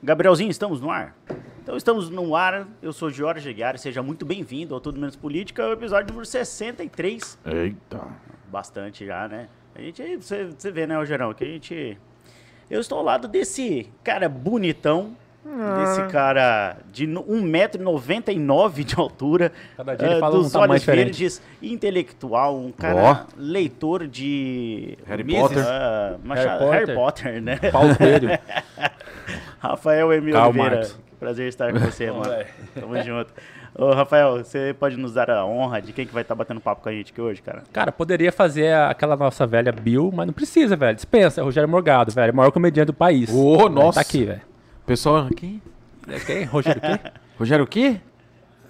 Gabrielzinho, estamos no ar? Então estamos no ar, eu sou Jorge Aguiar, seja muito bem-vindo ao Tudo Menos Política, o episódio número 63, Eita. bastante já, né? A gente, você, você vê, né, Rogerão, que a gente... Eu estou ao lado desse cara bonitão, Ah. desse cara de no- 1,99m de altura, Cada dia ele eh, fala um dos tamanho olhos diferente. verdes, intelectual, um cara leitor de... Harry Mises, Potter. ah, Machado- Harry Harry Potter, né? Paulo Coelho. Rafael Emílio Karl Oliveira, Marx. prazer estar com você, mano. Tamo junto. Ô, Rafael, você pode nos dar a honra de quem que vai estar batendo papo com a gente aqui hoje, cara? Cara, poderia fazer a- aquela nossa velha Bill, mas não precisa, velho. Dispensa, é Rogério Morgado, velho. O maior comediante do país. Ô, Velho, nossa. Tá aqui, velho. Pessoal, quem? É Quem? Rogério quê? Rogério o quê?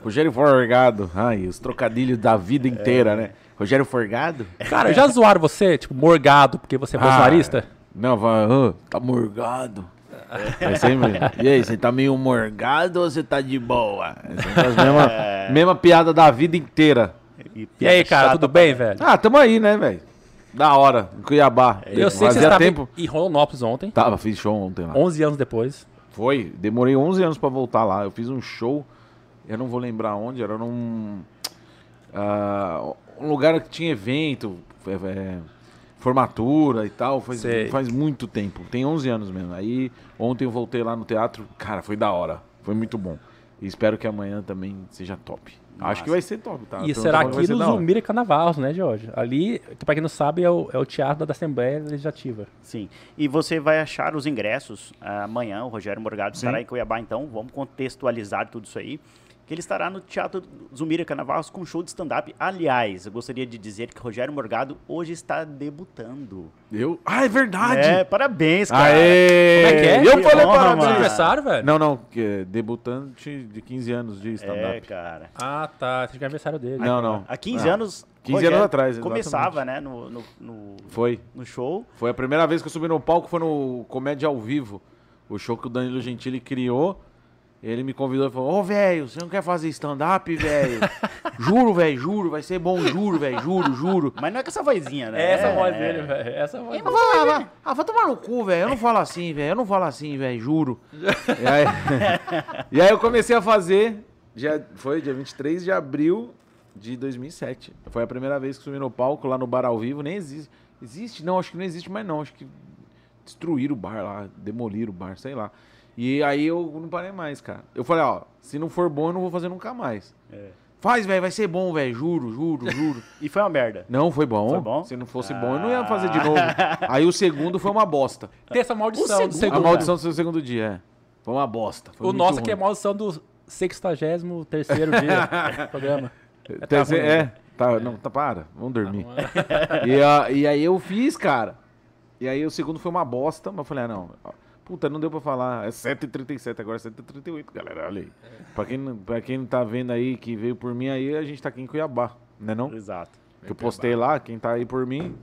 Rogério Forgado. Ai, os trocadilhos da vida inteira, né? Rogério Forgado? Cara, já zoaram você, tipo, Morgado, porque você é Ah. bolsonarista? Não, vai, ô, tá morgado. É isso aí mesmo. E aí, você tá meio morgado ou você tá de boa? É sempre as mesma, mesma piada da vida inteira. E É aí, cara, chata tudo pra- bem, velho? Ah, tamo aí, né, velho? Da hora, em Cuiabá. Eu sei que você Fazia estava tempo. Tá. em Rolonópolis ontem, Tava, fiz show ontem lá. 11 anos depois. Foi, demorei 11 anos pra voltar lá. Eu fiz um show, eu não vou lembrar onde, era num. ah, um lugar que tinha evento, é, é, formatura e tal. Faz, Sei. faz muito tempo, tem 11 anos mesmo. Aí ontem eu voltei lá no teatro, cara, foi da hora, foi muito bom. E espero que amanhã também seja top. Acho que vai ser top, tá? e Então, será tá bom, vai aqui ser no da hora. Zumira Canavarros, né, Jorge? Ali, que pra quem não sabe, é o, é o teatro da Assembleia Legislativa. Sim. E você vai achar os ingressos ah, amanhã. O Rogério Morgado estará em Cuiabá, então. Vamos contextualizar tudo isso aí. Que ele estará no Teatro Zumira Canavarros com show de stand-up. Aliás, eu gostaria de dizer que Rogério Morgado hoje está debutando. Eu? Ah, é verdade! É, parabéns, cara. Aê! Como é que é? Eu falei honra, para mano. vocês! Aniversário, velho? Não, não, que é debutante de 15 anos de É, stand-up. cara. Ah, tá. Acho que é aniversário dele. não, não. Há 15 Ah, anos. 15 Rogério anos atrás, exatamente. Começava, né, no- no- no, Foi. no show. Foi a primeira vez que eu subi no palco, foi no Comédia ao Vivo. O show que o Danilo Gentili criou. Ele me convidou e falou: Ô, velho, você não quer fazer stand-up, velho? juro, velho, juro, vai ser bom, juro, velho, juro, juro. Mas não é com essa vozinha, né? É essa é, voz dele, velho. Essa voz dele. Ah, vai, ah, vai tomar no cu, velho. Eu não falo assim, velho. Eu não falo assim, velho, juro. e, aí, e aí eu comecei a fazer. dia- foi dia 23 de abril de 2007. Foi a primeira vez que subi no palco lá no bar ao vivo. Nem existe. Existe? Não, acho que não existe mais não. Acho que destruíram o bar lá, demoliram o bar, sei lá. E aí eu não parei mais, cara. Eu falei, ó, se não for bom, eu não vou fazer nunca mais. É. Faz, velho, vai ser bom, velho. Juro, juro, juro. E foi uma merda. Não, foi bom. Foi bom? Ah. Se não fosse bom, eu não ia fazer de novo. Aí o segundo foi uma bosta. Tem essa maldição O do segundo- segundo. A maldição do seu segundo dia, é. Foi uma bosta. Foi O muito nosso ruim. que é a maldição do 63 terceiro dia do programa. Tá, ruim, né? Tá é, tá, não, tá, para. Vamos dormir. e, ah, e aí eu fiz, cara. E aí o segundo foi uma bosta, mas eu falei, ah, não. Puta, não deu pra falar. É 7h37, agora é 7h38, galera. Olha aí. Pra quem, não- pra quem não tá vendo aí, que veio por mim aí, a gente tá aqui em Cuiabá, né não? Exato. Que eu postei lá, quem tá aí por mim.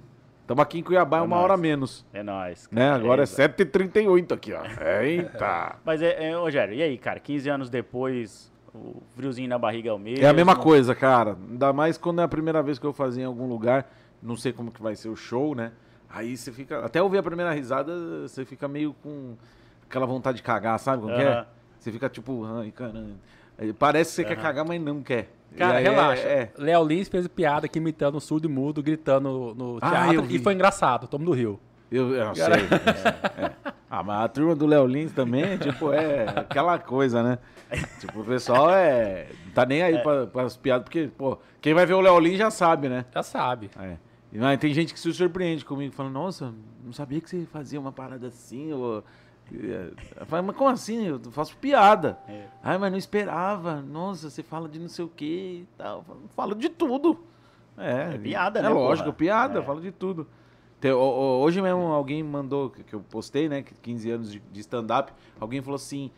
Tamo aqui em Cuiabá, é uma nóis. hora a menos. É nóis. cara. Né? Agora é Exato. 7h38 aqui, ó. Eita! Mas, é, é, Rogério, e aí, cara? 15 anos depois, o friozinho na barriga é o mesmo. É a mesma coisa, cara. Ainda mais quando é a primeira vez que eu fazia em algum lugar, não sei como que vai ser o show, né? Aí você fica. Até ouvir a primeira risada, você fica meio com aquela vontade de cagar, sabe como que é? Aham. Você fica tipo, ai, caramba. Aí Parece que você quer cagar, mas não quer. E Cara, aí é- relaxa. é. Léo Lins fez piada aqui imitando o surdo e mudo, gritando no Ah, teatro. eu vi. e foi engraçado, todo mundo riu. Eu, eu não sei. É, é. Ah, mas a turma do Léo Lins também, tipo, é aquela coisa, né? Tipo, o pessoal é. Não tá nem aí pra, pras piadas, porque, pô, quem vai ver o Léo Lins já sabe, né? Já sabe. É. E, Mas tem gente que se surpreende comigo, falando, nossa, não sabia que você fazia uma parada assim, ou... Eu falo, mas como assim? Eu faço piada. É. Ai, mas não esperava. Nossa, você fala de não sei o que e tal. Eu falo, Falo de tudo. É, É piada, é né, lógico, porra? piada, É. eu falo de tudo. Te- o- o- hoje mesmo alguém mandou, que que eu postei, né, que 15 anos de, de stand-up, alguém falou assim,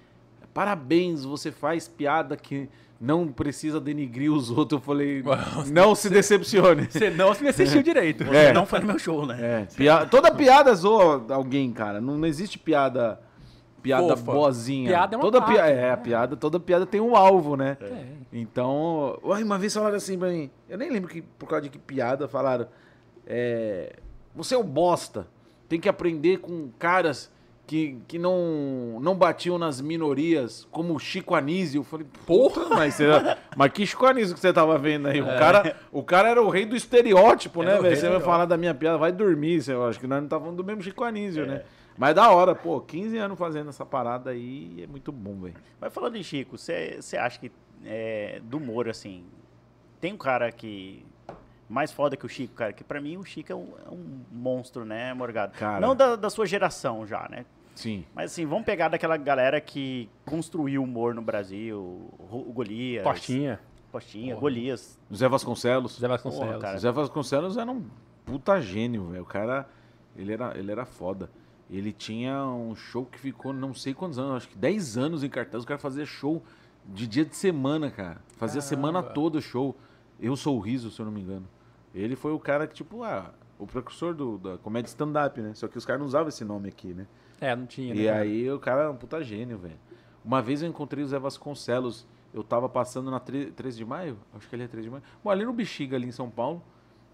parabéns, você faz piada que não precisa denigrir os outros. Eu falei, não se decepcione. Você não se assistiu direito. Você É. não foi no meu show, né? É, pia- toda piada zoa alguém, cara. Não, não existe piada piada Fofa. boazinha. Piada é uma toda parte, piada, né? é, a piada, toda piada tem um alvo, né? É. Tem. Então, ai, uma vez falaram assim pra mim, eu nem lembro que por causa de que piada falaram, é, você é um bosta. Tem que aprender com caras que, que não, não batiam nas minorias, como o Chico Anísio. Eu falei, porra, mas, será- mas que Chico Anísio que você tava vendo aí? O, cara, o cara era o rei do estereótipo, É. Era né, o velho? rei Você do vai estereótipo. falar da minha piada, vai dormir. Eu acho que nós não tá falando do mesmo Chico É. Anísio, né? Mas da hora, pô, 15 anos fazendo essa parada aí é muito bom, velho. Mas falando em Chico, você acha que é, do Moro, assim, tem um cara que. Mais foda que o Chico, cara, que pra mim o Chico é um, é um monstro, né, Morgado? Cara. Não da, da sua geração já, né? Sim. Mas assim, vamos pegar daquela galera que construiu o humor no Brasil, o o É, Golias. Costinha, Postinha, Porra. Golias. Zé Vasconcelos. Zé Vasconcelos. Porra, cara. O Zé Vasconcelos era um puta gênio, velho. O cara, ele era, ele era foda. Ele tinha um show que ficou não sei quantos anos, acho que 10 anos em cartaz. O cara fazia show de dia de semana, cara. Fazia Caramba. semana toda show. Eu sou o Riso, se eu não me engano. Ele foi o cara que, tipo, ah, o precursor do- da comédia stand-up, né? Só que os caras não usavam esse nome aqui, né? É, não tinha. E né? aí o cara é um puta gênio, velho. Uma vez eu encontrei o Zé Vasconcelos. Eu tava passando na tre- 13 de maio, acho que ali é 13 de maio. Bom, ali no Bexiga, ali em São Paulo.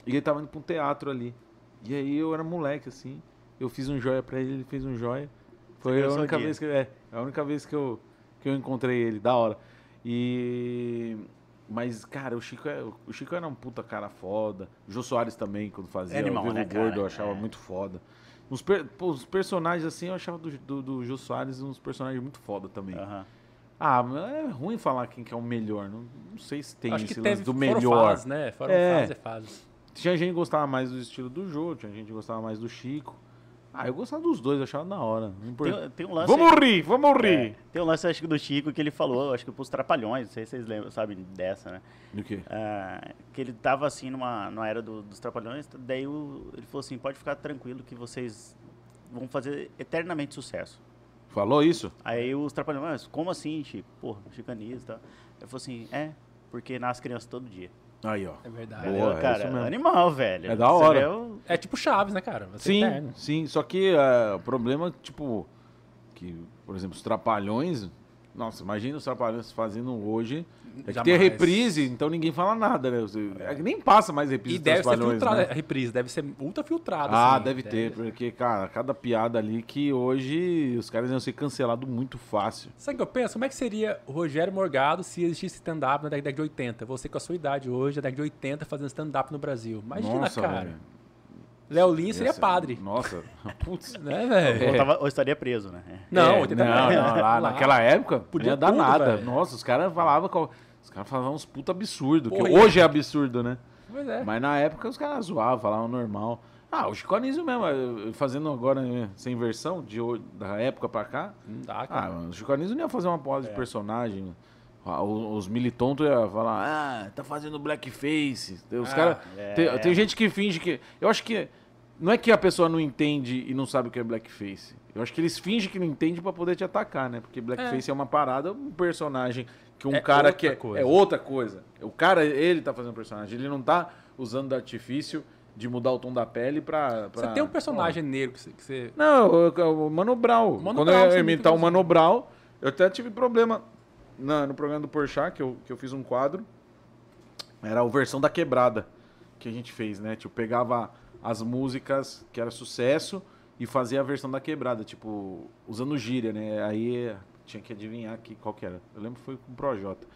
E ele tava indo pra um teatro ali. E aí eu era moleque, assim. Eu fiz um joia pra ele, ele fez um joia. Foi a Começou o única dia. vez que, é, a única vez que eu, que eu encontrei ele, da hora. E. Mas, cara, o Chico, é- o Chico era um puta cara foda. O Jô Soares também, quando fazia. Animal, o Vivo né, cara? Gordo, eu achava É. muito foda. Os, per- pô, os personagens, assim, eu achava do, do, do Jô Soares uns personagens muito foda também. Aham. Ah, mas é ruim falar quem que é o melhor. Não, não sei se tem Acho esse que lance teve do foram melhor. fases, né? Foram É. fases e fases. Tinha gente que gostava mais do estilo do Jô, tinha gente que gostava mais do Chico. Ah, eu gostava dos dois, eu achava da hora. Não importa. Tem, tem um lance. Vamos rir, vamos é, rir! tem um lance, acho que do Chico que ele falou, acho que pros Trapalhões, não sei se vocês lembram, sabem dessa, né? Do quê? Ah, que ele tava assim numa, numa era do- dos Trapalhões, daí o- ele falou assim: pode ficar tranquilo que vocês vão fazer eternamente sucesso. Falou isso? Aí os Trapalhões, mas como assim, Chico? Porra, chicanista. Ele falou assim: é, porque nasce criança todo dia. Aí, ó. É verdade. Boa. Entendeu, é cara, isso mesmo. animal, velho. É da hora. Você vê o- É tipo Chaves, né, cara? Vai ser Sim, eterno. sim. Só que ah, o problema, tipo, que, por exemplo, os trapalhões. Nossa, imagina os trapalhões fazendo hoje. É que tem Jamais. reprise, então ninguém fala nada, né? Você- é que Nem passa mais reprise E dos deve ser trapalhões. filtrada né? a reprise, deve ser ultra filtrada. Ah, assim, deve ter, porque, cara, cada piada ali que hoje os caras iam ser cancelados muito fácil. Sabe o que eu penso? Como é que seria o Rogério Morgado se existisse stand-up na década de 80? Você com a sua idade hoje, na década de 80, fazendo stand-up no Brasil. Imagina, Nossa, cara. velho. um- Léo Lins seria Essa- padre. Nossa, putz. Né, velho? Ou, tava- ou estaria preso, né? Não, É, 80 não, não, lá, naquela época Podia podia dar tudo, nada. velho. Nossa, os caras falavam com- os caras falavam uns puta absurdo, que Porra, hoje é absurdo, né? Pois é. Mas na época os caras zoavam, falavam normal. Ah, o Chico Anísio mesmo, eh, fazendo agora eh, sem versão de ho- da época pra cá. Não dá, Ah, cara. É. mano, o Chico Anísio não ia fazer uma pausa de personagem. Ah, o- Os militontos iam falar, ah, tá fazendo blackface. Os Ah, cara, é. tem, tem gente que finge que. Eu acho que. Não é que a pessoa não entende e não sabe o que é blackface. Eu acho que eles fingem que não entende pra poder te atacar, né? Porque blackface é, uma parada, um personagem que um É cara outra que é, coisa. é outra coisa. O cara, ele tá fazendo personagem, ele não tá usando do artifício de mudar o tom da pele pra. pra Você tem um personagem negro que você. que você- não, eu- eu- o Mano Brown. Mano Quando Brown, eu você ia me imitar o trouxe. Mano Brown, eu até tive problema na- no programa do Porchat, que eu, que eu fiz um quadro. Era a versão da quebrada que a gente fez, né? Tipo, pegava as músicas que era sucesso e fazia a versão da quebrada, tipo, usando gíria, né? Aí tinha que adivinhar aqui qual que era. Eu lembro que foi com o Projota.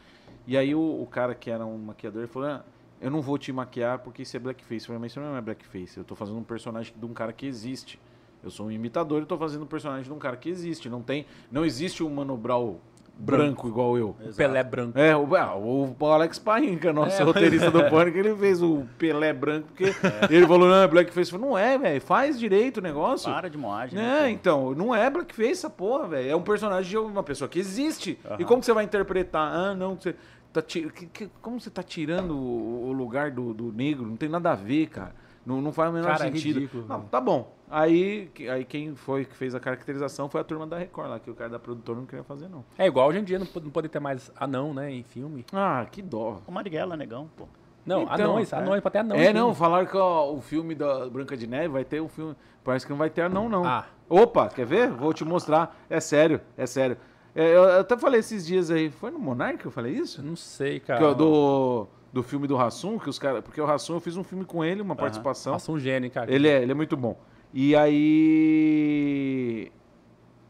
E aí o, o cara que era um maquiador ele falou: "Ah, Eu não vou te maquiar porque isso é blackface. Eu falei, mas isso não é blackface. Eu tô fazendo um personagem de um cara que existe. Eu sou um imitador e tô fazendo um personagem de um cara que existe. Não tem. Não existe um Mano Brown branco igual eu. O Pelé branco. É, o, ah, o Alex Painca, nosso roteirista do Pânico, ele fez o Pelé branco, porque ele falou, não, é blackface. Eu falei, não é, velho, faz direito o negócio. Para de moagem. Né, né, pô? então, não é blackface essa porra, velho. É um personagem de uma pessoa que existe. E como que você vai interpretar? Ah, não, você tá ti- que- que- como você tá tirando o, o lugar do, do negro? Não tem nada a ver, cara. Não, não faz o menor Cara, é sentido. ridículo, não, velho. tá bom. Aí, que- aí quem foi que fez a caracterização foi a turma da Record lá, que o cara da produtora não queria fazer, não. É igual hoje em dia, não, po- não poder ter mais anão, né, em filme. Ah, que dó. O Marighella, negão, pô. Não, Então, anões, é. anões, até anão. em é, filme. não, falaram que ó, o filme da Branca de Neve vai ter um filme. Parece que não vai ter anão, não. Ah. Opa, quer ver? Vou te mostrar. É sério, é sério. É, eu até falei esses dias aí. Foi no Monark que eu falei isso? Não sei, Que, ó, cara. do, do filme do Rassum, que os caras. Porque o Rassum eu fiz um filme com ele, uma Então? participação. é, Nossa, um gênio, cara. Ele é, ele é muito bom. E aí.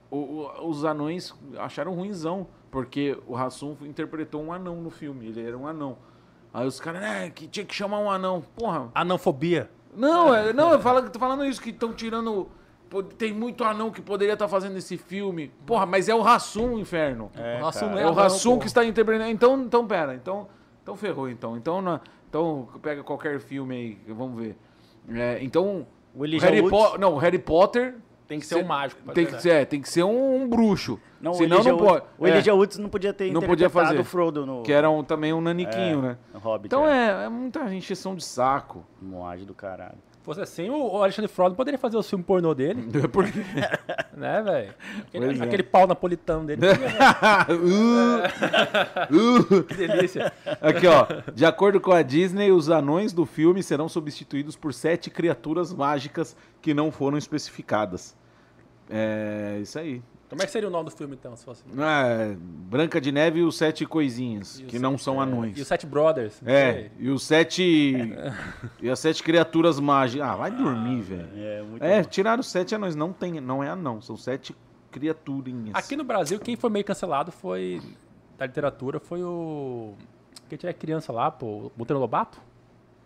o- o- os anões acharam ruinzão, porque o Rassum interpretou um anão no filme, ele era um anão. Aí os caras, né, que tinha que chamar um anão. Porra, Ananfobia. não, é, não, eu falo, tô falando isso, que estão tirando. pô, Tem muito anão que poderia estar fazendo esse filme. Porra, mas é o Rassum, inferno. É, o Rassum cara. não o anão, Rassum pô. que está interpretando. Então, então, pera. Então, então ferrou, então. Então, na- então pega qualquer filme aí, vamos ver. É, então. O Elijah Harry Woods? Po- Não, Harry Potter. Tem que ser um mágico pra Tem ajudar. que, é, tem que ser um, um bruxo. Não, Senão o Elijah, não Wood- pode. é. O Elijah Woods não podia ter Não podia interpretado fazer. o Frodo no, é, que era um- também um naniquinho, né? no um Hobbit. Então é, é muita encheção de saco. Moagem do caralho. Fosse assim, o Alexandre Frota poderia fazer o filme pornô dele, Por quê? né, velho? Pois Aquele, é. aquele pau napolitano dele. Uh, uh. que delícia. Aqui, ó. De acordo com a Disney, os anões do filme serão substituídos por sete criaturas mágicas que não foram especificadas. É isso aí. Como é que seria o nome do filme, então, se fosse? É, Branca de Neve e os Sete Coisinhas, E os que não sete- são é, anões. E os Sete Brothers. não É, sei. e os sete. e as sete criaturas mágicas. Ah, vai dormir, velho. É, muito É, bom. tiraram os sete anões. Não, tem, não é anão, são sete criaturinhas. Aqui no Brasil, quem foi meio cancelado foi. Da literatura foi o. Quem tinha criança lá, pô, o Monteiro Lobato?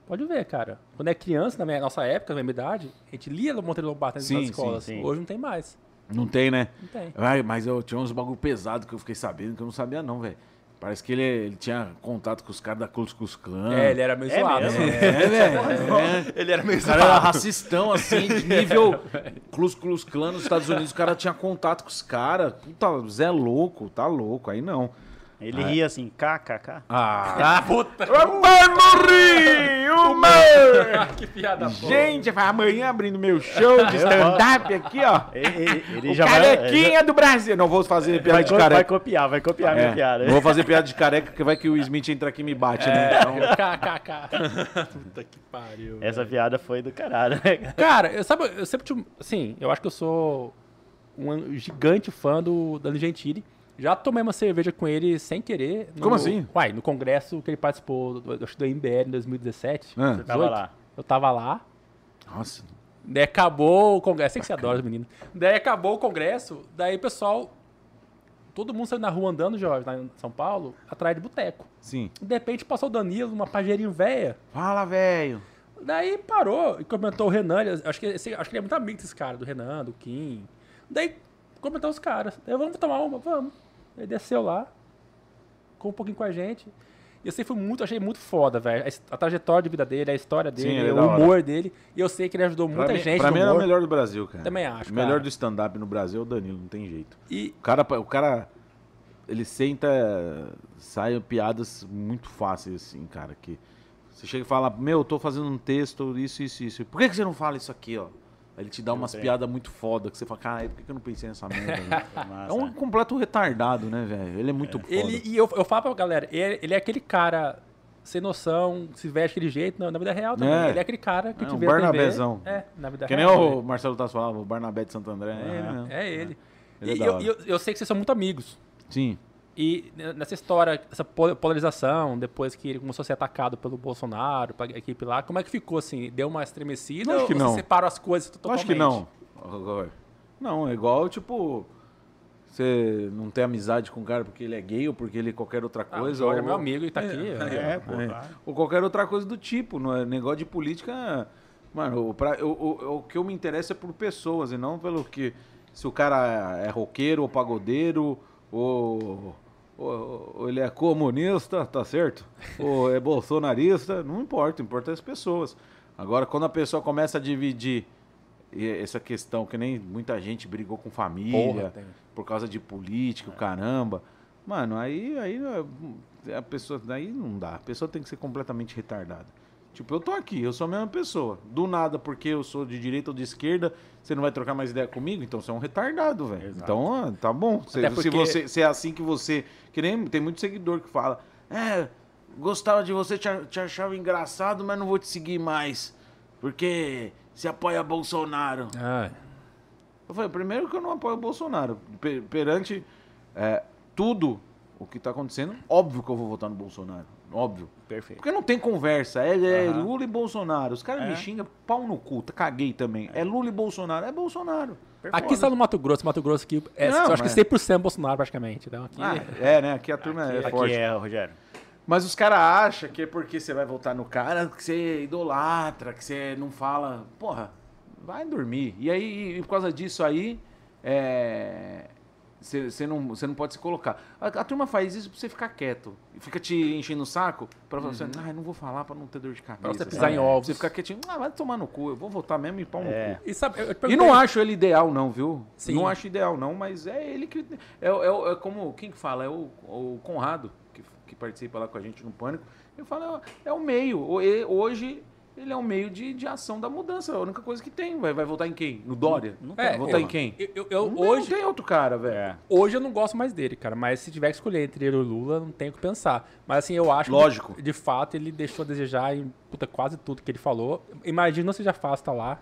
Pode ver, cara. Quando é criança, na minha- nossa época, na minha idade, a gente lia Monteiro Lobato nas Sim, sim, escolas. sim. Hoje não tem mais. Não tem, né? Não tem. Ai, mas eu tinha uns bagulho pesado que eu fiquei sabendo que eu não sabia, não, velho. Parece que ele, ele tinha contato com os caras da Cus Cus Clan. É, ele era meio É zoado. mesmo? né? Ah. É, velho. é. Ele era meio O cara era racistão, assim, de nível Clus Clus Clan nos Estados Unidos. O cara tinha contato com os caras. Puta, Zé louco, tá louco. Aí não. Ele é. ria assim, kkk. Ah, puta! mano, Rio, mano! que piada boa. Gente, amanhã abrindo meu show de stand-up aqui, ó. Ele, ele- É, ele O já carequinha do Brasil. Não vou fazer piada vai, vai, de co- careca. vai copiar, vai copiar a É, minha piada. né? É. não Vou fazer piada de careca, porque vai que o Smith entra aqui e me bate, né? Então, KKK. Puta que É, pariu. Essa piada foi do caralho, né? Cara, eu, sabe, eu sempre tive. Assim, eu acho que eu sou um gigante fã do Danilo Gentili. Já tomei uma cerveja com ele sem querer. no- Como assim? Uai, no congresso que ele participou, do, acho que do MBL em 2017. Ah. Você tava 18. lá. Eu tava lá. Nossa. Daí acabou o congresso. Sei que você adora os meninos. Daí acabou o congresso. Daí, pessoal, todo mundo saiu na rua andando, Jorge, lá em São Paulo, atrás de boteco. Sim. De repente passou o Danilo, uma pajeirinha velha. Fala, velho. Daí parou e comentou o Renan. ele- Acho que, esse- acho que ele é muito amigo desse cara, do Renan, do Kim. Daí comentou os caras. Daí, vamos tomar uma? Vamos. Ele desceu lá, ficou um pouquinho com a gente. E eu sei, foi muito, achei muito foda, velho. A his- A trajetória de vida dele, a história dele, ele é da o hora. humor dele. E eu sei que ele ajudou Pra muita mim, gente pra no mim era o humor. melhor do Brasil, cara. Também acho, O melhor cara. do stand-up no Brasil é o Danilo, não tem jeito. E O cara, o cara, ele senta, saem piadas muito fáceis, assim, cara, que você chega e fala, meu, eu tô fazendo um texto, isso, isso, isso. Por que, que você não fala isso aqui, ó? Aí Ele te dá umas sei. piadas muito foda, que você fala, cara, por que, que eu não pensei nessa merda? né?" Massa, é um né? completo retardado, né, velho? Ele é muito foda. ele, e eu, eu falo pra galera, ele, ele é aquele cara sem noção, se veste daquele jeito, na, na vida real também. É. Ele é aquele cara que É, te um vê na TV. Barnabézão. É, na vida Que nem real. também. o Marcelo Tassi falava, o Barnabé de Santo André. É ele mesmo. É ele. Ele é e da eu, hora. e eu, eu sei que vocês são muito amigos. Sim. E n- nessa história, essa po- polarização, depois que ele começou a ser atacado pelo Bolsonaro, pela equipe lá, como é que ficou assim? Deu uma estremecida Acho ou que você não. separou as coisas totalmente? Acho que não. Agora, Não, é igual, tipo, você não tem amizade com o cara porque ele é gay ou porque ele é qualquer outra Ah, coisa. o Jorge ou... é meu amigo e tá aqui. É. É, pô, É. claro. Ou qualquer outra coisa do tipo. Não é negócio de política. Mano, o pra- o- o- o que eu me interessa é por pessoas e não pelo que. Se o cara é roqueiro ou pagodeiro ou. ou- ou ele é comunista, tá certo? Ou é bolsonarista, não importa, importa as pessoas. Agora, quando a pessoa começa a dividir e- essa questão, que nem muita gente brigou com família, Porra, tem. por causa de política, o caramba. Mano, aí, aí é, a pessoa. Daí não dá. A pessoa tem que ser completamente retardada. Tipo, eu tô aqui, eu sou a mesma pessoa. Do nada, porque eu sou de direita ou de esquerda, você não vai trocar mais ideia comigo? Então você é um retardado, velho. Exato. Então, ah, tá bom. Se, Até porque- se você se é assim que você. Que nem tem muito seguidor que fala. É, gostava de você, te, a- te achava engraçado, mas não vou te seguir mais. Porque se apoia Bolsonaro. Ah, Eu falei, primeiro que eu não apoio o Bolsonaro. Pe- tá perante é, tudo o que está acontecendo, óbvio que eu vou votar no Bolsonaro. óbvio. Perfeito. Porque não tem conversa. É, é Aham. É. Lula e Bolsonaro. Os caras me xingam, pau no cu. tá- Caguei também. É. Lula e Bolsonaro. É Bolsonaro. Perfeito. Aqui está no Mato Grosso. Mato Grosso aqui é, Não, eu acho que mas- 100% Bolsonaro praticamente. Então aqui... Ah, é, né? Aqui a turma é Aqui forte. é, Rogério. Mas os caras acham que é porque você vai votar no cara, que você idolatra, que você não fala. Porra, vai dormir. E aí, e por causa disso aí, é, você você não, você não pode se colocar. A, a turma faz isso pra você ficar quieto. E Fica te enchendo o saco pra falar assim, ah, eu não vou falar pra não ter dor de cabeça. Uhum. Pra você pisar sabe? em ovos. Você fica quietinho, ah, vai tomar no cu, eu vou votar mesmo e pau no É. cu. E, sabe, eu- eu te E perguntei- não acho ele ideal, não, viu? Sim. Não acho ideal, não, mas é ele que. É, o- é o- é como. Quem que fala? É o, o Conrado, que, que participa lá com a gente no Pânico. Ele fala, é o meio. O- e- Hoje ele é o meio de, de ação da mudança. É a única coisa que tem. Vai, vai votar em quem? No Dória? Não É, vai votar em eu- quem? eu- eu- eu Não tem- hoje, Não tem outro cara, velho. É. Hoje eu não gosto mais dele, cara. Mas se tiver que escolher entre ele e o Lula, não tem o que pensar. Mas assim, eu acho Lógico. que, de fato, ele deixou a desejar em puta, quase tudo que ele falou. Imagina se já afasta lá.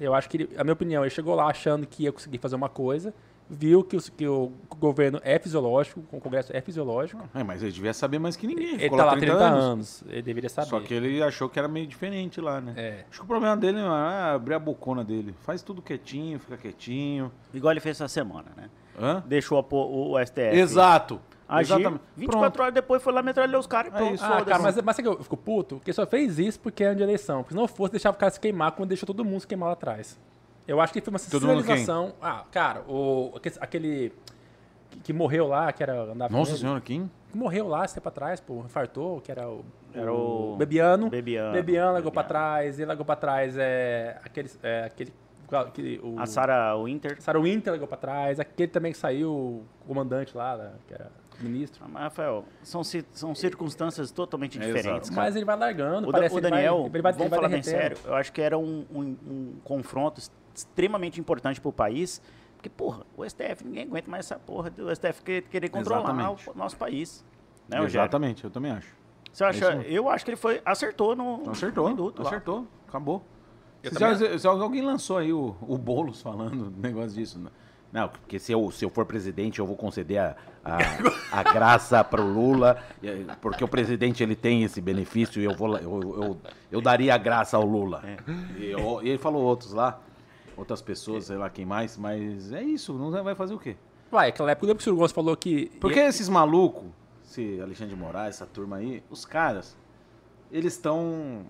Eu acho que, ele, a minha opinião, ele chegou lá achando que ia conseguir fazer uma coisa, viu que, os- que o governo é fisiológico, o Congresso é fisiológico. É, mas ele devia saber mais que ninguém. Ele Hum. Ficou tá lá 30, anos. ele deveria saber. Só que ele achou que era meio diferente lá, né? É. Acho que o problema dele é abrir a bocona dele. Faz tudo quietinho, fica quietinho. Igual ele fez essa semana, né? Hã? Deixou a po- o, o STF Exato. agir. Exatamente. 24 horas depois foi lá metralhar os caras e É pronto. isso. Ah, foda-se. cara, mas, mas sabe que eu fico puto? Porque só fez isso porque era de eleição. Porque se não fosse, deixava o cara se queimar quando deixou todo mundo se queimar lá atrás. Eu acho que foi uma Todo mundo quem? sinalização. Ah, cara, o, aquele- aquele que, que morreu lá, que era. Andava com Nossa ele, senhora, quem? Que morreu lá esse tempo atrás, pô, infartou, que era o. Era o- Bebiano. Bebiano, Bebiano largou Bebiano. pra trás, ele largou pra trás. É. Aquele. É, aquele, aquele o, Ah, A Sara Winter. Sarah Winter largou pra trás. Aquele também que saiu, o comandante lá, né, que era ministro. Mas, Rafael, são, ci- são circunstâncias totalmente Exato. diferentes, cara. Mas ele vai largando, O, Da- parece o que ele vai- Daniel, ele vai, ele vamos vai falar bem né? derretendo. sério, eu acho que era um, um- um confronto es- extremamente importante pro país, porque, porra, o STF, ninguém aguenta mais essa porra do STF que- querer controlar Exatamente. o, nosso país. É Né, Rogério? Exatamente, eu também acho. Você acha, É isso mesmo. eu acho que ele foi, acertou no Então Acertou, no induto lá. acertou, acabou. Eu Se, já, também se alguém lançou aí o, o Boulos falando um negócio disso, né? Não, porque se eu, se eu for presidente, eu vou conceder a, a, a graça pro Lula, e aí, porque o presidente ele tem esse benefício e eu, vou, lá- eu, eu, eu daria a graça ao Lula. E, eu- e ele falou outros lá, outras pessoas, sei lá quem mais, mas é isso, não vai fazer o quê? Vai, aquela época, lembra que o Ciro Gomes falou que... Porque esses malucos, esse Alexandre de Moraes, essa turma aí, os caras, eles estão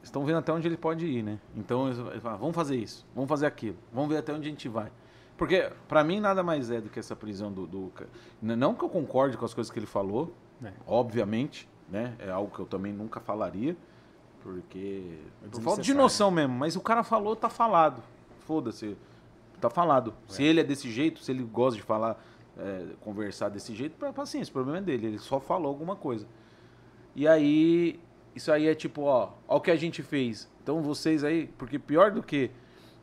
estão vendo até onde ele pode ir, né? Então eles eles falam, vamos fazer isso, vamos fazer aquilo, vamos ver até onde a gente vai. Porque pra mim nada mais é do que essa prisão do, do ca- N- não que eu concorde com as coisas que ele falou, É. obviamente, né? É algo que eu também nunca falaria, porque por falta de É desnecessário. noção mesmo. Mas o cara falou, tá falado. Foda-se, tá falado. Se ele é desse jeito, se ele gosta de falar, é, conversar desse jeito, pra- paciência, o problema é dele. Ele só falou alguma coisa. E aí, isso aí é tipo, ó, ó o que a gente fez. Então vocês aí, porque pior do que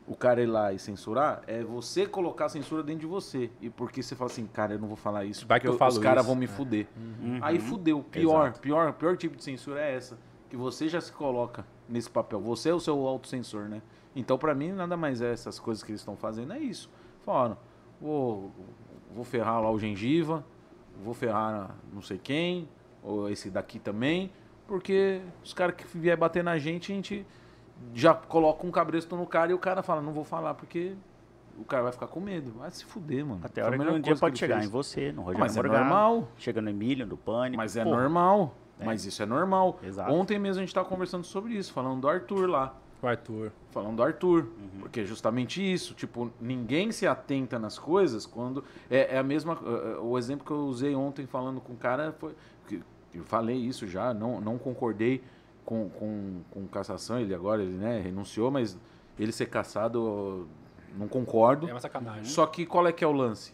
o cara ir lá e censurar, é você colocar a censura dentro de você. E porque você fala assim, cara, eu não vou falar isso, Vai porque que eu os falo caras isso. vão me É. fuder. Uhum. Aí fudeu. Pior, Exato. pior, pior tipo de censura é essa. Que você já se coloca nesse papel. Você é o seu autocensor, né? Então, pra mim, nada mais é essas coisas que eles estão fazendo. É isso. Falaram, vou, vou ferrar lá o gengiva, vou ferrar não sei quem, ou esse daqui também, porque os caras que vier bater na gente, a gente já coloca um cabresto no cara e o cara fala, não vou falar porque o cara vai ficar com medo. Vai se fuder, mano. Até a Foi hora que melhor um dia coisa pode ele chegar fez. em você, no Rogério Mas é Morgado, normal. chega no Emílio, no Pânico. Mas é pô, normal. Mas isso é normal. Exato. Ontem mesmo a gente tava conversando sobre isso, falando do Arthur lá. O Arthur. Falando do Arthur. Porque é justamente isso. Tipo, ninguém se atenta nas coisas quando. É, é a mesma. é, é, O exemplo que eu usei ontem falando com o cara foi. que- Eu falei isso já, não, não concordei com, com, com cassação. Ele agora ele, né, renunciou, mas ele ser caçado, não concordo. É uma sacanagem. Só que qual é que é o lance?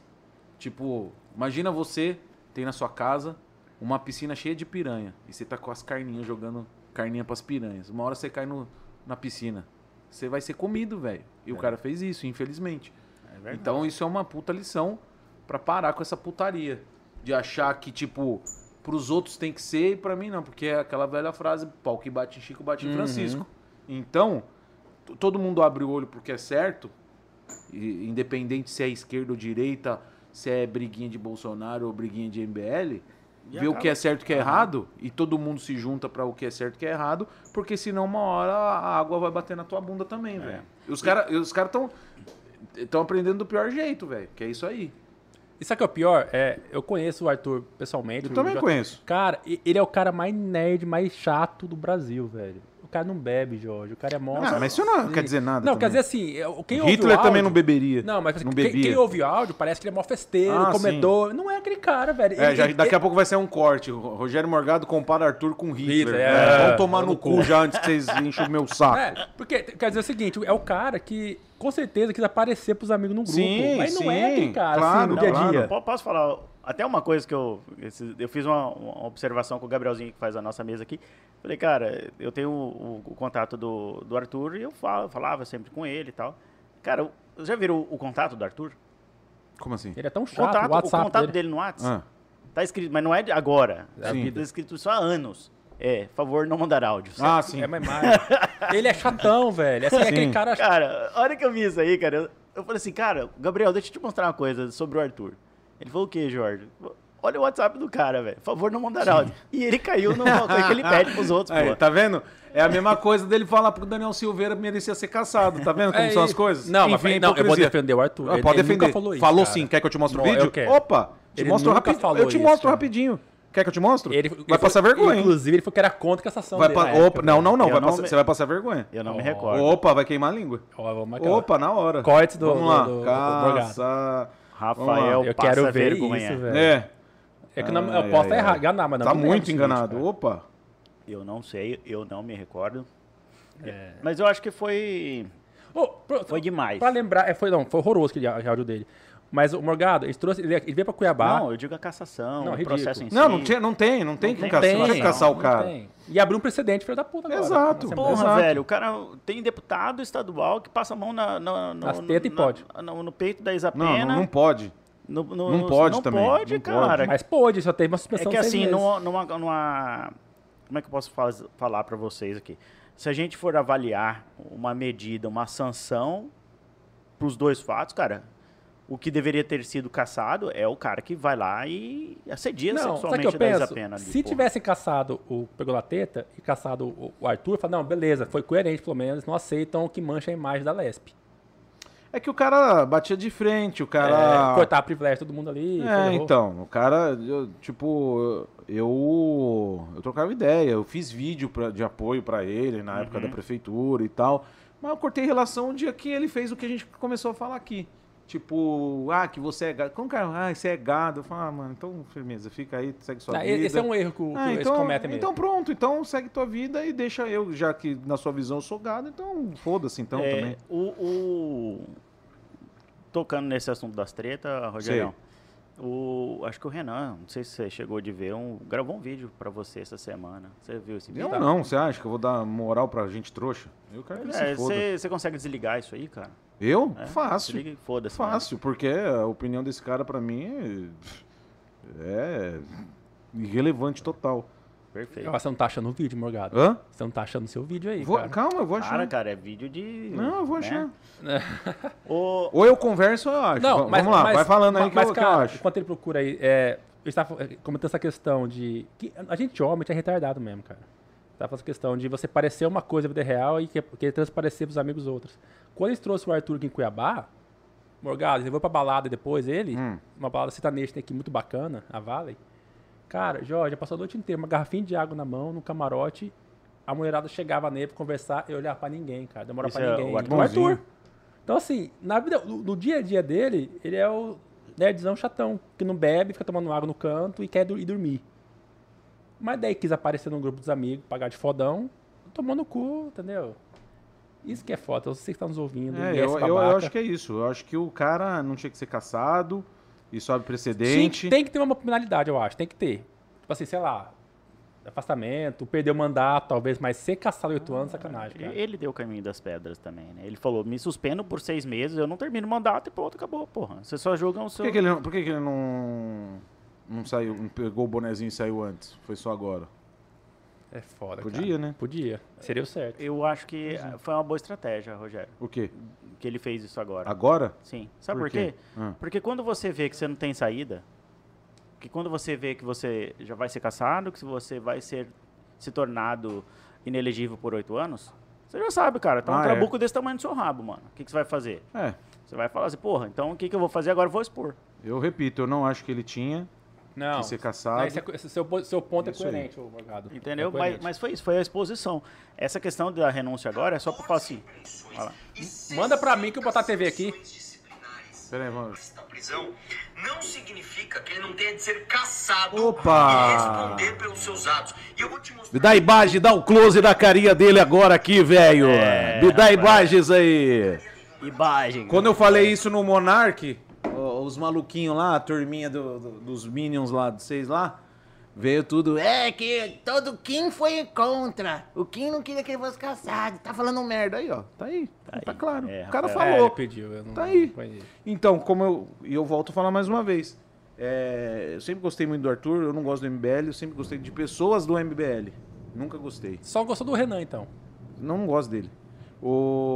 Tipo, imagina você tem na sua casa uma piscina cheia de piranha e você tá com as carninhas jogando carninha pras piranhas. Uma hora você cai no, na piscina. Você vai ser comido, velho. E o cara fez isso, infelizmente. É verdade. Então isso é uma puta lição pra parar com essa putaria. De achar que, tipo, pros outros tem que ser e pra mim não. Porque é aquela velha frase, pau que bate em Chico, bate em Francisco. Então, t- todo mundo abre o olho porque é certo. e- independente se é esquerda ou direita, se é briguinha de Bolsonaro ou briguinha de MBL. E vê o acaba. que é certo e o que é errado, e todo mundo se junta pra o que é certo e o que é errado, porque senão uma hora a água vai bater na tua bunda É. também, velho. E Os caras os cara tão, tão aprendendo do pior jeito, velho, que é isso aí. E sabe o que é o pior? É, eu conheço o Arthur pessoalmente. Eu também já- conheço. Cara, e- ele é o cara mais nerd, mais chato do Brasil, velho. O cara não bebe, Jorge. O cara é mó. Ah, mas isso não quer dizer nada Não, também. quer dizer assim, eu- quem ouve o Hitler também áudio- não beberia. Não, mas assim, não quem, bebia. quem ouve o áudio parece que ele é mó festeiro, Ah, comedor. Não é aquele cara, velho. É, Ele- já- ele- daqui a pouco vai ser um corte. O Rogério Morgado compara Arthur com Hitler. Hitler, né? é. Vão tomar no cu já antes que vocês enchem o meu saco. É, porque quer dizer o seguinte, é o cara que com certeza quis aparecer pros amigos num grupo. Sim, mas não sim, é aquele cara, claro, assim, no dia a claro. dia. Po- Posso falar até uma coisa que eu. esse- Eu fiz uma, uma observação com o Gabrielzinho, que faz a nossa mesa aqui. Falei, cara, eu tenho o, o contato do, do Arthur e eu falo- falava sempre com ele e tal. Cara, vocês já viram o, o contato do Arthur? Como assim? Ele é tão chato, Contato, o WhatsApp o contato dele. dele. no WhatsApp. Ah, Tá escrito, mas não é de agora. Sim. Tá escrito isso há anos. É, favor, não mandar áudios. Ah, sim. É, mas mais. ele é chatão, velho. Assim, é Sim. aquele cara Cara, a hora que eu vi isso aí, cara, eu, eu falei assim, cara, Gabriel, deixa eu te mostrar uma coisa sobre o Arthur. Ele falou o quê, Jorge? Olha o WhatsApp do cara, velho. Por favor, não mandar áudio. E ele caiu numa coisa que ele pede pros outros, Aí, pô. tá vendo? É a mesma coisa dele falar pro Daniel Silveira merecia ser caçado. Tá vendo como É, são as e- coisas? não, mas Enfim, não, eu vou hipocrisia. defender o Arthur. Ah, Ele- Pode ele nunca defender. falou isso, Falou cara. sim. Quer que eu te mostre o Não, vídeo? eu quero. Opa, te Ele mostro nunca rapidinho. falou Eu te isso, mostro cara. rapidinho. Quer que eu te mostre? Ele, vai ele passar foi- vergonha. hein? Inclusive, ele foi que era contra a cassação Vai dele Ah, É. pa- na época, Opa, não, não, não. Eu vai não passar- me- Você vai passar vergonha. Eu não me Oh. recordo. Opa, vai queimar a língua. velho. Ó, vamos aquela- Opa, na hora. Corte do- Vamos lá. do- do- do Caça. Rafael Eu passa quero ver vergonha. isso, velho. É. É que eu não, Ai, eu posso ai, estar errado, ai. enganar, mas não. Tá me lembro muito disso, enganado. cara. Opa. Eu não sei, eu não me recordo. É. Mas eu acho que foi... Ô, pro- Foi demais. Pra lembrar, é, foi, não, foi horroroso aquele áudio dele. Mas o Morgado, ele trouxe, ele, ele veio pra Cuiabá. Não, eu digo a cassação, Não, o processo ridículo. em si. Não, não, tinha, não tem, não tem que caçar, não tinha que caçar o não cara. tem. E abriu um precedente, filho da puta. Agora, é Exato. na Assembleia. Porra, Exato. velho, o cara tem deputado estadual que passa a mão na, na, no, Nas tetas e na- pode. no- no peito da Isapena. Não, não, não pode. No- no- Não pode não também, Pode, não cara. Mas pôde, só teve uma É suspensão que de seis assim, meses. numa, numa, numa- Como é que eu posso faz- falar pra vocês aqui? Se a gente for avaliar uma medida, uma sanção pros dois fatos, cara, o que deveria ter sido caçado é o cara que vai lá e assedia Não, sabe o que sexualmente eu da penso? Isapena. ali, porra. Se tivesse caçado o Pegou na Teta e caçado o, o Arthur, fala, não, beleza, foi coerente pelo menos, não aceitam que mancha a imagem da Lesp. É que o cara batia de frente, o É, cara. cortar privilégio de todo mundo ali. Ah. É, ferrou. então, o cara, eu, tipo, eu eu trocava ideia, eu fiz vídeo pra- de apoio pra ele na época da Uhum. prefeitura e tal, mas eu cortei relação o dia que ele fez o que a gente começou a falar aqui. Tipo, ah, que você é gado. Como cara, ah, você é gado. Eu falo, ah, mano, então firmeza, fica aí, segue sua Ah, e- vida. Esse é um erro que, o- que Ah, eles então, cometem mesmo. então pronto, então segue tua vida e deixa eu, já que na sua visão eu sou gado, então foda-se então É, tá. também. O, o- Tocando nesse assunto das tretas, Rogério. O, acho que o Renan, não sei se você chegou de ver, um, gravou um vídeo pra você essa semana. Você viu esse vídeo? Eu Então não, você acha que eu vou dar moral pra gente trouxa? Eu quero que ele É, se foda. você, você consegue desligar isso aí, cara? Eu? É? Fácil. Desliga e foda-se. né? Fácil, porque a opinião desse cara pra mim é... é irrelevante total. Perfeito. Ah, Você não tá achando o vídeo, Morgado. Hã? Você não tá achando o seu vídeo aí, Vou- cara. calma, eu vou achar. Cara, cara, é vídeo de. né? Não, eu vou né? achar. O, Ou eu converso ou eu acho. Não, Va- mas, Vamos lá, mas- vai falando aí mas, que, eu, que eu cara, acho. Enquanto ele procura aí, é, eu estava eh, comentando essa questão de. que a gente homem a gente é retardado mesmo, cara. Tava falando essa questão de você parecer uma coisa na vida é real e que- querer transparecer pros amigos outros. Quando eles trouxeram o Arthur aqui em Cuiabá, Morgado, ele foi pra balada depois, ele, Hum. uma balada sertaneja tem aqui muito bacana, a Valley. Cara, Jorge, passou a noite inteira, uma garrafinha de água na mão, no camarote. A mulherada chegava nele pra conversar e olhar pra ninguém, cara. Demora Isso pra é ninguém. o Arthur. Arthurzinho. Então, assim, na vida, no, no dia a dia dele, ele é o nerdzão chatão, que não bebe, fica tomando água no canto e quer dur- ir dormir. Mas daí quis aparecer no grupo dos amigos, pagar de fodão, tomou no cu, entendeu? Isso que é foda, eu sei que estão nos ouvindo. É, e eu, esse eu- eu babaca. acho que é isso. Eu acho que o cara não tinha que ser caçado. E sobe precedente. Sim, tem que ter uma penalidade, eu acho. Tem que ter. Tipo assim, sei lá, afastamento, perder o mandato, talvez, mas ser caçado oito anos, sacanagem, cara. ele deu o caminho das pedras também, né? Ele falou: me suspendo por seis meses, eu não termino o mandato e pronto, acabou, porra. Vocês só julgam o Por seu. que, é que ele, não- por que, que ele não, não saiu, não pegou o bonezinho e saiu antes? Foi só agora. É foda, Podia, cara. né? Podia. Seria o certo. Eu acho que ah, foi uma boa estratégia, Rogério, O quê? que ele fez isso agora. Agora? Sim. Sabe Por por, quê? quê? Ah. Porque quando você vê que você não tem saída, Porque quando você vê que você já vai ser caçado, que você vai ser se tornado inelegível por oito anos, você já sabe, cara. Tá um Ah, é. trabuco desse tamanho no seu rabo, mano. O que, que você vai fazer? É, Você vai falar assim, porra, então o que, que eu vou fazer agora? Eu vou expor. eu repito, eu não acho que ele tinha Não. que ser caçado. Aí você- esse seu, po- seu ponto Isso é aí. coerente, ô Morgado. Entendeu? É mas, coerente. mas foi isso, foi a exposição. Essa questão da renúncia agora é só pra falar assim. Olha lá. Manda pra mim que eu vou botar a TV aqui. Pera aí, vamos. da prisão não significa que ele não tenha de ser caçado Opa! e responder pelos seus atos. E eu vou te mostrar. Me dá imagem, dá o close da carinha dele agora aqui, velho. É, Me dá rapaz. imagens aí. Imagem. Quando eu falei isso no Monark, o- os maluquinhos lá, a turminha do- do- dos Minions lá, dos seis lá, veio tudo. É que todo Kim foi contra. O Kim não queria que ele fosse caçado. Tá falando merda aí, ó. Tá aí. Tá, aí. claro. É, o cara rapaz. É, ele falou. pediu, eu não Tá aí. não conheço. Então, como eu. E eu volto a falar mais uma vez. é, eu sempre gostei muito do Arthur, eu não gosto do MBL, eu sempre gostei de pessoas do MBL. Nunca gostei. Só gostou do Renan, então. Não gosto dele.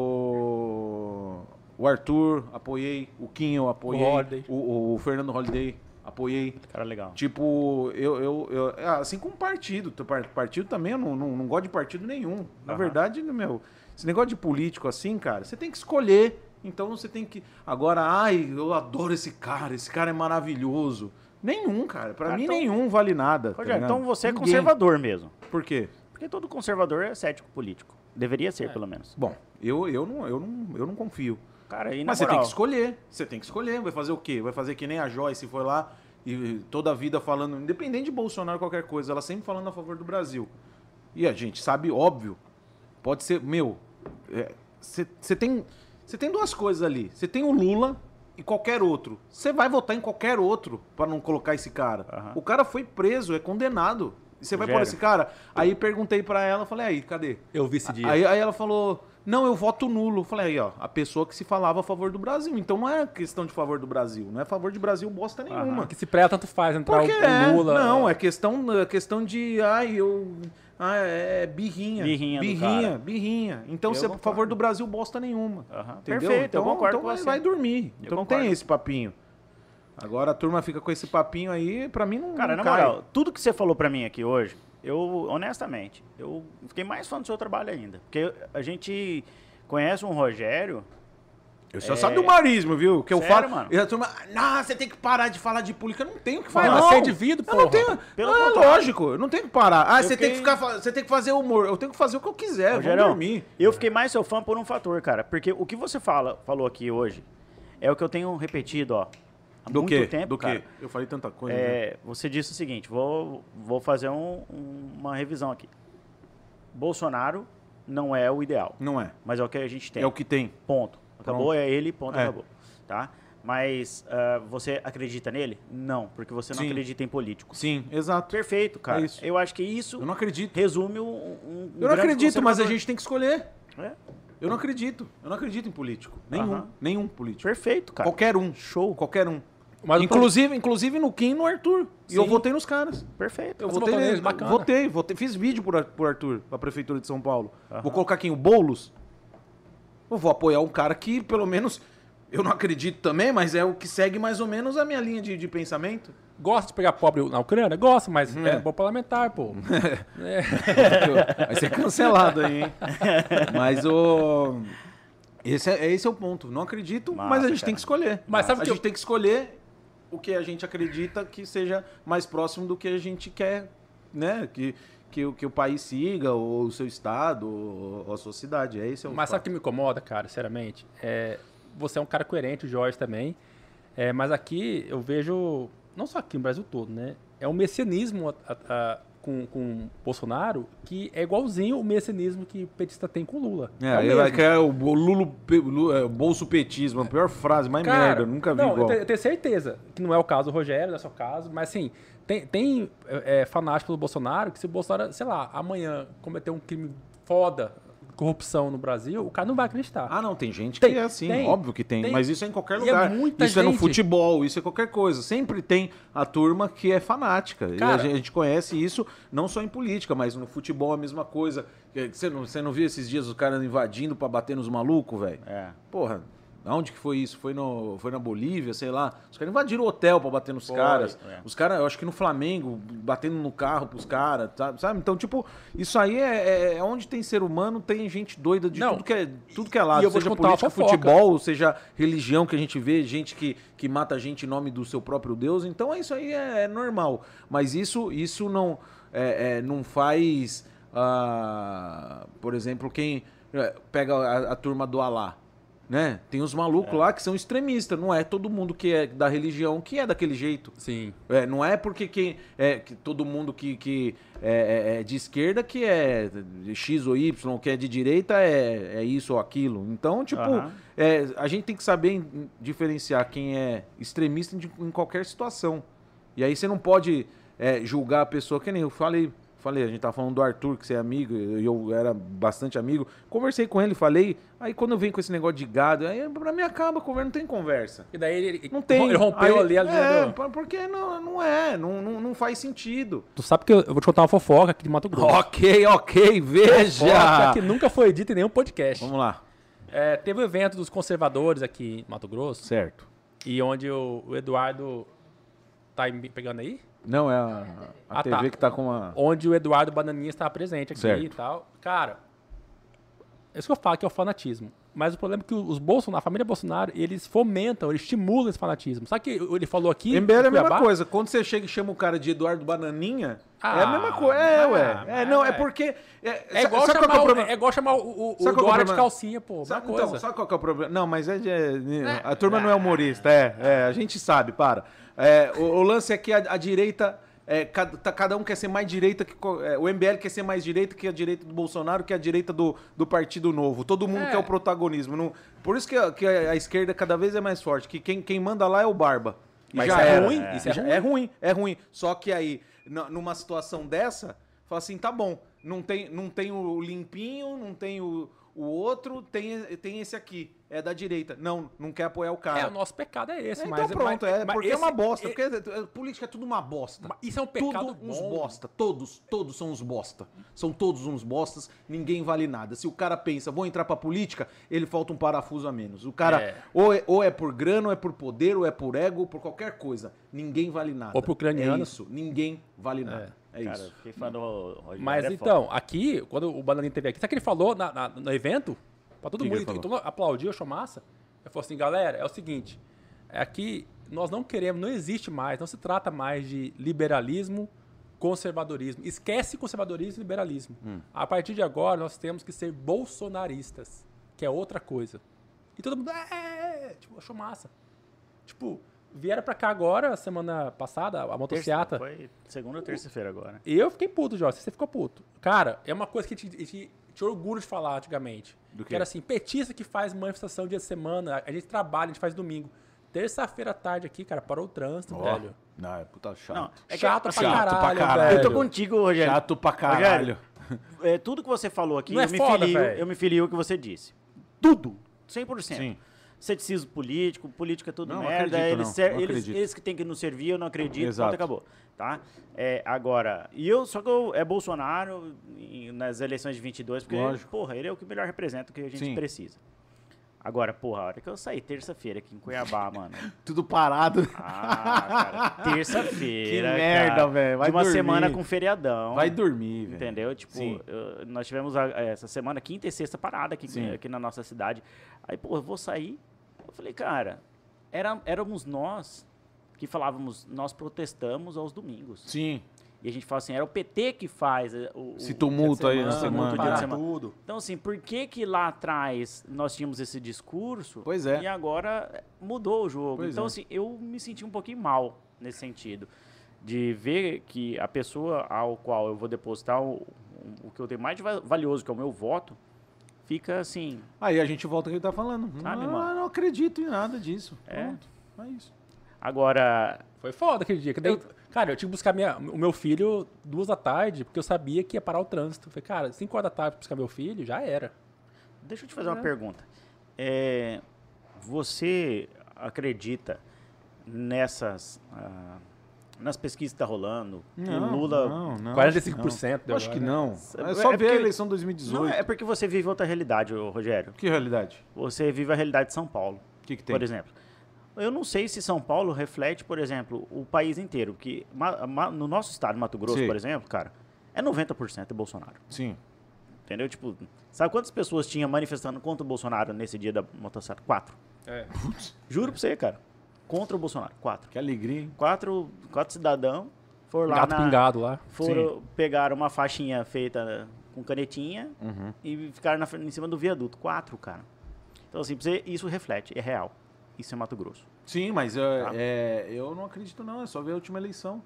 O. O Arthur, apoiei. O Kim, eu apoiei. O Holiday. O, o Fernando Holiday, apoiei. Cara legal. Tipo, eu. eu, eu- é, assim como partido. tu- par- Partido também, eu não, não, não gosto de partido nenhum. Na Aham. verdade, né, meu. Esse negócio de político assim, cara, você tem que escolher. Então você tem que. Agora, ai, eu adoro esse cara, esse cara é maravilhoso. Nenhum, cara. Pra Ah, mim, então- nenhum vale nada. tá Rogério, ligado? então você é Ninguém. conservador mesmo. Por quê? Porque todo conservador é cético político. Deveria É. ser, pelo menos. Bom, eu, eu, não, eu, não, eu não confio. Cara, e na Mas você tem moral, que escolher. Você tem que escolher. Vai fazer o quê? Vai fazer que nem a Joyce foi lá e toda a vida falando, independente de Bolsonaro qualquer coisa, ela sempre falando a favor do Brasil. E a gente sabe, óbvio, pode ser, meu, você tem, você tem duas coisas ali. Você tem o Lula e qualquer outro. Você vai votar em qualquer outro pra não colocar esse cara. Aham. O cara foi preso, é condenado. E você vai pôr Rogério. esse cara? Aí perguntei pra ela, falei, aí, cadê? Eu vi esse dia. Aí, aí ela falou, não, eu voto nulo. Eu falei, aí, ó, a pessoa que se falava a favor do Brasil. Então não é questão de favor do Brasil, não é favor de Brasil bosta nenhuma. que se prega tanto faz entrar Porque é, o, o Lula. não, é questão, é questão de, ai, eu... Ah, é birrinha. Birrinha do birrinha, cara. birrinha. Então Eu você é a concordo. favor do Brasil bosta nenhuma. Aham. Entendeu? Perfeito, eu então, concordo então com vai, você. vai dormir. Então não tem concordo. esse papinho. Agora a turma fica com esse papinho um aí, pra mim não Cara, não na cai. moral, tudo que você falou pra mim aqui hoje, eu, honestamente, eu fiquei mais fã do seu trabalho ainda. Porque a gente conhece um Rogério. Eu só sabe do marismo, viu? Que é eu Sério, falo. mano? E a turma, não, você tem que parar de falar de política. Eu não tenho o que falar. Fala, não. você é indivíduo, Eu não porra. tenho. Pelo ah, contrário. lógico, eu não tenho que parar. Ah, Eu você tem que fiquei- ficar. fa- Você tem que fazer humor. Eu tenho que fazer o que eu quiser. Eu vou Rogério, É, dormir. eu fiquei mais seu fã por um fator, cara. Porque o que você fala, falou aqui hoje é o que eu tenho repetido, ó. Há muito quê? tempo, Do cara. quê? Eu falei tanta coisa. né? É, você disse o seguinte, vou, vou fazer um- uma revisão aqui. Bolsonaro não é o ideal, Não é. mas é o que a gente tem. É o que tem. Ponto. Acabou, Pronto. é ele, ponto, É. acabou. Tá? Mas ah, você acredita nele? Não, porque você não Sim. acredita em políticos. Sim, exato. Perfeito, cara. É isso. Eu acho que isso Eu não acredito. resume um, um Eu não grande acredito, mas a conservador. gente tem que escolher. É. Eu não acredito. Eu não acredito em político. Nenhum. Aham. Nenhum político. Perfeito, cara. Qualquer um. Show. Qualquer um. Mas o inclusive, inclusive no Kim e no Arthur. E eu Sim. votei nos caras. Perfeito. Eu Você votei votou nele, nele, bacana. votei, votei. Fiz vídeo pro, Ar- pro Arthur, pra Prefeitura de São Paulo. Vou colocar quem? O Boulos? Eu vou apoiar um cara que, pelo menos, eu não acredito também, mas é o que segue mais ou menos a minha linha de, de pensamento. Gosta de pegar pobre na Ucrânia? Gosta, mas Hum, é, bom parlamentar, pô. É. É. Vai ser cancelado aí, hein? Mas o. Esse é, esse é o ponto. Não acredito, mas Massa, a gente cara. tem que escolher. Mas sabe a que gente eu- tem que escolher o que a gente acredita que seja mais próximo do que a gente quer, né? Que, que, o- que o país siga, ou o seu estado, ou, ou a sua cidade. É esse é o Mas sabe o fato. que me incomoda, cara, sinceramente? É, você é um cara coerente, o Jorge também. É, mas aqui eu vejo, não só aqui, no Brasil todo, né? É um messianismo a- a- a- com, com Bolsonaro que é igualzinho o messianismo que o petista tem com o Lula. É, o ele mesmo. vai querer o bo- Lulo, pe- Lu- é, bolso petismo, a pior frase, mais Cara, é merda, eu nunca vi não, igual. Eu, te- eu tenho certeza que não é o caso do Rogério, não é só o caso, mas assim, tem, tem é, é, fanático do Bolsonaro que se o Bolsonaro, sei lá, amanhã cometer um crime foda, corrupção no Brasil, o cara não vai acreditar. Ah, não, tem gente Tem, que é assim, tem, óbvio que tem, tem. mas isso é em qualquer E é lugar. muita isso é no gente. futebol, isso é qualquer coisa. Sempre tem a turma que é fanática. E a Cara. gente, a gente conhece isso não só em política, mas no futebol é a mesma coisa. É, Você não, você não viu esses dias os caras invadindo pra bater nos malucos, velho? É. Porra, Onde que foi isso? Foi, no, foi na Bolívia, sei lá. Os caras invadiram o hotel pra bater nos Foi, caras. é. Os caras, eu acho que no Flamengo, batendo no carro pros caras, sabe? sabe? Então, tipo, isso aí é, é- é onde tem ser humano, tem gente doida de Não, tudo que é, tudo que é e eu lado. vou te Seja contar uma política, fofoca. futebol, seja religião que a gente vê, gente que, que mata gente em nome do seu próprio Deus. Então, é isso aí é, é normal. Mas isso, isso não, é- é, não faz, ah, por exemplo, quem é, pega a, a turma do Alá. Né? Tem uns malucos É. lá que são extremistas, não é todo mundo que é da religião que é daquele jeito. Sim. É, não é porque quem, é, que todo mundo que, que é, é- é de esquerda que é X ou Y, que é de direita é, é isso ou aquilo. Então, tipo, Aham. é, a gente tem que saber em- diferenciar quem é extremista em, de- em qualquer situação. E aí você não pode é, julgar a pessoa, que nem eu falei. Falei, a gente tava falando do Arthur, que você é amigo, e eu era bastante amigo. Conversei com ele, falei. Aí quando eu venho com esse negócio de gado, aí pra mim acaba a conversa, não tem conversa. E daí ele Não tem. ele rompeu Aí- ali a linha É, do... por- porque não, não é, não, não, não faz sentido. Tu sabe que eu, eu vou te contar uma fofoca aqui de Mato Grosso. Ok, ok, Fofoca veja. que nunca foi dita em nenhum podcast. Vamos lá, É, teve o evento dos conservadores aqui em Mato Grosso. certo. E onde o, o Eduardo. Tá me pegando aí? Não, é a, a Ah, TV tá. que tá com a... Onde o Eduardo Bananinha estava presente aqui Certo. e tal. Cara, isso que eu falo que é o fanatismo. Mas o problema é que os Bolsonaro, a família Bolsonaro, eles fomentam, eles estimulam esse fanatismo. Sabe que ele falou aqui. MBL é a em mesma Cuiabá? coisa. Quando você chega e chama o cara de Eduardo Bananinha, é a Ah, mesma coisa. É, ah, ué. É, mas- não, é porque... É, sa- É igual, sabe qual que chamar, é o o, problema? é igual chamar o, o, Sabe qual o que é o Dória de problema? calcinha, pô. Mesma Sabe- coisa. Né? Ah. Então, sabe qual que é o problema? Não, mas é, é- a turma não é humorista, é, é, a gente sabe, para. É, o, o lance é que a, a direita, é, cada, tá- cada um quer ser mais direita, que co- é, o MBL quer ser mais direita que a direita do Bolsonaro, que a direita do, do Partido Novo. Todo mundo É. quer o protagonismo. não- por isso que, a, que a- a esquerda cada vez é mais forte, que quem, quem manda lá é o Barba. E Mas já é era. ruim, é. isso é Já- ruim. é ruim, é ruim. Só que aí, n- numa situação dessa, fala assim, tá bom, não tem, não tem o limpinho, não tem o, o outro, tem, tem esse aqui, é da direita. Não, não quer apoiar o cara. É, o nosso pecado é esse, É, mas. então pronto, mas- é mas porque é esse- uma bosta, é- porque é- é- política é tudo uma bosta. mas Isso é um pecado Tudo uns bom. bosta, todos, todos são uns bosta. São todos uns bostas, ninguém vale nada. Se o cara pensa, vou entrar pra política, ele falta um parafuso a menos. O cara É. Ou, é, ou é por grana, ou é por poder, ou é por ego, ou por qualquer coisa. Ninguém vale nada. Ou pro ucraniano. É isso, ninguém vale nada. É, Cara, isso. fiquei falando. ô, Rogério, Mas é então, aqui, quando o Bananinha teve aqui, sabe o que ele falou na- na- no evento? Pra todo Que que mundo, ele então falou? todo mundo aplaudiu, achou massa. Ele falou assim, galera, é o seguinte, é aqui nós não queremos, não existe mais, não se trata mais de liberalismo, conservadorismo. Esquece conservadorismo e liberalismo. Hum. A partir de agora, nós temos que ser bolsonaristas, que é outra coisa. E todo mundo, é, é, é", tipo, achou massa. Tipo, vieram pra cá agora, semana passada, a motociata. Foi segunda ou terça-feira agora. Eu fiquei puto, Jorge. Você ficou puto. Cara, é uma coisa que te, te, te orgulho de falar antigamente. Do quê? Que era assim, petista que faz manifestação dia de semana, a gente trabalha, a gente faz domingo. Terça-feira à tarde aqui, cara, parou o trânsito, velho. Não, é puta chato. Não, é que- Chato, assim, pra chato caralho, pra caralho. Eu tô velho. contigo, Rogério. Chato pra caralho. É, tudo que você falou aqui, Não é eu, me foda, filio, velho. eu me filio ao que você disse. Tudo. 100%. Sim. Ceticismo político, política é tudo Não, não merda. acredito, eles, não. ser- Não eles, acredito. eles que tem que nos servir, eu não acredito. Exato. Pronto, acabou. Tá? É, agora, e eu, só que eu, é Bolsonaro em- nas eleições de 22, porque, Lógico. porra, ele é o que melhor representa o que a gente Sim. precisa. Agora, porra, a hora que eu saí terça-feira aqui em Cuiabá, mano. Tudo parado. Ah, cara, terça-feira. Que merda, cara. velho, vai De uma dormir. semana com feriadão. Vai dormir, velho. Entendeu? Tipo, É. Sim. eu- nós tivemos a- é, essa semana quinta e sexta parada aqui, Sim. aqui na nossa cidade. Aí, pô, eu vou sair. Eu falei, cara, era, éramos nós que falávamos, nós protestamos aos domingos. Sim. E a gente fala assim, era o PT que faz eh, o. Esse o- tumulto aí na Esse semana. tumulto dia Parar de semana. tudo. Então, assim, por que que lá atrás nós tínhamos esse discurso? Pois é. E agora mudou o jogo. Pois então, é. assim, eu me senti um pouquinho mal nesse sentido. De ver que a pessoa ao qual eu vou depositar o, o que eu tenho mais de va- valioso, que é o meu voto, fica assim. Aí a gente volta ao que ele tá falando. Sabe, não, mano? não acredito em nada disso. É. Pronto. É isso. Agora, Foi foda aquele dia. que daí- Cara, eu tive que buscar minha- o meu filho duas da tarde, porque eu sabia que ia parar o trânsito. Falei, cara, cinco horas da tarde pra buscar meu filho, já era. Deixa eu te fazer uma pergunta. É, você acredita nessas. ah, nas pesquisas que tá rolando? que Lula. Não, não. 45% Não. Acho que não. É É só ver porque- a eleição Não, 2018. é porque você vive outra realidade, ô, Rogério. Que realidade? Você vive a realidade de São Paulo. O que, que tem? por exemplo. Eu não sei se São Paulo reflete, por exemplo, o país inteiro, porque ma- ma- no nosso estado, Mato Grosso, Sim. por exemplo, cara, é 90% Bolsonaro. Sim. Entendeu? Tipo, sabe quantas pessoas tinha manifestando contra o Bolsonaro nesse dia da motocicleta? Quatro. É. Juro pra você, cara. Contra o Bolsonaro. Quatro. Que alegria, hein? Quatro, quatro cidadão foram lá Gato na, pingado lá. foram pegar uma faixinha feita com canetinha Uhum. e ficaram na fre- em cima do viaduto. Quatro, cara. Então, assim, pra você, isso reflete, é real. Isso é Mato Grosso. Sim, mas é, Tá. é, eu não acredito não, é só ver a última eleição.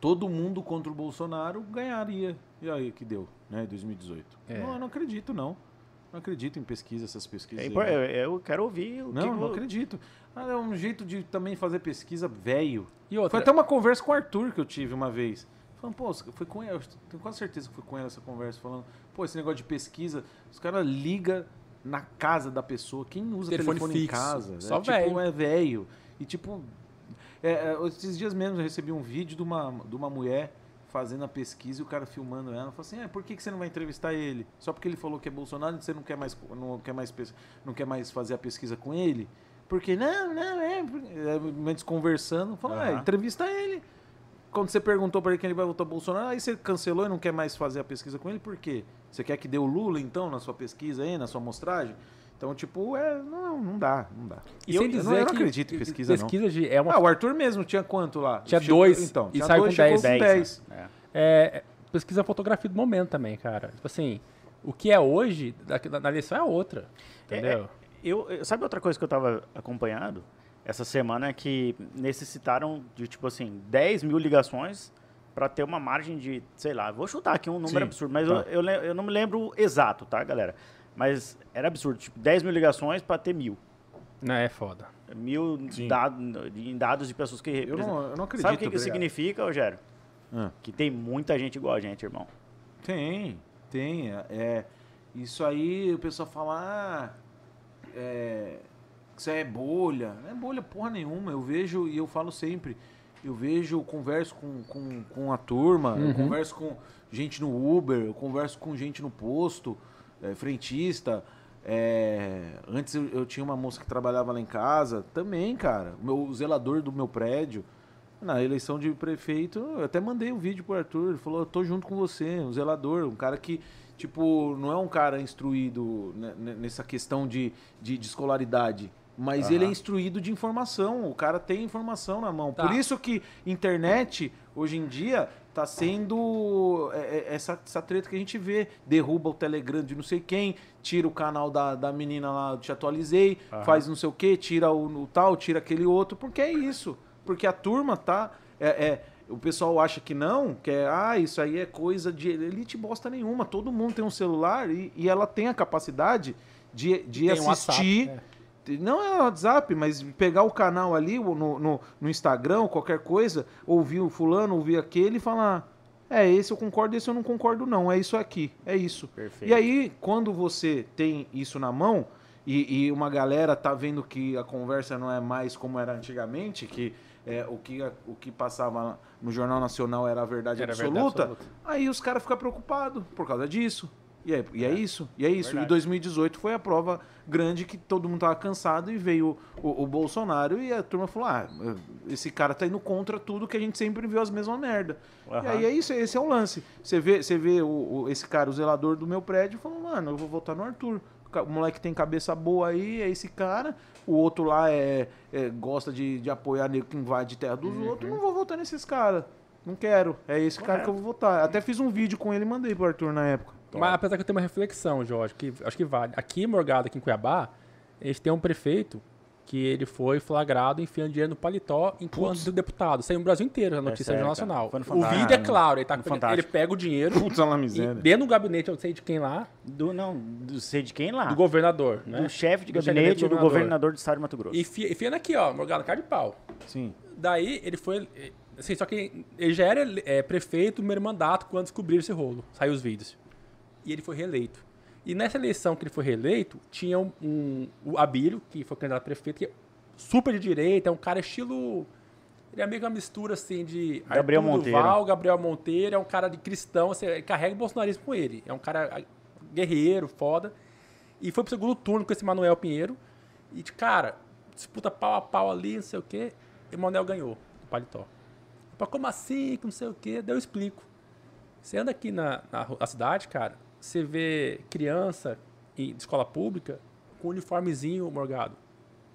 Todo mundo contra o Bolsonaro ganharia. E aí, que deu, né, em 2018. É. Não, eu não acredito não. Não acredito em pesquisa, essas pesquisas. É aí, impor- não. eu, eu quero ouvir o que Não, que não vo- acredito. Ah, é um jeito de também fazer pesquisa velho. E outra. Foi até uma conversa com o Arthur que eu tive uma vez. Falando, pô, foi com ela, eu tenho quase certeza que foi com ela essa conversa, falando, pô, esse negócio de pesquisa, os caras ligam na casa da pessoa. Quem usa telefone, Telefone em fixo, casa? né? só Tipo, velho. é velho. E tipo, é, é, esses dias mesmo eu recebi um vídeo de uma, de uma mulher fazendo a pesquisa e o cara filmando ela. Falou assim, é, por que, que você não vai entrevistar ele? Só porque ele falou que é Bolsonaro e você não quer mais, não quer mais, pes- não quer mais fazer a pesquisa com ele? Porque, não, não, é... por- é, Mas conversando, falou, é, Aham. entrevista ele. Quando você perguntou pra ele que ele vai votar Bolsonaro, aí você cancelou e não quer mais fazer a pesquisa com ele, por quê? Você quer que dê o Lula, então, na sua pesquisa aí, na sua amostragem? Então, tipo, é, não, não dá, não dá. E eu, sem eu dizer não, eu não que acredito em pesquisa, pesquisa de, é não. uma Ah, o Arthur mesmo tinha quanto lá? Tinha Chegou- dois então, e tinha saiu dois, com chegou dez. Dez, né? 10. É. é, pesquisa fotografia do momento também, cara. Tipo assim, o que é hoje, daqui- na na eleição é outra. É, Entendeu? Eu, eu- sabe outra coisa que eu tava acompanhando essa semana é que necessitaram de, tipo assim, 10 mil ligações para ter uma margem de, sei lá, vou chutar aqui um número Sim, absurdo, mas tá. eu, eu, le- eu não me lembro o exato, tá, galera? Mas era absurdo, tipo, 10 mil ligações para ter mil. Não, é foda. Mil Sim. dado- de- em dados de pessoas que Eu representam. não, eu não acredito. Sabe o que, que obrigado. significa, Rogério? Ah. Que tem muita gente igual a gente, irmão. Tem, tem. É, isso aí o pessoal fala, ah, é, isso aí é bolha. Não é bolha porra nenhuma. Eu vejo, e eu falo sempre, eu vejo, eu converso com, com, com a turma, eu converso com gente no Uber, eu converso com gente no posto, é, frentista. é, antes eu, eu tinha uma moça que trabalhava lá em casa, também, cara. O meu o zelador do meu prédio, na eleição de prefeito, eu até mandei um vídeo pro Arthur, ele falou, eu tô junto com você, um zelador, um cara que, tipo, não é um cara instruído né, ne- nessa questão de, de, de escolaridade, mas ele é instruído de informação, o cara tem informação na mão. Tá. Por isso que internet, hoje em dia, tá sendo é, é, essa, essa treta que a gente vê, derruba o Telegram de não sei quem, tira o canal da, da menina lá, te atualizei, faz não sei o que, tira o, o tal, tira aquele outro, porque é isso. Porque a turma tá. É, é, o pessoal acha que não, que é, ah, isso aí é coisa de elite bosta nenhuma. Todo mundo tem um celular e, e ela tem a capacidade de, de Tem um assistir. WhatsApp, Não é WhatsApp, mas pegar o canal ali o- no, no, no Instagram, qualquer coisa, ouvir o fulano, ouvir aquele e falar: é, esse eu concordo, esse eu não concordo, não. É isso aqui, é isso. Perfeito. E aí, quando você tem isso na mão e, e uma galera tá vendo que a conversa não é mais como era antigamente, que é, o, que a- o que passava no Jornal Nacional era a verdade, Era a verdade absoluta, absoluta. aí os caras ficam preocupados por causa disso. E é, e é isso, e é isso. E verdade. 2018 foi a prova grande que todo mundo tava cansado e veio o, o Bolsonaro e a turma falou: ah, esse cara tá indo contra tudo que a gente sempre viu as mesmas merda. E Aham. aí é isso, esse é o lance. Você vê, você vê o- o- esse cara, o zelador do meu prédio, falando, mano, eu vou votar no Arthur. O ca- O moleque tem cabeça boa aí, é esse cara. O outro lá é, é- gosta de, de apoiar nego que invade terra dos outros. Não vou votar nesses caras. Não quero. É esse cara que eu vou votar. Até fiz um vídeo com ele e mandei pro Arthur na época. Mas apesar que eu tenho uma reflexão, Jorge, que acho que vale. Aqui em Morgado, aqui em Cuiabá, eles têm um prefeito que ele foi flagrado enfiando dinheiro no paletó enquanto deputado. Saiu no Brasil inteiro a notícia sério, no cara. nacional. Foi no O Fantástico. vídeo é claro, ele, tá, No com- ele Fantástico. pega o dinheiro Puta é lá e dentro do gabinete, eu não sei de quem lá, Do, não, do, sei de quem lá? do governador, né? Ah. do chefe de Do gabinete do, é governador. governador do estado de Mato Grosso. E enfia, enfiando aqui, ó, Morgado, cara de pau. Sim. Daí ele foi. eh, Assim, só que ele já era eh, prefeito no primeiro mandato quando descobriram esse rolo. Saiu os vídeos. E ele foi reeleito. E nessa eleição que ele foi reeleito, tinha um, um- o Abílio, que foi candidato a prefeito, que é super de direita, é um cara estilo. Ele é meio que uma mistura assim de. Gabriel Monteiro. Duval, Gabriel Monteiro, é um cara de cristão, assim, ele carrega o bolsonarismo com ele. É um cara ah, guerreiro, foda. E foi pro segundo turno com esse Manuel Pinheiro. E, de- cara, disputa pau a pau ali, não sei o quê. Emanuel ganhou do paletó. Pá, como assim? Que não sei o quê. Daí eu explico. Você anda aqui na, na, ru- na cidade, cara, você vê criança em, de escola pública com um uniformezinho morgado.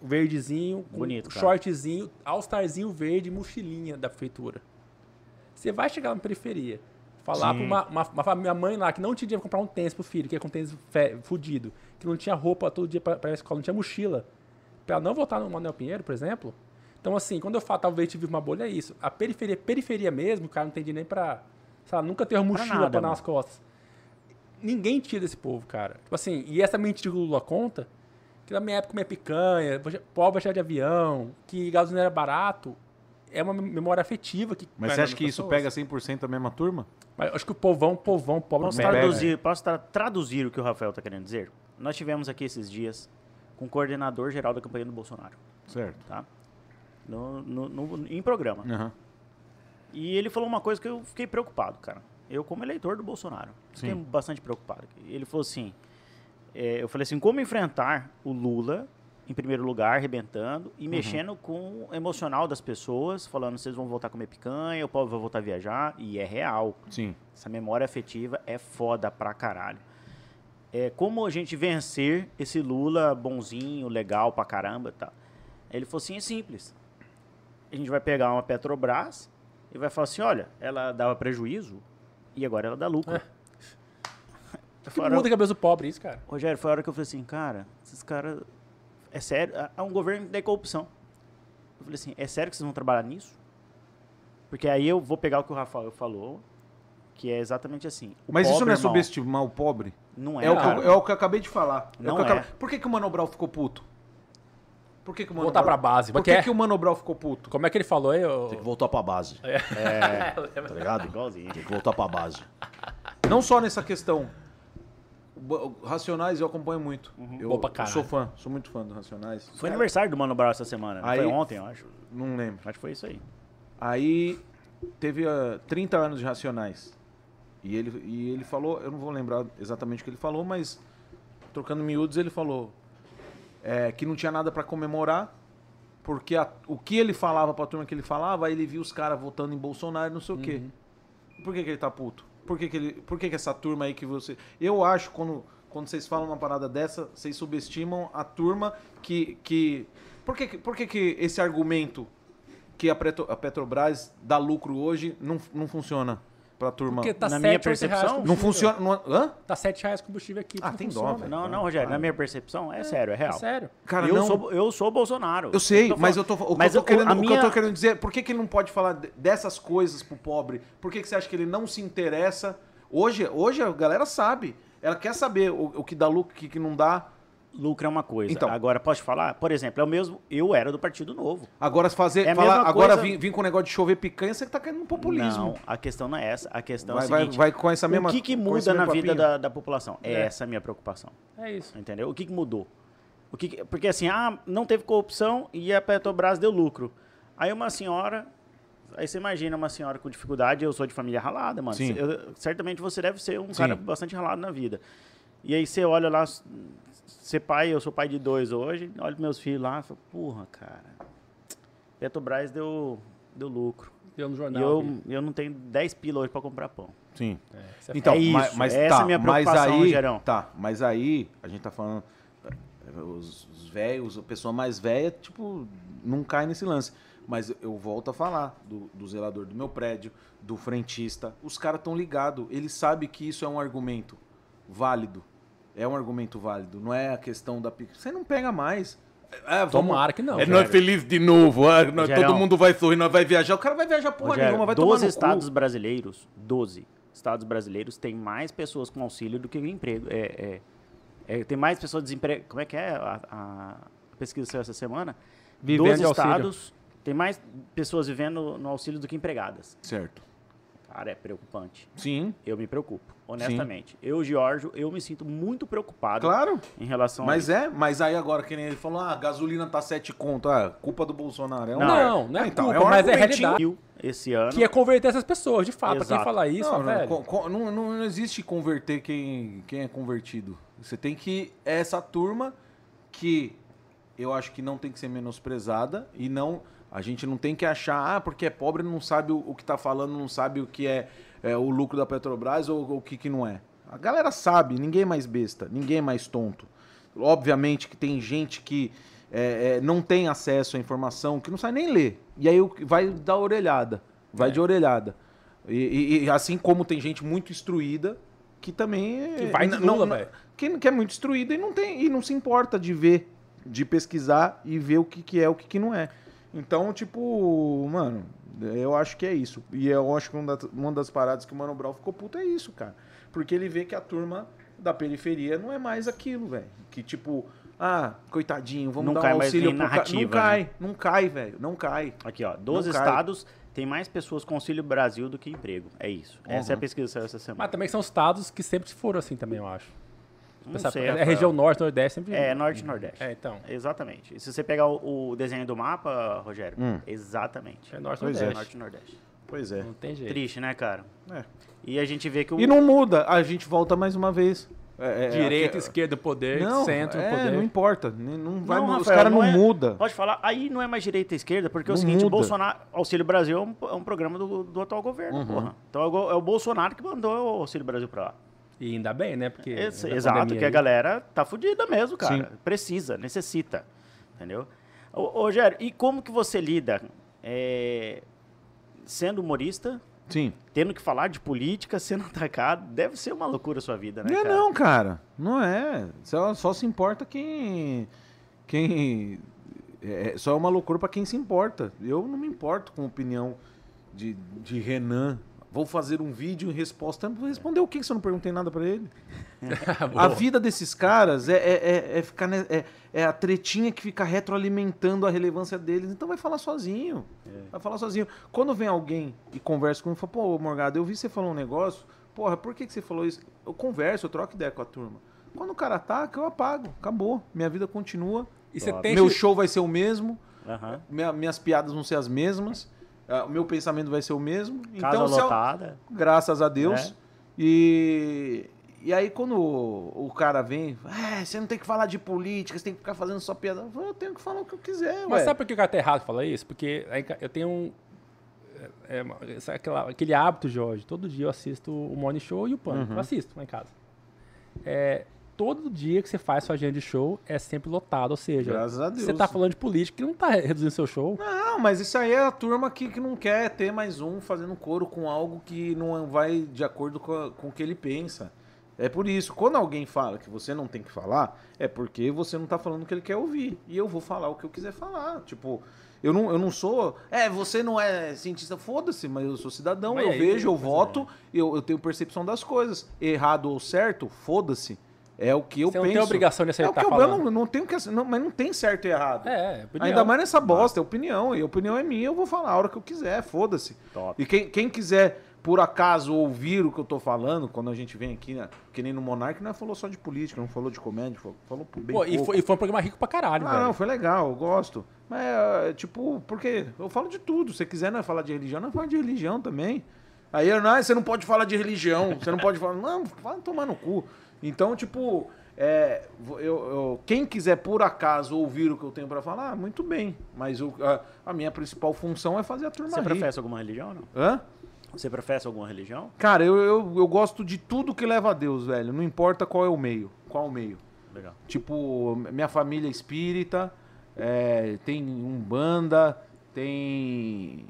Verdezinho, com Bonito, cara. shortzinho, all-starzinho verde, mochilinha da prefeitura. Você vai chegar na periferia, falar pra uma, uma, uma família- minha mãe lá que não tinha dinheiro pra comprar um tênis pro filho, que ia com um tênis fe- fudido, que não tinha roupa todo dia pra, pra ir à escola, não tinha mochila, pra ela não voltar no Manuel Pinheiro, por exemplo. Então, assim, quando eu falo talvez tive uma bolha, é isso. A periferia, periferia mesmo, o cara não tem dinheiro nem pra. Sei lá, nunca ter uma mochila nada, pra dar mano. nas costas. Ninguém tira esse povo, cara. Tipo assim, e essa mentira que o Lula conta, que na minha época comia picanha, você- pobre viajar de avião, que gasolina era barato, é uma memória afetiva que. Mas vai você nas acha que isso pessoas. pega 100% da mesma turma? Mas eu acho que o povão, povão, pobre Posso não pega. traduzir, posso tra- traduzir o que o Rafael está querendo dizer? Nós tivemos aqui esses dias com o coordenador geral da campanha do Bolsonaro, Certo. tá? No, no- no- em programa. Aham. E ele falou uma coisa que eu fiquei preocupado, cara. Eu, como eleitor do Bolsonaro, fiquei Sim. bastante preocupado. Ele falou assim: é, eu falei assim, como enfrentar o Lula, em primeiro lugar, arrebentando e mexendo com o emocional das pessoas, falando vocês vão voltar a comer picanha, o povo vai voltar a viajar, e é real. Sim. Essa memória afetiva é foda pra caralho. É, como a gente vencer esse Lula bonzinho, legal pra caramba e tal? Ele falou assim, é simples. A gente vai pegar uma Petrobras e vai falar assim, olha, ela dava prejuízo e agora ela dá lucro. É. Que Fora- né? muda a cabeça do pobre isso, cara. Rogério, foi a hora que eu falei assim, cara, esses caras... É sério, é um governo que tem corrupção. Eu falei assim, é sério que vocês vão trabalhar nisso? Porque aí eu vou pegar o que o Rafael falou, que é exatamente assim. O Mas isso pobre, não é irmão, subestimar o pobre? Não é, É, o, cara. que, eu- é o que eu acabei de falar. o Não que eu é. acabei- Por que, que o Mano Brown ficou puto? Por que, que o Mano Voltar Brown- pra base, Por porque que, é- que o Mano Brown ficou puto? Como é que ele falou aí? ô- Tem que voltar pra base. É. Tá ligado? Igualzinho. Tem que voltar pra base. Não só nessa questão. O Bo- o Racionais eu acompanho muito. Eu, Boa Uhum. pra eu sou caralho. fã, sou muito fã do Racionais. Foi aniversário do Mano Brown essa semana. não Aí- Foi ontem, eu acho. Não lembro. Acho que foi isso aí. Aí teve ah, 30 anos de Racionais. E ele, e ele falou, eu não vou lembrar exatamente o que ele falou, mas trocando miúdos, ele falou é, que não tinha nada pra comemorar, porque a- o que ele falava pra turma que ele falava, aí ele viu os caras votando em Bolsonaro e não sei o quê. Por que, que ele tá puto? Por que, que ele. Por que, que essa turma aí que você. Eu acho quando, quando vocês falam uma parada dessa, vocês subestimam a turma que. que... Por, que, que, por que, que esse argumento que a, Preto- a Petrobras dá lucro hoje não, não funciona pra turma? Porque tá Na 7, minha 8 reais percepção, combustível. Não funciona. Não, é? hã? Tá 7 reais combustível aqui. Ah, não tem dó, funciona. velho. Não, não, Rogério, na minha percepção, é sério, é É real. sério. Cara, eu, não. sou, eu sou Bolsonaro. Eu sei, tô mas eu falando- tô, o, mas que eu tô querendo, a o que minha- eu tô querendo dizer, por que, que ele não pode falar de- dessas coisas pro pobre? Por que, que você acha que ele não se interessa? Hoje, hoje a galera sabe. Ela quer saber o, o que dá lucro, o que, que não dá. Lucro é uma coisa. Então. Agora, posso te falar? Por exemplo, é o mesmo. Eu era do Partido Novo. Agora fazer, É a falar, mesma agora coisa- vim, vim com o negócio de chover picanha, você que tá caindo no populismo. Não, a questão não é essa. A questão é Vai- a vai- seguinte: vai com essa mesma- o que, que com muda esse mesmo na vida papinho. da, da população? É, essa a minha preocupação. É isso. Entendeu? O que, que mudou? O que que- porque assim, ah, não teve corrupção e a Petrobras deu lucro. Aí uma senhora. Aí você imagina uma senhora com dificuldade, eu sou de família ralada, mano. Sim. Eu- certamente você deve ser um Sim. cara bastante ralado na vida. E aí você olha lá, você pai, eu sou pai de dois hoje, olha meus filhos lá, e fala, porra, cara, Petrobras deu, deu lucro. Deu no E jornal. eu, aqui. eu não tenho 10 pila hoje pra comprar pão. Sim. É, isso é Então, É isso, mas, mas essa tá, é a minha mas preocupação, aí, Gerão. Tá, mas aí a gente tá falando eh, os os velhos, a pessoa mais velha, tipo, não cai nesse lance. Mas eu volto a falar do, do zelador do meu prédio, do frentista. Os caras estão ligados. Ele sabe que isso é um argumento válido. É um argumento válido. Não é a questão da pica. Você não pega mais. É, é, vamos- Tomara que não. É velho. nós feliz de novo. é, ah, nós- Gerão. todo mundo vai sorrir, nós vai viajar. O cara vai viajar porra Rogério, nenhuma, vai tomar 12 no estados cu. brasileiros, 12 estados brasileiros têm mais pessoas com auxílio do que emprego. É, é, é, tem mais pessoas desempregadas. Como é que é a, a- a pesquisa que saiu essa semana? Vivendo de auxílio. estados tem mais pessoas vivendo no auxílio do que empregadas. Certo. Cara, é preocupante. Sim, Eu me preocupo, honestamente. Eu, Giorgio, eu me sinto muito preocupado claro. em relação a Mas isso. é, mas aí agora que nem ele falou, ah, a gasolina tá 7 conto, ah, culpa do Bolsonaro. É um- Não, não é Ah, então, culpa, é um mas é argumentinho. realidade. Brasil, Esse ano. Que é converter essas pessoas, de fato. Pra Exato. Quem falar isso, Não, não, velho. co- co- não- não- não existe converter quem, quem é convertido. Você tem que. É essa turma que. eu acho que não tem que ser menosprezada e não. A gente não tem que achar, ah, porque é pobre, não sabe o, o que tá falando, não sabe o que é, é, o lucro da Petrobras ou, ou o que, que não é. A galera sabe, ninguém é mais besta, ninguém é mais tonto. Obviamente que tem gente que é, é, não tem acesso à informação, que não sabe nem ler. E aí o que- vai dar orelhada, vai É. de orelhada. E, e- e assim como tem gente muito instruída, que também. é- Que vai de não- Lula, não- velho. que, que é muito instruída e não tem e não se importa de ver, de pesquisar e ver o que, que é o que, que não é. Então, tipo, mano, eu acho que é isso. E eu acho que uma das, uma das paradas que o Mano Brown ficou puto é isso, cara. Porque ele vê que a turma da periferia não é mais aquilo, velho. Que tipo, ah, coitadinho, vamos Não dar cai um mais auxílio nem pro ca- narrativa, né? Não cai, não cai, velho, não cai. Aqui, ó. 12 Não cai. estados têm mais pessoas com auxílio Brasil do que emprego. É isso. Uhum. Essa é a pesquisa que saiu essa semana. Mas também são estados que sempre foram assim também, eu acho. Não Essa- sei, é Rafael. região norte, nordeste, sempre... É, norte e nordeste. É, então. Exatamente. E se você pegar o, o desenho do mapa, Rogério, exatamente. É norte, Pois Hum. é. É norte e nordeste. nordeste. Pois é. Não tem jeito. Triste, né, cara? É. E a gente vê que o. E não muda, a gente volta mais uma vez. É, é, Direita, aqui- esquerda, poder, não, centro, é, poder. não importa. Não, não vai, Não, mu- os Rafael, caras não, é- mudam. Pode falar, aí não é mais direita e esquerda, porque é o Não seguinte, o muda. Bolsonaro, Auxílio Brasil é um, é um programa do, do atual governo, Uhum. porra. Então é o, go- é o Bolsonaro que mandou o Auxílio Brasil pra lá. E ainda bem, né? Porque Ex- da exato, pandemia que a aí- galera tá fudida mesmo, cara. Sim. Precisa, necessita, entendeu? Ô, ô, Rogério, e como que você lida é, sendo humorista, Sim. tendo que falar de política, sendo atacado? Deve ser uma loucura a sua vida, né, Não é cara? não, cara. Não é. Só, só se importa quem. Quem. É, só é uma loucura pra quem se importa. Eu não me importo com a opinião de, de Renan. Vou fazer um vídeo em resposta. Vou responder o que se eu não perguntei nada pra ele? Boa. A vida desses caras é, é, é, é ficar. ne- É, é a tretinha que fica retroalimentando a relevância deles. Então vai falar sozinho. É. Vai falar sozinho. Quando vem alguém e conversa comigo e fala, pô, Morgado, eu vi você falar um negócio. Porra, por que, que você falou isso? Eu converso, eu troco ideia com a turma. Quando o cara ataca, eu apago. Acabou. Minha vida continua. E você tem Meu que- show vai ser o mesmo. Aham. minha- minhas piadas vão ser as mesmas. ah, O meu pensamento vai ser o mesmo. Casa Então, se eu- lotada. graças a Deus. Né? É. E, e aí quando o, o cara vem, "É, você não tem que falar de política, você tem que ficar fazendo só piada. Eu falo, Eu tenho que falar o que eu quiser, Mas ué. sabe por que o cara errado fala isso? Porque aí ca- eu tenho um. é, é uma- sabe aquela- aquele hábito, Jorge. Todo dia eu assisto o Morning Show e o Pânico. Uhum. Eu assisto lá em casa. É, todo dia que você faz sua agenda de show é sempre lotado. Ou seja, Graças a você Deus. tá falando de política que não tá reduzindo seu show. Não, mas isso aí é a turma que, que não quer ter mais um fazendo coro com algo que não vai de acordo com, a- com o que ele pensa. É por isso, quando alguém fala que você não tem que falar, é porque você não tá falando o que ele quer ouvir. E eu vou falar o que eu quiser falar. Tipo, eu não, eu não sou. É, você não é cientista, foda-se, mas eu sou cidadão, Mas eu aí, vejo, eu pois é. voto, eu, eu tenho percepção das coisas. Errado ou certo, foda-se. É o que eu você não penso. tem obrigação é de o acertar que eu, eu falando. não, não tenho que. não- mas não tem certo e errado. É, é opinião. Ainda mais nessa bosta, é opinião. E a opinião é minha, eu vou falar a hora que eu quiser, foda-se. Top. E quem, quem quiser, por acaso, ouvir o que eu tô falando, quando a gente vem aqui, né, que nem no Monark, não é falou só de política, não falou de comédia, falou, falou bem Pô, pouco. e, foi, e foi um programa rico pra caralho, Ah, velho. não, foi legal, eu gosto. Mas, é, tipo, porque eu falo de tudo. Se você quiser não falar de religião, não fala de religião também. Aí, eu, não, você não pode falar de religião, você não pode falar. Não, vai tomar no cu. Então, tipo, é, vo- eu, eu- quem quiser por acaso ouvir o que eu tenho pra falar, ah, muito bem. Mas o- a, a minha principal função é fazer a turma Você rir. professa alguma religião ou não? Hã? Você professa alguma religião? Cara, eu, eu, eu gosto de tudo que leva a Deus, velho. Não importa qual é o meio. Qual o meio. Legal. Tipo, minha família é espírita, é, tem umbanda, tem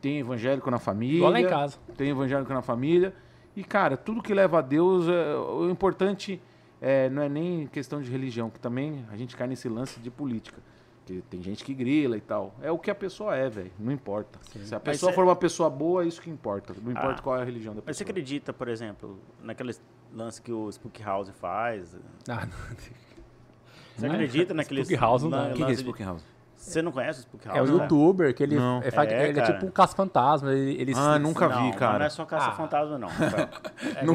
tem evangélico na família. Igual lá em casa. Tem evangélico na família. E, cara, tudo que leva a Deus, é, o importante é, não é nem questão de religião, que também a gente cai nesse lance de política. Que tem gente que grila e tal. É o que a pessoa é, velho. Não importa. Se a pessoa cê- for uma pessoa boa, é isso que importa. Não importa Ah. qual é a religião da pessoa. Mas você acredita, por exemplo, naquele lance que o Spook House faz? Ah, não. Você acredita naquele Spook House não dá. na, O O que, que é lance de- Spook House? Você não conhece o Spook House? É o né? youtuber que ele, Não. é, faz- É, ele é cara. tipo um caça-fantasma. Ele, ele Ah, se- nunca Não, vi, mas cara. não é só caça-fantasma, não. Rafael.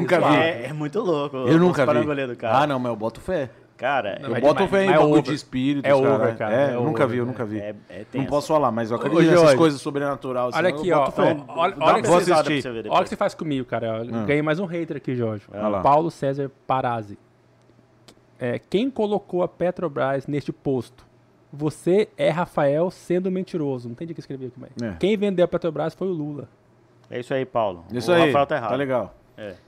Nunca vi. É, é muito louco. Eu nunca parangolê vi. do cara. Ah, não, mas eu boto fé. Cara, Não, Eu é, mas- boto mas- fé em mas é bagulho over. de espírito. É over, cara, É, é eu nunca over, vi, eu né? nunca vi. é, é tenso. Não posso falar, mas eu acredito Ô, nessas Jorge. coisas sobrenaturais. Olha aqui, ó. Olha, olha, Dá uma olha, que você, vocês- pesquisada pra assistir. você ver olha o que depois. você faz comigo, cara. Eu Ah. Ganhei mais um hater aqui, Jorge. Ah lá. Paulo César Parazzi. É, quem colocou a Petrobras neste posto? Você é Rafael sendo mentiroso. Não entendi o que escrevi aqui, mas. É. Quem vendeu a Petrobras foi o Lula. É isso aí, Paulo. Isso o aí. Rafael tá errado. Tá legal.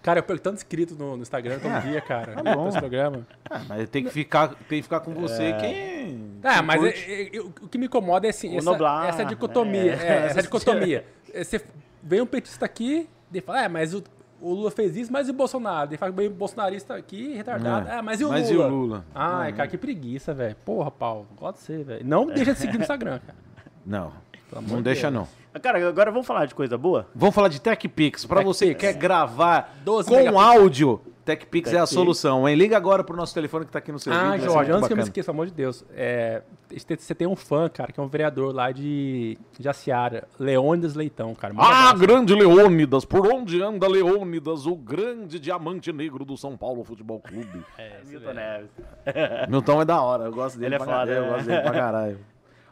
Cara, eu perco tanto inscrito no, no Instagram todo dia, cara. tá bom. Nesse programa. Ah, mas tem que ficar, tem que ficar com você É. quem. Ah, quem mas é- curte. é- é- o o que me incomoda é assim, O essa, Noblar, essa dicotomia. né? é, essa dicotomia. É, Você vem um petista aqui, ele fala, é, mas o, o Lula fez isso, mas e o Bolsonaro? Ele fala que veio um bolsonarista aqui, retardado. É. Ah, mas e o Mas e Lula? o Lula? É. Ai, cara, que preguiça, velho. Porra, Paulo, gosto de você, velho. Não deixa de seguir no Instagram, cara. Não. amor Não de deixa, Deus. não. Cara, agora vamos falar de coisa boa? Vamos falar de TechPix. Para você que quer gravar 12 com megapixels. áudio, TechPix é a TechPix. solução, hein? Liga agora pro nosso telefone que tá aqui no seu Ah, vídeo. Jorge, antes que eu me esqueça, pelo amor de Deus. é, este- você tem um fã, cara, que é um vereador lá de Jaciara, Leônidas Leitão, cara. Manda Ah, abraço. grande Leônidas, por onde anda Leônidas, o grande diamante negro do São Paulo Futebol Clube? Milton Neves. Milton é da hora, eu gosto É. Ele dele. é pra foda, caralho, né? Eu gosto dele pra caralho.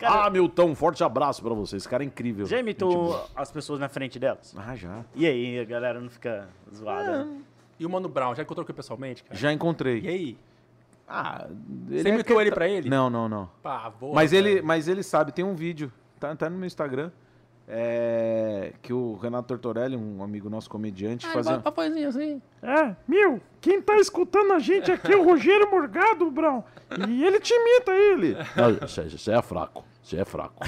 Ah, Milton, forte abraço pra vocês, cara é incrível. Já imitou as pessoas na frente delas? Ah, já. E aí, a galera não fica zoada? né? E o Mano Brown, já encontrou com ele pessoalmente, cara? Já E encontrei. aí? Ah, Você é imitou que- ele pra ele? Não, não, não. Pavor, Mas velho. ele, mas ele sabe, tem um vídeo, tá, tá no meu Instagram, é, que o Renato Tortorelli, um amigo nosso comediante, fazia... papozinho assim. É, meu, quem tá escutando a gente aqui é o Rogério Morgado, Brão. E ele te imita ele. Não, isso, isso é fraco, isso é fraco.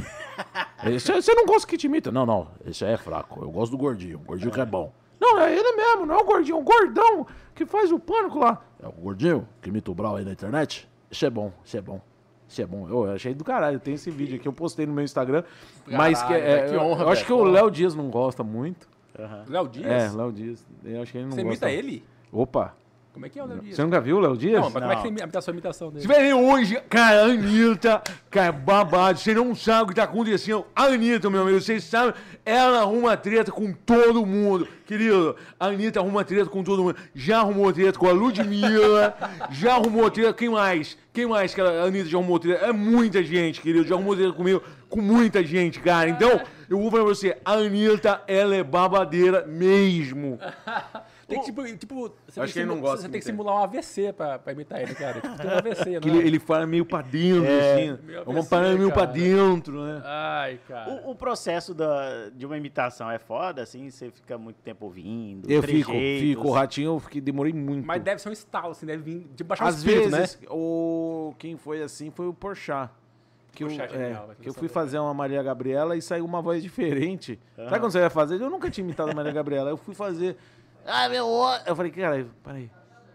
Isso é- Você não gosta que te imita? Não, não, isso é fraco, eu gosto do gordinho, o gordinho que é bom. Não, é ele mesmo, não é o gordinho, é o gordão que faz o pânico lá. É o gordinho que imita o Brau aí na internet? Isso é bom, isso é bom. Isso é bom. Ô, eu achei do caralho, tem esse vídeo aqui, eu postei no meu Instagram, mas que, Caralho, é, velho, que eu- honra, eu acho velho, que o Léo Dias não gosta muito. Léo Dias? É, Léo Dias, eu acho que ele não Você imita gosta. ele? Opa, Como é que é o Léo Dias? você nunca viu o Léo Dias? Não, mas como é que você imita a sua imitação dele? Vem hoje, cara, a Anitta, cara, babado, você não sabe o que tá acontecendo. A Anitta, meu amigo, vocês sabem, ela arruma treta com todo mundo, querido. A Anitta arruma treta com todo mundo. Já arrumou treta com a Ludmilla, já arrumou treta, quem mais? Quem mais que a Anitta já arrumou treta? É muita gente, querido, já arrumou treta comigo, com muita gente, cara. Então, eu vou falar pra você, a Anitta, ela é babadeira mesmo. Tem que, tipo, tipo, você, tem Acho que ele não simu- gosta você que tem que imita ele. simular um AVC pra, pra imitar ele, cara. Tipo, tem um AVC, Que não ele, é? ele fala meio pra dentro, assim. meio É uma AVC, parada meio pra cara. dentro, né? Ai, cara. O, o processo da, de uma imitação é foda, assim? Você fica muito tempo ouvindo? Eu fico, trejeitos. fico. O ratinho eu fiquei, demorei muito. Mas deve ser um estalo, assim, deve vir de baixar o Às espírito, né? vezes, o... quem foi assim foi o Porchat. Que, Porchat eu, é é, genial, vai que eu começar fui a fazer uma Maria Gabriela e saiu uma voz diferente. Sabe quando você vai fazer? Eu nunca tinha imitado a Maria Gabriela. Eu fui fazer. Ah, meu. ó-" Eu falei, cara, peraí.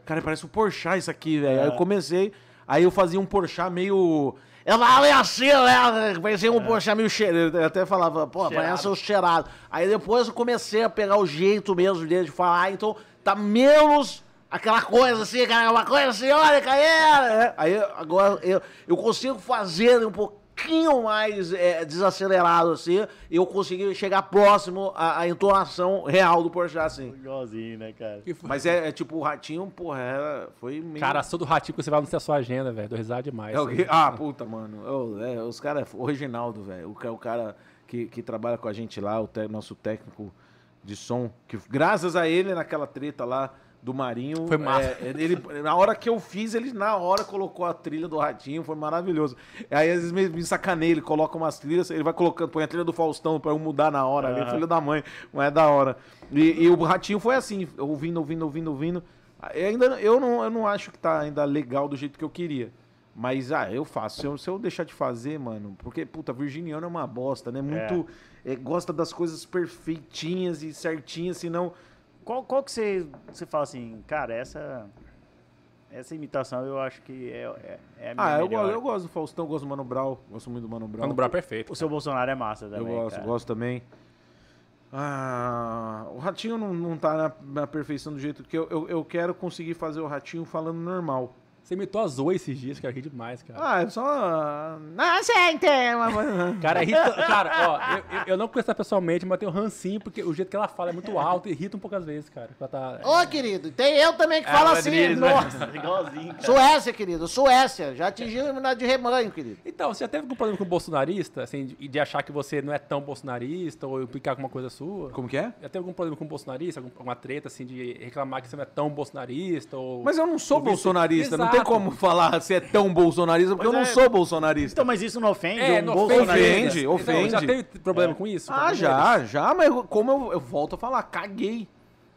Cara, parece o Porchat isso aqui, velho. Aí eu comecei. Aí eu fazia um Porchat meio. Eu falei assim, né? Parecia um Porchat meio cheirado. Eu até falava, pô, parece um cheirado. Aí depois eu comecei a pegar o jeito mesmo dele de falar, então tá menos aquela coisa assim, cara, uma coisa assim, olha, cara, é, é. Aí agora eu, eu consigo fazer um pouquinho mais é, desacelerado assim, e eu consegui chegar próximo à, à entonação real do Porchat, assim. Igualzinho, né, cara? Que foi- Mas é, é tipo, o Ratinho, porra, era, foi meio... Cara, sou do ratinho que você vai anunciar sua agenda, velho. Dou risada demais. É o que- Ah, puta, mano. Ô, é, os caras. O Reginaldo, velho. O, ca- o cara que, que trabalha com a gente lá, o te- nosso técnico de som. Que graças a ele, naquela treta lá do Marinho. Foi massa. é, ele, na hora que eu fiz, ele na hora colocou a trilha do Ratinho. Foi maravilhoso. Aí às vezes me, me sacaneia, ele coloca umas trilhas. Ele vai colocando, põe a trilha do Faustão pra eu mudar na hora ali. é Filho da mãe. Mas é da hora. E, e o Ratinho foi assim, ouvindo, ouvindo, ouvindo, ouvindo. Eu Ainda, eu, não, eu não acho que tá ainda legal do jeito que eu queria. Mas, ah, eu faço. Se eu, se eu deixar de fazer, mano. Porque, puta, virginiano é uma bosta, né? Muito. eh, gosta das coisas perfeitinhas e certinhas, senão. Qual, qual que você, você fala assim, cara, essa... Essa imitação eu acho que é, é, é a minha Ah, eu, melhor. go- eu gosto do Faustão, gosto do Mano Brau. Gosto muito do Mano Brau. Mano Brown é perfeito. O seu Bolsonaro é massa Eu também, gosto, cara. gosto também. Ah, o Ratinho não, não tá na, na perfeição do jeito que eu, eu, eu quero conseguir fazer o Ratinho falando normal. Você imitou a Zoe esses dias, cara. Ri demais, cara. Ah, é só. Ah, gente! é uma coisa- Cara, irrita... cara, ó, eu, eu- eu não conheço ela pessoalmente, mas eu tenho rancinho, porque o jeito que ela fala é muito alto e irrita um pouco às vezes, cara. Ela tá... Ô, querido, tem eu também É, que falo assim. Nossa. né? Igualzinho, cara. Suécia, querido, Suécia. Já atingiu a imunidade de rebanho, querido. Então, você já teve algum problema com bolsonarista, assim, de, de achar que você não é tão bolsonarista ou implicar com uma coisa sua? Como que é? Já teve algum problema com bolsonarista, algum- alguma treta, assim, de reclamar que você não é tão bolsonarista ou... Mas eu não sou ou vice- bolsonarista, não tem como falar se é tão bolsonarista, porque eu não Pois é. sou bolsonarista. Então, mas isso não ofende um É, não bolsonarista? ofende, Então, ofende. já teve problema com isso? tá ah, já, já, mas eu- como eu, eu volto a falar, caguei.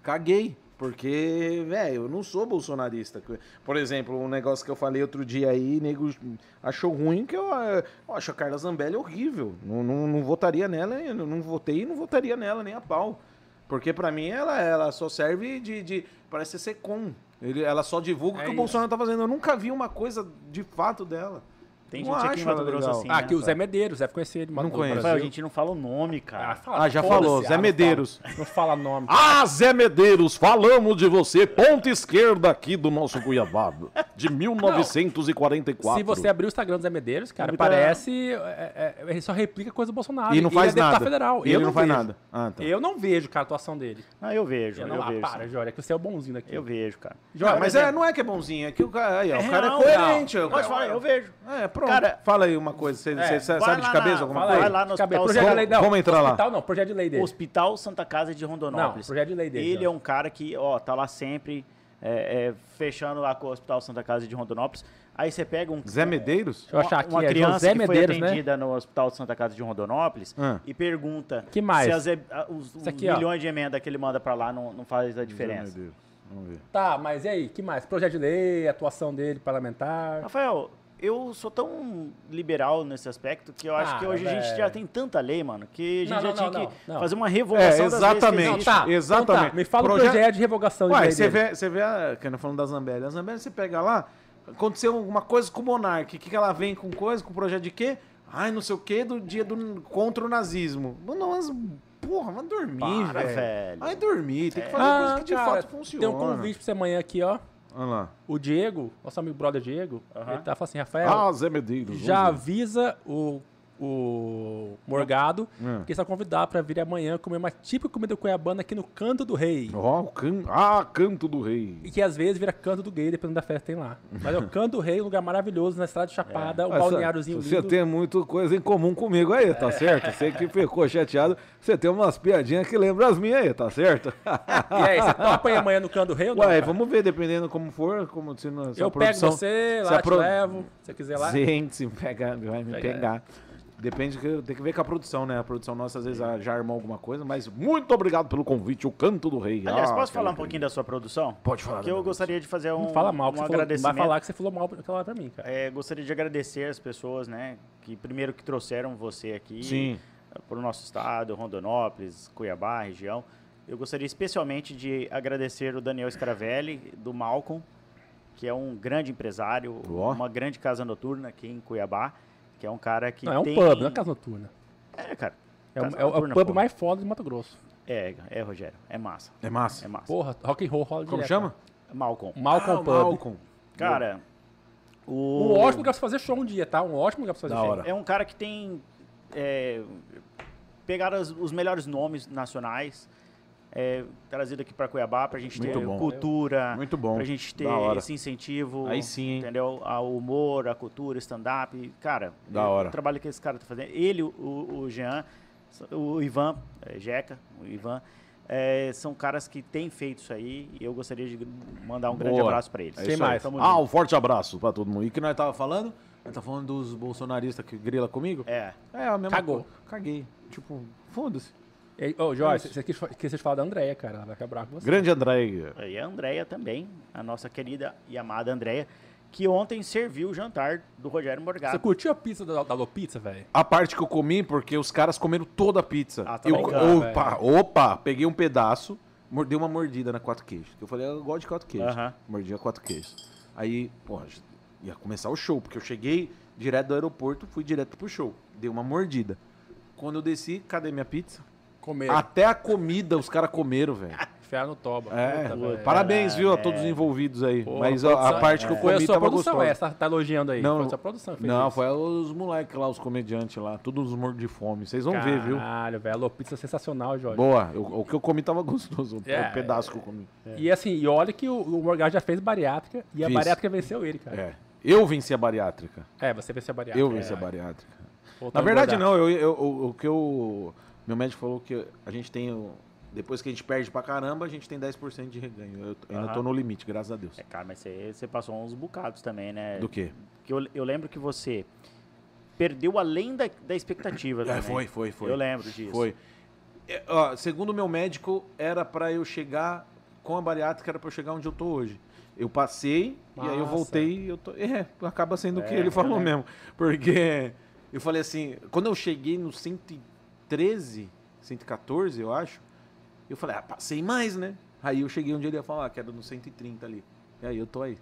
Caguei. Porque, velho, eu não sou bolsonarista. Por exemplo, um negócio que eu falei outro dia aí, nego achou ruim, que eu, eh, eu acho a Carla Zambelli horrível. Não, não, não votaria nela, eu não votei e não votaria nela nem a pau. Porque pra mim ela, ela só serve de. de parece ser com. Ele, ela só divulga o É que o isso. Bolsonaro tá fazendo. Eu nunca vi uma coisa de fato dela. Tem Não gente aqui em acho Mato ela Grosso legal. assim. Ah, né, que o Zé Rafael? Medeiros, deve conhecer ele. Não conheço. Rafael, a gente não fala o nome, cara. Ah, já falou, Zé Medeiros. Não fala nome. Ah, Zé Medeiros, falamos de você, ponta esquerda aqui do nosso Cuiabá, de 1944. Se você é abrir o Instagram do Zé Medeiros, cara, Muita- parece. é, é, ele só replica coisa do Bolsonaro. E não faz ele é nada. deputado federal. E ele Eu não, faz vejo. nada. Ah, tá. Eu não vejo, cara, a atuação dele. Ah, eu vejo, Eu eu, não, ah, vejo. para, sim. Jória, que você é o bonzinho aqui. Eu vejo, cara. Não, mas é, não é que é bonzinho, é que o cara, aí, ó, o cara é real, coerente. real. o Posso cara- falar? Eu vejo. É, pronto. Cara- fala aí uma coisa, você você Vai sabe lá de cabeça na- alguma Vai coisa? lá no Cabe- hospital, projeto Santa- de lei, não, vamos entrar lá. hospital não, projeto de lei dele. hospital Santa Casa de Rondonópolis. Não, projeto de lei dele, Ele não. é um cara que, ó, tá lá sempre é, é, fechando lá com o Hospital Santa Casa de Rondonópolis. Aí você pega um, Zé Medeiros? Deixa eu achar aqui, uma é criança José que Medeiros, foi né? atendida no Hospital Santa Casa de Rondonópolis Ah. e pergunta Que mais? se as, e- a- os, os aqui, ó. milhões de emenda que ele manda pra lá não, não faz a diferença. Vamos ver. Tá, mas e aí, que mais? Projeto de lei, atuação dele, parlamentar. Rafael, eu sou tão liberal nesse aspecto que eu acho Ah, que hoje a gente velho. já tem tanta lei, mano, que a gente Não, já não, tinha não, que não, não. fazer uma É, revolução exatamente. Não, tá, Exatamente. então tá, me fala o projeto de revogação de Ué, lei você dele. vê, você vê a. Que eu não falando da Zambelli. A Zambelli você pega lá, aconteceu alguma coisa com o Monark. O que, que ela vem com coisa? Com o projeto de quê? Ai, não sei o quê, do dia do contra o nazismo. Mano, mas, porra, vai dormir, Para, velho. velho. Vai dormir, tem que É. fazer coisa é que de cara, fato funciona. Tem um convite pra você amanhã aqui, ó. Olha lá. O Diego, nosso amigo brother Diego, ele tá falando assim, Rafael, Ah, Zé Medeiros. já vamos avisa o, o Morgado Ah. É. que está convidado pra vir amanhã comer uma típica comida cuiabana aqui no Canto do Rei. ver. Ó, o can... Ah, Canto do Rei. E que às vezes vira Canto do Gay, dependendo da festa que tem lá. Mas é o Canto do Rei, um lugar maravilhoso, na Estrada de É. Chapada, um Mas, balneáriozinho Você lindo. É. tem muita coisa em comum comigo aí, tá certo? Você que ficou chateado, você tem umas piadinhas que lembram as minhas aí, tá certo? E aí, você topa ir amanhã no Canto do Rei ou não? Ué, cara? vamos ver, dependendo como for, como se não. se a Eu pego produção- você, se lá te a pro- levo, se você quiser lá. Gente, se pega, vai me Pega. pegar. Depende, que eu- tem que ver com a produção, né? A produção nossa às vezes ah, já armou alguma coisa, mas muito obrigado pelo convite, o Canto do Rei. Aliás, Ah, posso falar um aquele- pouquinho da sua produção? Pode falar, Que eu meu gostaria de fazer um, Não fala mal, um que você falou, vai agradecimento. falar que você falou mal aquela hora pra mim, cara. É, gostaria de agradecer as pessoas, né? Que primeiro que trouxeram você aqui Sim. para o nosso estado, Rondonópolis, Cuiabá, região. Eu gostaria especialmente de agradecer o Daniel Scaravelli, do Malcolm, que é um grande empresário, Ó. uma grande casa noturna aqui em Cuiabá, que é um cara que Não, é um tem... pub, não é casa noturna. É, cara. É, o- Casa é o- é o noturna, pub pô. mais foda de Mato Grosso. É, é, Rogério, é massa, É massa. é massa. Porra, rock and roll rola Como direto. chama? Ah, Malcolm. é Malcolm Pub. Malcolm. Cara, o... Um ótimo lugar pra você fazer show um dia, tá? Um ótimo lugar pra você fazer Da show. hora. É um cara que tem. É, pegaram as- os melhores nomes nacionais, é, trazido aqui para Cuiabá, para a gente Muito ter bom. cultura, Muito bom. para a gente ter Da hora. esse incentivo. Aí sim, hein? Entendeu? Ao humor, à cultura, stand-up. Cara, Da o- hora. o trabalho que esse cara tá fazendo. Ele, o- o, o Jean, o Ivan, é, Jeca, o Ivan. é, são caras que têm feito isso aí e eu gostaria de mandar um grande Boa. abraço para eles. É Quem isso aí. mais? Tamo Ah, junto. um forte abraço pra todo mundo. E que nós tava falando? Nós tava falando dos bolsonaristas que grila comigo? É. É, a mesma Cagou. coisa. Caguei. Tipo, foda-se. Ei, É, Ô, Jorge, você quis fa- esqueceu de falar da Andréia, cara. Ela vai ficar brava com você. Grande André. E a Andréia também, a nossa querida e amada Andréia, que ontem serviu o jantar do Rogério Você Morgado. curtiu a pizza da, da Lopizza, velho? A parte que eu comi, porque os caras comeram toda a pizza. Ah, tá eu, brincando, opa, opa, peguei um pedaço, mordei uma mordida na quatro queijos. Eu falei, eu gosto de quatro queijos. Aham. Mordi a quatro queijos. Aí, pô, ia começar o show, porque eu cheguei direto do aeroporto, fui direto pro show. Dei uma mordida. Quando eu desci, cadê minha pizza? É. Comer, Até a comida os caras comeram, velho. enfiar no toba. É, Puta, velho. parabéns, viu, a todos os envolvidos aí. Porra, Mas ó, a produção- é. parte que eu Foi é. a comi sua tava produção, gostosa. é, você tá- tá elogiando aí. Não, foi a sua produção que fez Não, isso. foi os moleques lá, os comediantes lá, todos os mortos de fome. Vocês vão ver, viu? Caralho, velho. A Lopizza é sensacional, Jorge. Boa, eu- o que eu comi tava gostoso, o É, pedaço que eu comi. E assim, e olha que o, o Morgado já fez bariátrica e a Fiz. bariátrica venceu ele, cara. É. Eu venci a bariátrica. É, você venceu a bariátrica. Eu venci é. a bariátrica. Voltou Na a verdade, engordar. não, eu, eu- o- o que eu. Meu médico falou que a gente tem o- Depois que a gente perde pra caramba, a gente tem 10% de reganho. Eu t- ainda Aham. tô no limite, graças a Deus. É, cara, mas você, você passou uns bocados também, né? Do quê? Que eu, eu lembro que você perdeu além da, da expectativa. É, também. foi, foi, foi. Eu lembro disso. Foi. É, ó, segundo o meu médico, era pra eu chegar com a bariátrica, era pra eu chegar onde eu tô hoje. Eu passei e aí eu Massa. voltei e eu tô. É, acaba sendo o que É, ele eu falou lembro. mesmo. Porque eu falei assim, quando eu cheguei no 113, 114, eu acho, eu falei, ah, passei mais, né? Aí eu cheguei onde ele ia falar, que era no 130 ali. E aí eu tô aí.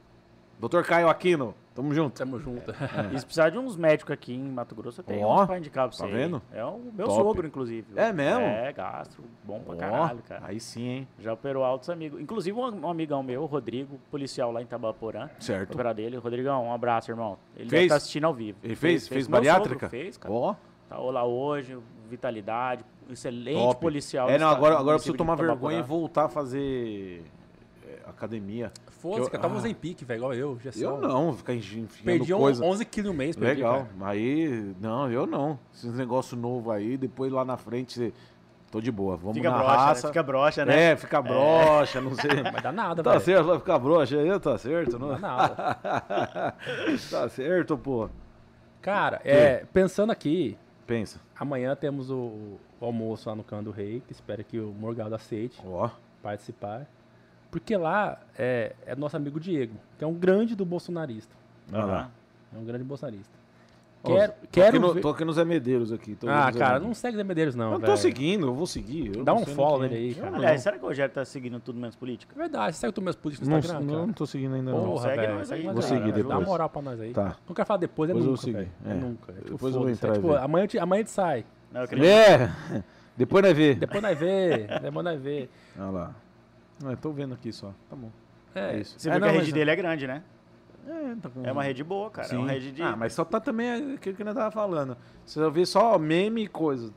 Doutor Caio Aquino, tamo junto. Tamo junto. É. E se precisar de uns médicos aqui em Mato Grosso, eu tenho Ó, uns pra indicar pra você. tá vendo? É o meu Top. sogro, inclusive. É mesmo? É, gastro. Bom pra Ó, caralho, cara. Aí sim, hein? Já operou altos amigos. Inclusive um, um amigão meu, o Rodrigo, policial lá em Tabaporã. Certo. Operar dele. Rodrigão, um abraço, irmão. Ele Fez? tá assistindo ao vivo. Ele fez? Fez, Meu bariátrica? sogro Fez, cara. Ó. Tá lá hoje, vitalidade, excelente Top. policial. É, do não, estado- agora, agora eu município preciso de tomar Itabaporã. vergonha e voltar a fazer é, academia. Foda-se, Eu- cara. Tava ah. uns em pique, velho, igual eu. Já Eu não, ficar enfi- enfiando Perdi um- coisa. 11 quilos no mês. perdi, Legal, cara. aí, não, eu não. Esses negócio novo aí, depois lá na frente, cê- tô de boa, vamos Fica na broxa, raça. né? Fica broxa, né? É, fica broxa, não sei. Mas dá nada, tá velho. certo, vai ficar broxa aí, tá certo, não? Dá nada. tá certo, pô. Cara, é, pensando aqui, Pensa. amanhã temos o, o almoço lá no Cano do Rei, que espero que o Morgado aceite Ó, participar. Porque lá é, é nosso amigo Diego, que é um grande do bolsonarista. olha lá. É um grande bolsonarista. Ó, Quero, tô, aqui quero no, ver... tô aqui nos Amedeiros aqui. tô Ah, nos cara, Amedeiros. não segue Zé Medeiros, não, Eu não velho. tô seguindo, eu vou seguir. eu Dá não um sei nem follow quem é. nele aí, cara. Aliás, será que o Rogério tá seguindo tudo menos política? É verdade, segue tu meus políticos no Não, Instagram, não, cara. não tô seguindo ainda, não. Porra, segue velho, nós segue aí, nós vou aí, seguir cara. Dá depois. uma moral pra nós aí. Tá. Não quero falar depois, é Depois eu nunca, vou velho. seguir, É é. nunca. É tipo, Depois eu vou foda-se. É entrar e tipo, ver. amanhã, a gente- amanhã a gente sai. Não, eu acredito. É! Depois nós vê. Depois nós vê, depois nós vê. Olha lá. Não, eu tô vendo aqui só. Tá bom. É, isso. Você É, viu não, que a mas rede dele é grande, né? É, tá com- É uma rede boa, cara. É uma Sim. rede de. Ah, mas só tá também aquilo que nós tava falando. Você vai ver só meme e coisa.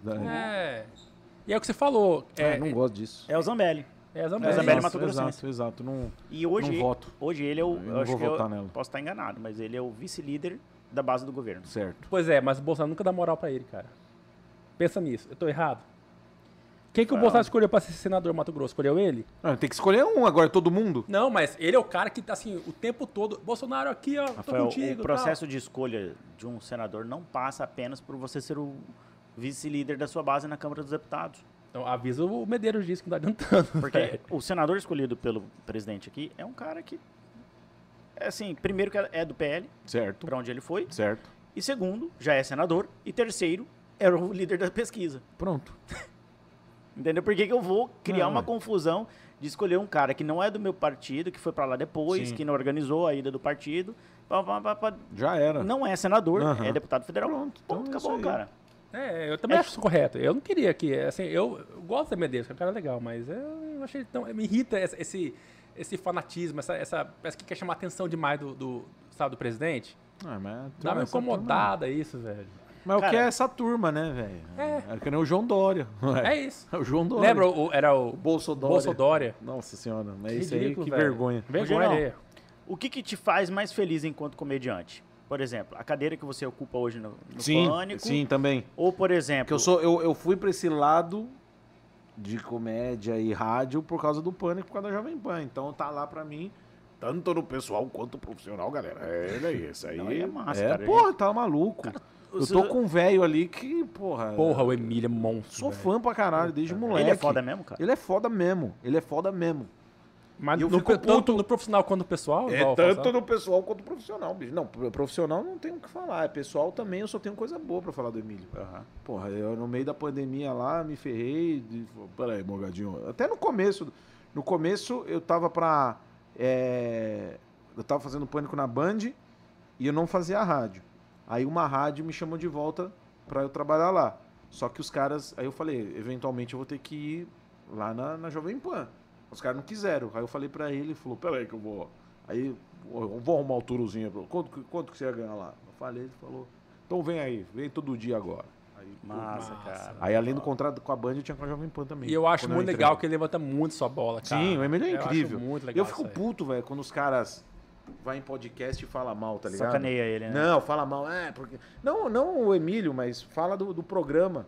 É. né? E é o que você falou. É, Ah, não gosto disso. É o Zambelli. é a É a Zambelli. Zambelli Exato, Mato Grossense. Exato, exato. Não... E hoje, Não voto. hoje ele é o. Eu Eu, não acho vou que eu votar nela. posso estar enganado, mas ele é o vice-líder da base do governo. Certo. Pois é, mas o Bolsonaro nunca dá moral pra ele, cara. Pensa nisso, eu tô errado. Quem que o Bolsonaro escolheu pra ser senador do Mato Grosso? Escolheu ele? Ah, tem que escolher um agora, todo mundo. Não, mas ele é o cara que tá assim, o tempo todo. Bolsonaro aqui, ó, Rafael, tô contigo. o processo de escolha de um senador não passa apenas por você ser o vice-líder da sua base na Câmara dos Deputados. tal. Então, avisa o Medeiros disso que não tá adiantando. Porque É. velho. o senador escolhido pelo presidente aqui é um cara que. É assim, primeiro que é do PL, Certo. pra onde ele foi, Certo. e segundo, já é senador, e terceiro, era o líder da pesquisa. Pronto. Entendeu? Por que, que eu vou criar Não, uma é. confusão de escolher um cara que não é do meu partido, que foi pra lá depois, Sim. que não organizou a ida do partido, pá, pá, pá, pá, Já era. não é senador, Ah. Aham. é deputado federal. Pronto, então Ponto, é isso acabou, aí. cara. É, eu também acho isso correto. Eu não queria que. Assim, eu, eu gosto da Medeiros, que é um cara legal, mas eu achei tão. Me irrita essa- esse, esse fanatismo, essa, essa. Parece que quer chamar atenção demais do, do sabe, do presidente. Ah, mas, Dá uma essa turma- incomodada isso, velho. Mas o que Cara. é essa turma, né, velho? É. É que nem o João Dória. É isso. É o João Dória. Lembra o, era o Bolsodória. Bolsodória? Nossa senhora, mas Que isso aí, ridículo, que velho. vergonha. Vergonha Rogério, alheia. O que, que te faz mais feliz enquanto comediante? Por exemplo, a cadeira que você ocupa hoje no, no Sim, Pânico. sim, também. Ou, por exemplo, Porque eu sou, eu, eu fui pra esse lado de comédia e rádio por causa do pânico, por causa da Jovem Pan. Então tá lá pra mim. Tanto no pessoal quanto no profissional, galera. É, ele é isso aí. Não, aí é massa, é, cara. porra, tá maluco. eu você- tô com um velho ali que, porra. Porra, o Emílio é monstro. Sou velho. fã pra caralho, desde um moleque. Ele é foda mesmo, cara? Ele é foda mesmo. Ele é foda mesmo. Mas Eu no, fico pe- tanto no profissional quanto no pessoal? É igual eu tanto faço, no pessoal quanto Quanto profissional, bicho. Não, pro- profissional não tem o que falar. É pessoal também, eu só tenho coisa boa pra falar do Emílio. Porra, eu no meio da pandemia lá, me ferrei. De... Peraí, Morgadinho. Até no começo. No começo eu tava pra. é, Eu tava fazendo pânico na Band e eu não fazia a rádio. Aí uma rádio me chamou de volta pra eu trabalhar lá. Só que os caras. Aí eu falei, eventualmente eu vou ter que ir lá na, na Jovem Pan. Os caras não quiseram. Aí eu falei pra ele, ele falou, peraí que eu vou. Aí eu vou arrumar o turuzinho. pra- Quanto, que- quanto que você ia ganhar lá? Eu falei, ele falou, então vem aí, vem todo dia agora. Aí, Massa, Massa, cara. Aí além do contrato com a Band, eu tinha com a Jovem Pan também. Ah. E eu acho quando muito entrei. legal que ele levanta muito sua bola, cara. Sim, o Emílio é Eu acho incrível. muito legal Eu fico isso aí. puto, velho, quando os caras vai em podcast e fala mal, tá ligado? Sacaneia ele, né? Não, fala mal, é, porque. Não, não o Emílio, mas fala do, do programa.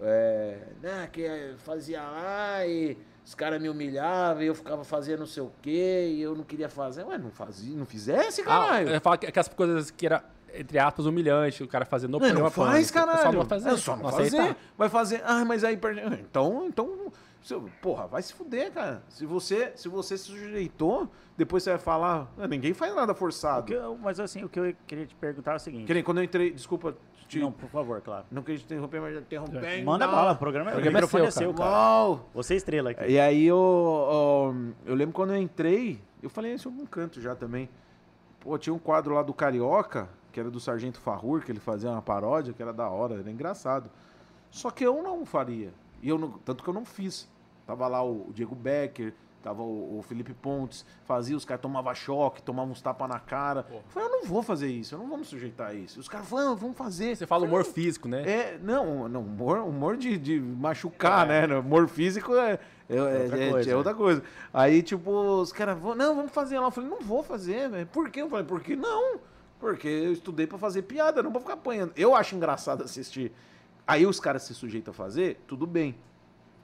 é, né, que eh, fazia lá e os caras me humilhavam e eu ficava fazendo não sei o quê e eu não queria fazer. Ué, não fazia, não fizesse, Ah, caralho. eu falo que, que as coisas que era, entre aspas, humilhante, o cara fazendo no Não, programa. não faz, pânico. caralho. Só não fazer. É só não, fazer. aceitar. Vai fazer. Ah, mas aí perde. Ah, Então, então. se- Porra, vai se fuder, cara. Se você se você se sujeitou, depois você vai falar, "Ah, ninguém faz nada O que forçado. eu- mas assim, o que eu queria te perguntar é o seguinte. Que nem quando eu entrei, desculpa, te- Não, não, por favor, claro. queria te interromper, mas É. interrompendo. Manda bala, o programa, o programa é microfone é seu, seu, cara. Uau! Você é estrela aqui. E aí eu, ó, eu lembro quando eu entrei, eu falei isso em algum canto já também. Pô, tinha um quadro lá do Carioca, que era do Sargento Farrur, que ele fazia uma paródia, que era da hora, era engraçado. Só que eu não faria. E eu não- tanto que eu não fiz. Tava lá o o Diego Becker, tava o, o Felipe Pontes, fazia, os caras tomavam choque, tomavam uns tapas na cara. Eu falei, eu não vou fazer isso, eu não vou me sujeitar a isso. E os caras falaram, "Ah, vamos fazer. Você fala humor físico, né? É, não, não humor, humor de, de machucar, né? Humor físico é, é, é- é- é outra, coisa, Aí, tipo, os caras vão, não, vamos fazer lá. Eu falei, não vou fazer, velho. Por quê? Eu falei, por que não? Porque eu estudei pra fazer piada, não pra ficar apanhando. Eu acho engraçado assistir. Aí os caras se sujeitam a fazer, tudo bem.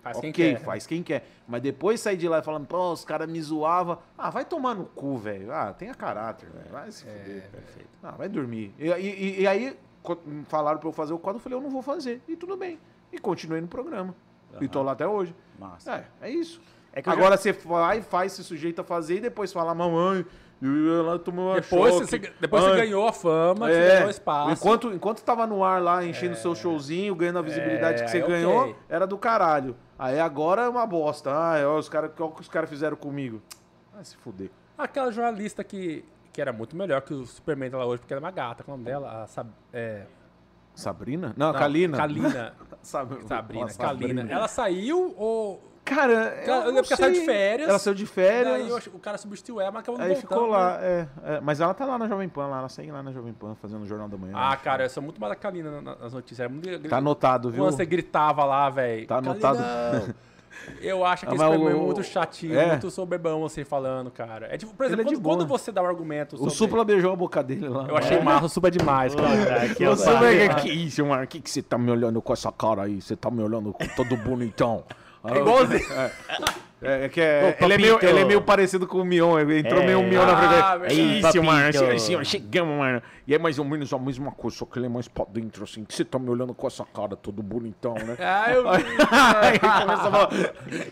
Faz ok, quem quer. faz quem quer. Mas depois sair de lá falando, pô, os caras me zoavam. Ah, vai tomar no cu, velho. Ah, tenha caráter, velho. Vai se fuder. perfeito. Ah, vai dormir. E, e- e aí co- falaram pra eu fazer o quadro, eu falei, eu não vou fazer. E tudo bem. E continuei no programa. E tô lá até hoje. Massa. É, é isso. É que eu Agora você vai, faz, se sujeita a fazer e depois fala, mamãe, eu lá tomou uma Depois, choque. você, depois você Ai, ganhou a fama, você é. ganhou espaço. Enquanto, enquanto tava no ar lá, enchendo seu showzinho, ganhando a visibilidade É, que você aí ok. ganhou, era do caralho. Aí agora é uma bosta. Ah, ó, os cara, olha o que os caras fizeram comigo. Ah, se fuder. Aquela jornalista que, que era muito melhor que o Superman lá hoje, porque ela é uma gata, qual é o nome dela? A Sab- é, Sabrina? Não, não, Kalina. Kalina. Sabe- Sabrina, Nossa, Kalina. Ela saiu ou. Cara, eu eu, lembro não que ela saiu de sei. férias. Ela saiu de Daí férias. eu acho- o cara substituiu ela, mas acabou não Aí voltando, ficou né? lá, é, é. Mas ela tá lá na Jovem Pan, lá, ela segue lá na Jovem Pan, fazendo o Jornal da Manhã. eu Ah, acho. cara, eu sou muito mais da Kalina na- na- nas notícias. Era muito... Tá anotado, viu? Quando você gritava lá, velho. Tá anotado. "Kalinão!" Eu acho que Ah, esse mas Superman é o- muito chatinho, é. muito soberbão, assim, falando, cara. É tipo, por exemplo, Ele é de quando, quando boa. você dá um argumento O sobre... Supla beijou a boca dele lá. Eu achei massa, o Supla é demais, cara. Puta que Você pariu. vai- que isso, mano? Que que você tá me olhando com essa cara aí? Você tá me olhando com todo bonitão. É igualzinho. É, é que é- Ô, ele, é meio, papito. ele é meio parecido com o Mion. ele Entrou É. meio Mion na Ah, frente. verdade. É isso, mano. Papito. Assim, assim, ó, chegamos, mano. E é mais ou menos a mesma coisa, só que ele é mais pra dentro, assim. Que você tá me olhando com essa cara todo bonitão, né? Ah, eu vi. Aí começa a falar.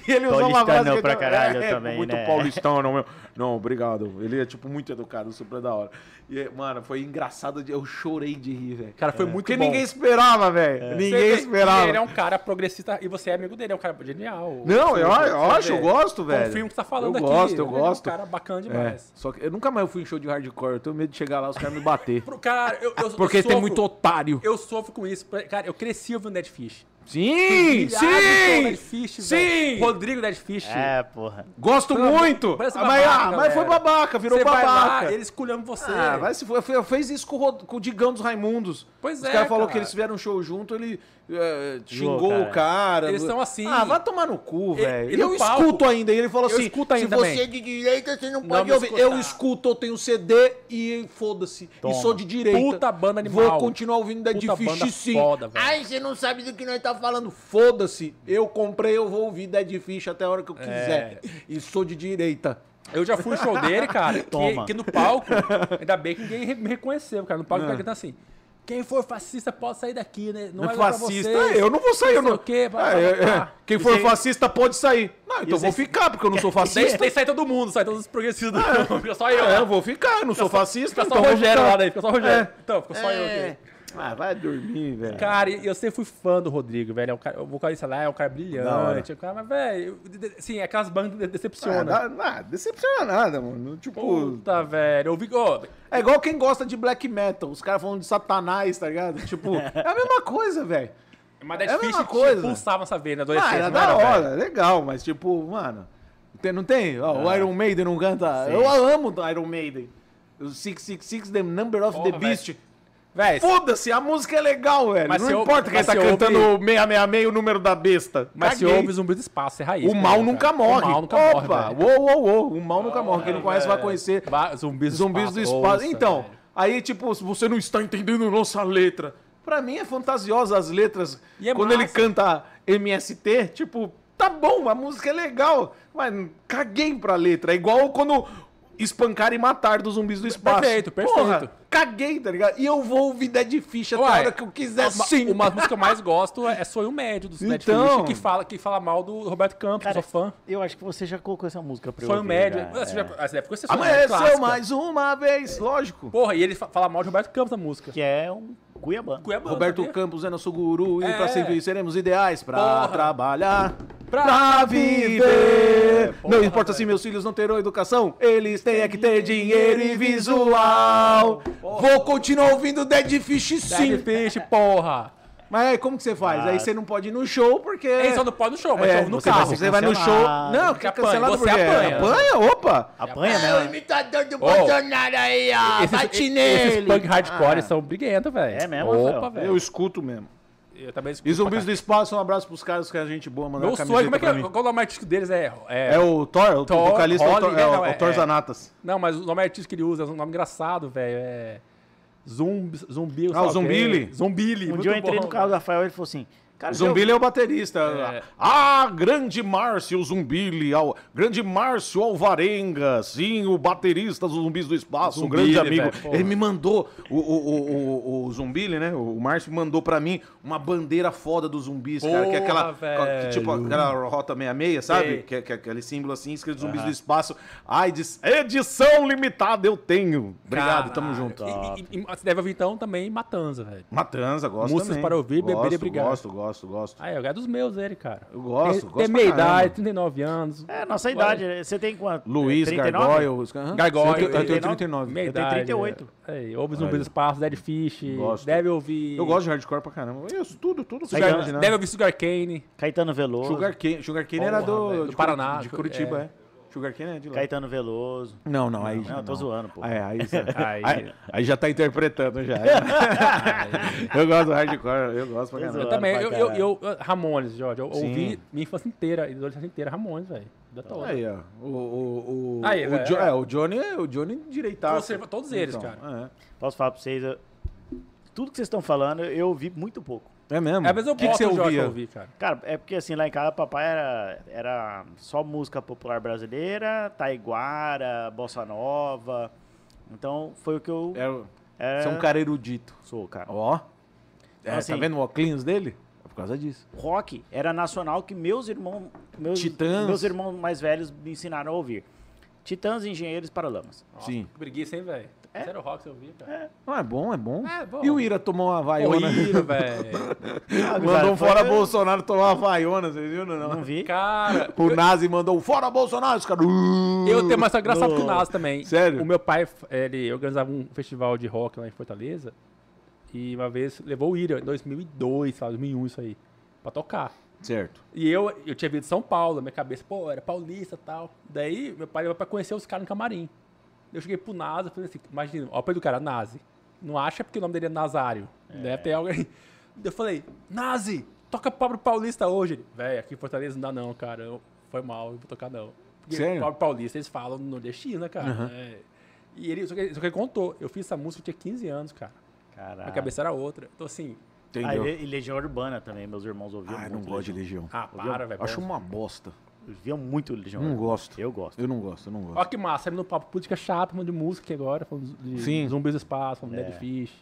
E ele usou Paulistano uma frase que pra eu- É, caralho também, muito né? paulistão, não, meu. Não, obrigado. Ele é, tipo, muito educado, super da hora. E, mano, foi engraçado. de- Eu chorei de rir, velho. É. Cara, foi muito Porque bom. É. ninguém esperava, velho. Você Ninguém vê- esperava. Ele é um cara progressista e você é amigo dele, é um cara genial. Não, eu, Você eu acho, eu vê. gosto, velho. Confirmo o que você tá falando eu aqui. Gosto, eu Ele gosto, É um cara bacana É, demais. só que eu nunca mais fui em show de hardcore. Eu tenho medo de chegar lá e os caras me bater. Pro cara, eu, eu Porque eu tem sofro- muito otário. Eu sofro com isso. Cara, eu cresci ouvindo Netfish. Sim, Pilhado pelo sim! Netfish, sim. velho. Rodrigo Netfish. É, porra. Gosto muito! Parece mas, ah, babaca, mas foi velho. babaca, virou você é babaca. vai lá, ele esculhamba você. Ah, vai se for. Fe- Fez isso com o, Rod- com o Digão dos Raimundos. Pois Os é, caras falaram cara. que eles fizeram um show junto, ele eh, xingou cara. o cara. Eles são assim. Ah, vai tomar no cu, velho. e no Eu palco? escuto ainda. E ele falou Eu assim: escuto ainda se também." você é de direita, você não Não pode me ouvir. escutar. Eu escuto, eu tenho CD e foda-se. E sou de direita. Puta banda animal. Vou continuar ouvindo da Puta banda Difícil sim. foda, velho. Ai, você não sabe do que nós tá falando. Foda-se. Eu comprei, eu vou ouvir Dead Fish até a hora que eu quiser. E sou de direita. Eu já fui no show dele, cara. que- Toma. Que, no palco, ainda bem que ninguém re- me reconheceu, cara. No palco, o cara gritando assim. Quem for fascista pode sair daqui, né? Não, é lugar pra fascista, vocês." É. é, eu não vou sair, eu sei não. o quê, blá, É, blá, blá, é, blá. Quem for fascista pode sair. Não, então eu vou ficar, porque eu não sou Daí, fascista. daí sai todo mundo, sai todos os progressistas do Fica só eu. É, né? eu vou ficar, eu não sou fascista. Fica só então o vou Rogério ficar. lá daí, fica só o Rogério. É. Então, fica só eu aqui. Ah, vai dormir, velho. Cara, e eu sempre fui fã do Rodrigo, velho. É um cara, o vocalista lá é um cara brilhante. É um cara, mas, velho, eu- de- de- assim, é aquelas bandas de- Ah, decepcionam. dá- dá- decepciona nada, mano. Tipo. Puta, velho. Eu vi. ó, É igual quem gosta de black metal. Os caras falam de satanás, tá ligado? Tipo, é a mesma coisa, velho. mas É a Dead mesma Fish coisa. pulsava essa veia na Ah, né, adolescência. era não da velho? hora, legal, mas tipo, mano. tem- não tem? Ó, O Iron Maiden não canta. Eu amo o Iron Maiden. O 666, The Number of the Porra, Beast. Velho, Foda-se, a música é legal, velho. Mas não se eu- importa quem mas tá se eu ouve- cantando 666 o número da besta. Mas se Caguei. ouve zumbi do espaço, é raiz. O mal né, nunca cara? morre. O mal nunca Opa, morre. velho. uou, uou, uou. O mal nunca morre. Quem não conhece vai conhecer. Ba- Zumbis do Zumbis espaço. do espaço. Ouça, então, velho. aí tipo, se você não está entendendo nossa letra. Pra mim é fantasiosa as letras. E é Quando ele massa. canta MST, tipo, tá bom, a música é legal, mas caguei pra letra. É igual quando espancar e matar dos zumbis do espaço. Perfeito, perfeito. caguei, tá ligado? E eu vou ouvir Dead Fish até a Uai, hora que eu quiser, Uma- sim. Uma música que eu mais gosto é Sonho Médio, do Dead assim- Então. Fish, que fala, que fala mal do Roberto Campos, Cara, sou fã. Eu acho que você já colocou essa música pra eu um Sonho ouvir, Médio. né? já, Você, é. já, ah, você deve conhecer Sonho Médio, Amanheceu clássica. é mais uma vez, lógico. Porra, e ele fa- fala mal de Roberto Campos na música. Que é um Cuiabano. Cuiabá, Roberto sabia? Campos é nosso guru e É. pra sempre seremos ideais pra Porra. trabalhar, Pra pra, viver. não importa se meus filhos não terão educação, eles têm é que ter dinheiro e visual. Vou continuar ouvindo Dead Fish sim. Dead Fish, porra. Mas aí como que você faz? Aí você não pode ir no show porque... Ah. É, só não pode no show, mas É, só no você carro. Vai, você vai no show... cancelado. Não, Você que é apanha, cancelado você porque... apanha. Apanha, opa. Apanha, É, né? imitador do Bolsonaro aí, ó. esses, esses punk Ah. hardcore são briguentos, velho. É mesmo, Opa, Rafael? velho. Eu escuto mesmo. Eu também escuto E Zumbis do pra Espaço, um abraço pros caras que é gente boa, caralho. mandando Meu a sonho, camiseta como é que pra é? mim. Qual o nome artístico deles? É, é, É o Thor, o Thor, vocalista é o Thor- Holly, é, né? o, Não, é é- o Thor é. Zanatas. Não, mas o nome artístico que ele usa é um nome engraçado, velho. É. Zumbi. Zumbi. Ah, o Zumbili? Zumbili. Um muito dia eu entrei bom, no carro do Rafael e ele falou assim: Cara, Zumbili é o baterista. É. Ah, grande Márcio Zumbili. Al... Grande Márcio Alvarenga. Sim, o baterista dos Zumbis do Espaço. Zumbili, um grande amigo. velho, porra. Ele me mandou, o, o, o, o, o Zumbili, né? O Márcio mandou pra mim uma bandeira foda dos zumbis, cara. Que é aquela, Porra, que, tipo velho. aquela rota 66, Sei. sabe? Que, é- que é aquele símbolo assim, escrito Zumbis do Espaço. Ah, edi- edição limitada eu tenho. Obrigado, tamo Caralho. junto. E, e- e você deve ouvir então também Matanza, velho. Matanza, gosto Músicas também. para ouvir, beber e Gosto, brigar. Gosto, gosto, gosto. Ah, é o cara dos meus, ele, cara. Eu gosto, tem, gosto Tem pra meia idade, caramba. 39 anos. É, nossa idade. né? Você tem quanto? Luiz, 39? Gargoyle. os caras- Gargoyle, Eu tenho- eu tenho 39. 39. Meia eu tenho idade. 38. É, é, ouve Zumbi do Espaço, Dead Fish. Gosto. Deve ouvir. Eu gosto né? de hardcore pra caramba. Isso, tudo, tudo. Sai Sugar, da- imaginar. Deve ouvir Sugar Cane. Caetano Veloso. Sugar Cane, Sugar Cane era Porra, velho, do, do de Paraná, Curit- De Curitiba, é. é. Sugar Cane é de lá. Caetano Veloso. Não, não, aí. Não, eu tô zoando, pô. Ah, é, aí, você- Aí. aí- aí já tá interpretando já. eu gosto do hardcore, eu gosto pra caramba. zoando. Também, pra eu, eu, eu, Ramones, Jorge. Eu ouvi minha infância inteira, e adolescência inteira, Ramones, velho. É Da toda. Aí, ó. O, o, o, Aí, o, velho, Jo- é. é, o Johnny, o Johnny direitado. Conserva- todos eles, Então. cara. Posso falar pra vocês? eu- Tudo que vocês estão falando, eu ouvi muito pouco. É, é mesmo. É, mas eu que, que boto você o Jorge pra ouvia? ouvir, cara. Cara, é porque assim, lá em casa, papai era, era só música popular brasileira, taiguara, bossa nova. Então, foi o que eu Era- é, Você é um cara erudito. sou, cara. Ó. É, Assim- tá vendo o óculos dele? É por causa disso. rock era nacional que meus irmãos meus, Titãs. meus irmãos mais velhos me ensinaram a ouvir. Titãs, Engenheiros e Paralamas. Sim. Que preguiça, hein, velho? Sério, rock você ouvia, cara. Não, é bom, é bom. É bom. E o Ira tomou uma vaiona. Corrida, velho. Mandou um Foi- fora Bolsonaro tomar uma vaiona, você viu? Não, Não não. vi. Cara, O Nazi mandou um fora Bolsonaro, uh! os caras. eu tenho mais engraçado que o Nas também. Sério? O meu pai, ele organizava um festival de rock lá em Fortaleza. E uma vez levou o Ira, em 2002, sei lá, 2001, isso aí, pra tocar. Certo. E eu, eu tinha vindo de São Paulo, minha cabeça, pô, era paulista e tal. Daí, meu pai levou pra conhecer os caras no camarim. Eu cheguei pro NASA, falei assim, imagina, ó, o do cara, Nazi. Não acha porque o nome dele é Nazário. Deve ter algo aí. Eu falei, Nazi, toca Pablo Paulista hoje. Ele, Véi, aqui em Fortaleza não dá não, cara. Eu- foi mal, eu não vou tocar não. Porque Sério? Pablo Paulista, eles falam nordestino, né, cara. É. E ele, só que, só que ele contou, eu fiz essa música, eu tinha 15 anos, cara. Caralho. Ah. Minha cabeça era outra. Então assim, Ah, Entendeu? e, Le- e Legião Urbana também, meus irmãos ouviam Ai, muito. Ah, não gosto de Legião. Legião. ah, para, velho. Acho pô. uma bosta. Ouviam muito Legião Não Urbana. gosto. Eu gosto. Eu não gosto, eu não gosto. Olha que massa, saímos no papo política chata, falando de música aqui agora, falando de Sim. zumbis do espaço, falando de Dead Fish,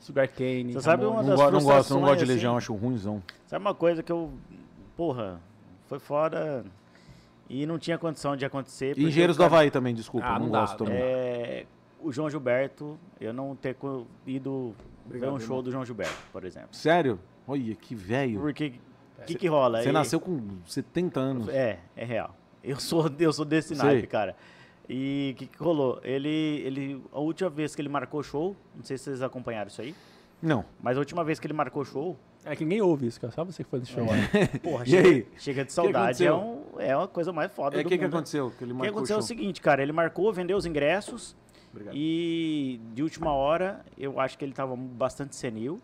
Sugar Cane. Você sabe uma Ramones. Não, das go não gosto, não frustrações, gosto de assim, Legião, acho ruimzão. Sabe uma coisa que eu. Porra, foi fora e não tinha condição de acontecer. porque E Engenheiros o do cara- Havaí também, desculpa. Ah, não, não dá, gosto também. É, o João Gilberto, eu não ter co- ido ver um show do João Gilberto, por exemplo. Sério? Olha, que velho. Porque o que, que rola? É. Você Ele- nasceu com 70 anos. É, é real. Eu sou, eu sou desse Sei. naipe, cara. E o que, que rolou? Ele, ele, a última vez que ele marcou show, não sei se vocês acompanharam isso aí, Não. mas a última vez que ele marcou show, É que ninguém ouve isso, cara. Só você que foi no show. né? porra, E chega, aí? chega de saudade, é, aconteceu? um, é uma coisa mais foda É, do o que, que mundo. né? aconteceu? Que ele O que marcou aconteceu é o show? seguinte, cara, ele marcou, vendeu os ingressos Obrigado. e de última hora, eu acho que ele tava bastante senil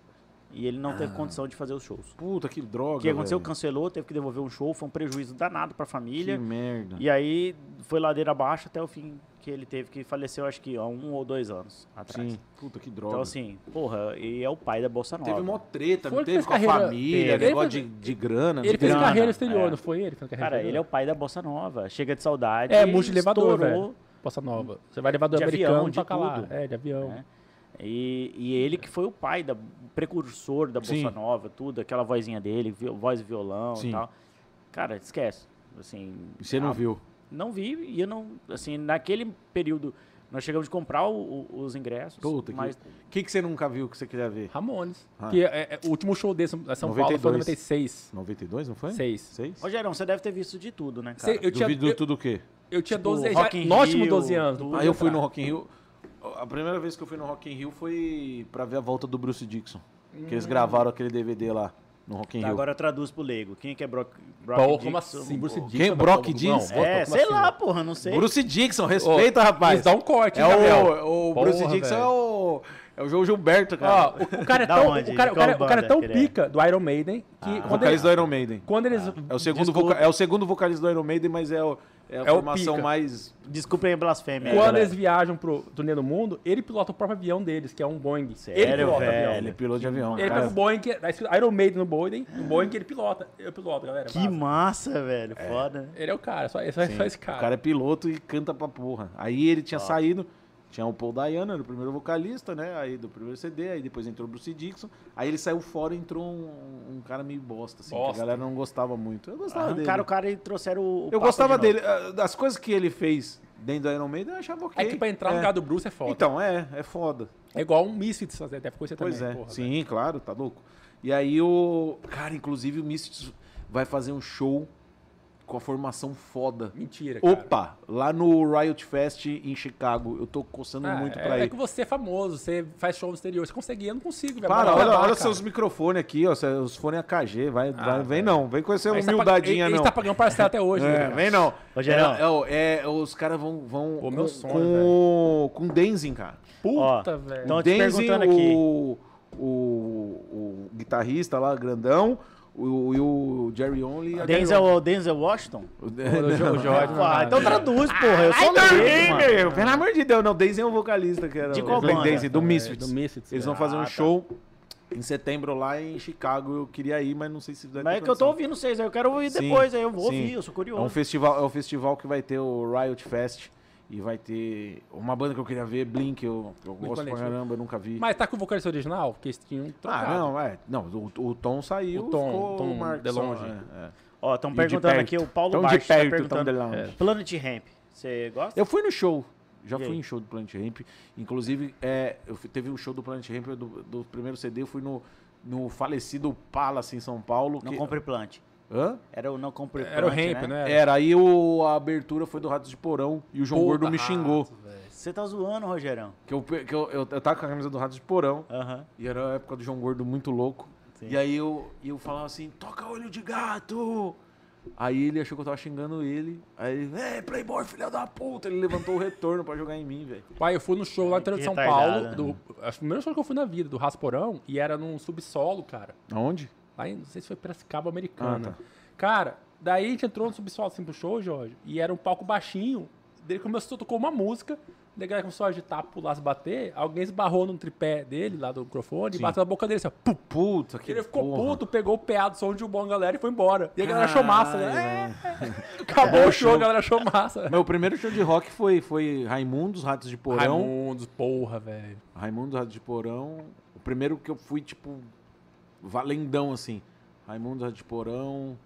e ele não Ah. teve condição de fazer os shows. Puta, que droga. O que aconteceu? velho. Cancelou, teve que devolver um show, foi um prejuízo danado pra Que família. merda. E aí foi ladeira abaixo até o fim que ele teve, que faleceu acho que há um ou dois anos atrás. Sim. Puta, que droga. Então, assim, porra, e é o pai da Bolsa Nova. teve mó treta, não Foi é que teve fez com a carreira- família, Teve. negócio Ele de, de grana. Ele fez grana, carreira exterior, é. não foi ele? que fez carreira Cara, ele é o exterior? pai da Bossa Nova. Chega de saudade. É, e multilevador, estourou, velho. Bossa nova. Você vai levar do De americano avião, de toca lá. tudo. É, de avião. né? E, e ele que foi o pai, da, precursor da Bossa Nova, tudo, aquela vozinha dele, vi- voz e violão e tal. Cara, esquece. Assim, E você não a- viu. Não vi e eu não. Assim, naquele período, nós chegamos de comprar o- o- os ingressos. Puta, mas O que, que você nunca viu que você queria ver? Ramones. Ah. Que é, é, o último show desse em São Paulo foi em 96. 92, não foi? Seis. Seis? Rogério, você deve ter visto de tudo, né, cara? Sei, eu, tinha, Duvido eu, tudo o quê? eu tinha Tipo, 12 Rock in anos. Nós tínhamos Rio, 12 anos. tudo. não Aí eu podia fui entrar. no Rock in Rio. A primeira vez que eu fui no Rock in Rio foi pra ver a volta do Bruce Dixon. Que Hum. eles gravaram aquele DVD lá no Rock in Tá, Rio. agora traduz pro leigo. Quem é que é Brock, Brock Pô, Dixon? como assim? Bruce Dixon. Quem? não, Brock não, Dixon? não, É, como sei assim? lá, porra, não sei. Bruce Dixon, respeita, Ô, rapaz. Quis dar um corte, É hein, Gabriel? o, o Bruce Porra, Dixon velho. é o, é o João Gilberto, Ó, cara. o, o cara é Da tão, onde? o cara, Qual o cara- o cara é banda tão que ele é? pica do Iron Maiden que o quando, ele- vocalista do Iron Maiden. quando eles. Ah. É o, segundo Desculpa. voca- é o segundo vocalista do Iron Maiden, mas é, o, é a É o formação pica. mais... Desculpem a blasfêmia. Quando galera. né? eles viajam pro turnê do mundo, ele pilota o próprio avião deles, que é um Boeing. ele Sério, pilota o velho? avião. Ele é piloto de avião. Ele cara. pega o Boeing, que- tá escrito Iron Maiden no Boeing, no Boeing que ele pilota. Eu piloto, galera. Que vaza. massa, velho. Foda. né? Ele é o cara, só, só, só esse cara. O cara é piloto e canta pra porra. Aí ele tinha saído, tinha o Paul Diana, era o primeiro vocalista, né? Aí do primeiro CD, aí depois entrou o Bruce Dixon. Aí ele saiu fora e entrou um, um cara meio bosta, assim, que Bosta. a galera não gostava muito. Eu gostava Arrancaram o dele. Ah, cara e trouxeram o. o Eu Papa gostava de novo. dele. Ah, Das coisas que ele fez dentro do Iron Maiden, eu achava ok. É que pra entrar no É. lugar do Bruce é foda. Então, é, é foda. é igual um Misfits fazer, até ficou você também. Pois é, porra, sim, claro, tá louco. E aí o. Cara, inclusive o Misfits vai fazer um show com a formação foda. velho. Mentira, cara. Opa, lá no Riot Fest em Chicago, eu tô coçando Ah, muito é, pra é ir. que você é famoso, você faz show no exterior. Você consegue, eu não consigo, velho. Para, Vai olha, lá, olha cara. seus microfones aqui, ó, os fones AKG, vai, vai- vem Ah, velho. não, vem com essa Aí você tá pag- humildadinha ele- não. Ele tá pagando parcela até hoje. né, É, cara? vem não. Rogério. É, é, ó, é, os caras vão, vão Pô, meu com- sonho, com, com Denzin, cara. Puta, Ó, velho. então- Tão o te perguntando aqui. o, o, o guitarrista lá, grandão, o, e o Jerry Only. Denzel, Denzel Washington? O Jo- o Jorge. não Ah, dá, então né? traduz, porra. Eu sou leigo, mano. Tá meu, pelo amor de Deus, não, Denzin é um vocalista que era De o qual Black banda? Denzin, do É, Misfits. Do Misfits. Eles velho. vão fazer um tá. show em setembro lá em Chicago. Eu queria ir, mas não sei se vai Mas é ter que eu tô condição. ouvindo vocês aí. Eu quero ouvir Sim, depois aí. Eu vou sim. ouvir, eu sou É um curioso. festival, é um festival que vai ter o Riot Fest e vai ter uma banda que eu queria ver, Blink, eu, eu gosto pra Blink-182. caramba, eu nunca vi. Mas tá com o vocalista original? Porque eles tinham trocado. ah, não, é. Não, o, o Tom saiu, O Tom- ficou Tom Mark de só, longe. é, é. Ó, estão E de perguntando perto. aqui. O Paulo Tão de Marques tá perto, tão perguntando. de longe. Planet Ramp. Você gosta? Eu fui no show. Já E fui aí? em show do Planet Ramp. Inclusive, é, eu fui- teve um show do Planet Ramp do, do primeiro CD, eu fui no, no falecido Palace em São Paulo. Não que- compre plant. Hã? Era o não compre plant, Era o Ramp, né? Era, aí o, a abertura foi do Ratos de Porão e o João Puta, Gordo me xingou. rato, velho. Você tá zoando, Rogerão. Que, eu, pe- que eu, eu, eu tava com a camisa do Ratos de Porão Aham. e era a época do João Gordo muito louco. E aí eu, e eu falava assim, toca olho de gato! Aí ele achou que eu tava xingando ele. Aí ele, é, playboy, filha da puta! Ele levantou o retorno pra jogar em mim, velho. Pai, eu fui no show lá no interior de Que São retardado, Paulo. Do, acho que o primeiro show que eu fui na vida, do Rasporão, e era num subsolo, cara. Aonde? Lá em, não sei se foi Piracicaba Americana. Cara, daí a gente entrou no subsolo assim pro show, Jorge, e era um palco baixinho. Daí começou, tocou uma música, daí a galera começou a agitar, pular, se bater. Alguém esbarrou num tripé dele, lá do microfone, e bateu na boca dele assim, ó, pum. Puta, que Ele ficou porra. puto, pegou o PA do som de um bom galera e foi embora. E a galera achou massa, né? É. Acabou o show, a galera achou massa. Meu primeiro show de rock foi, foi Raimundos, Ratos de Porão. Raimundos, porra, velho. Raimundo Rádio de Porão. O primeiro que eu fui, tipo, valendão, assim. Raimundo Rádio de Porão.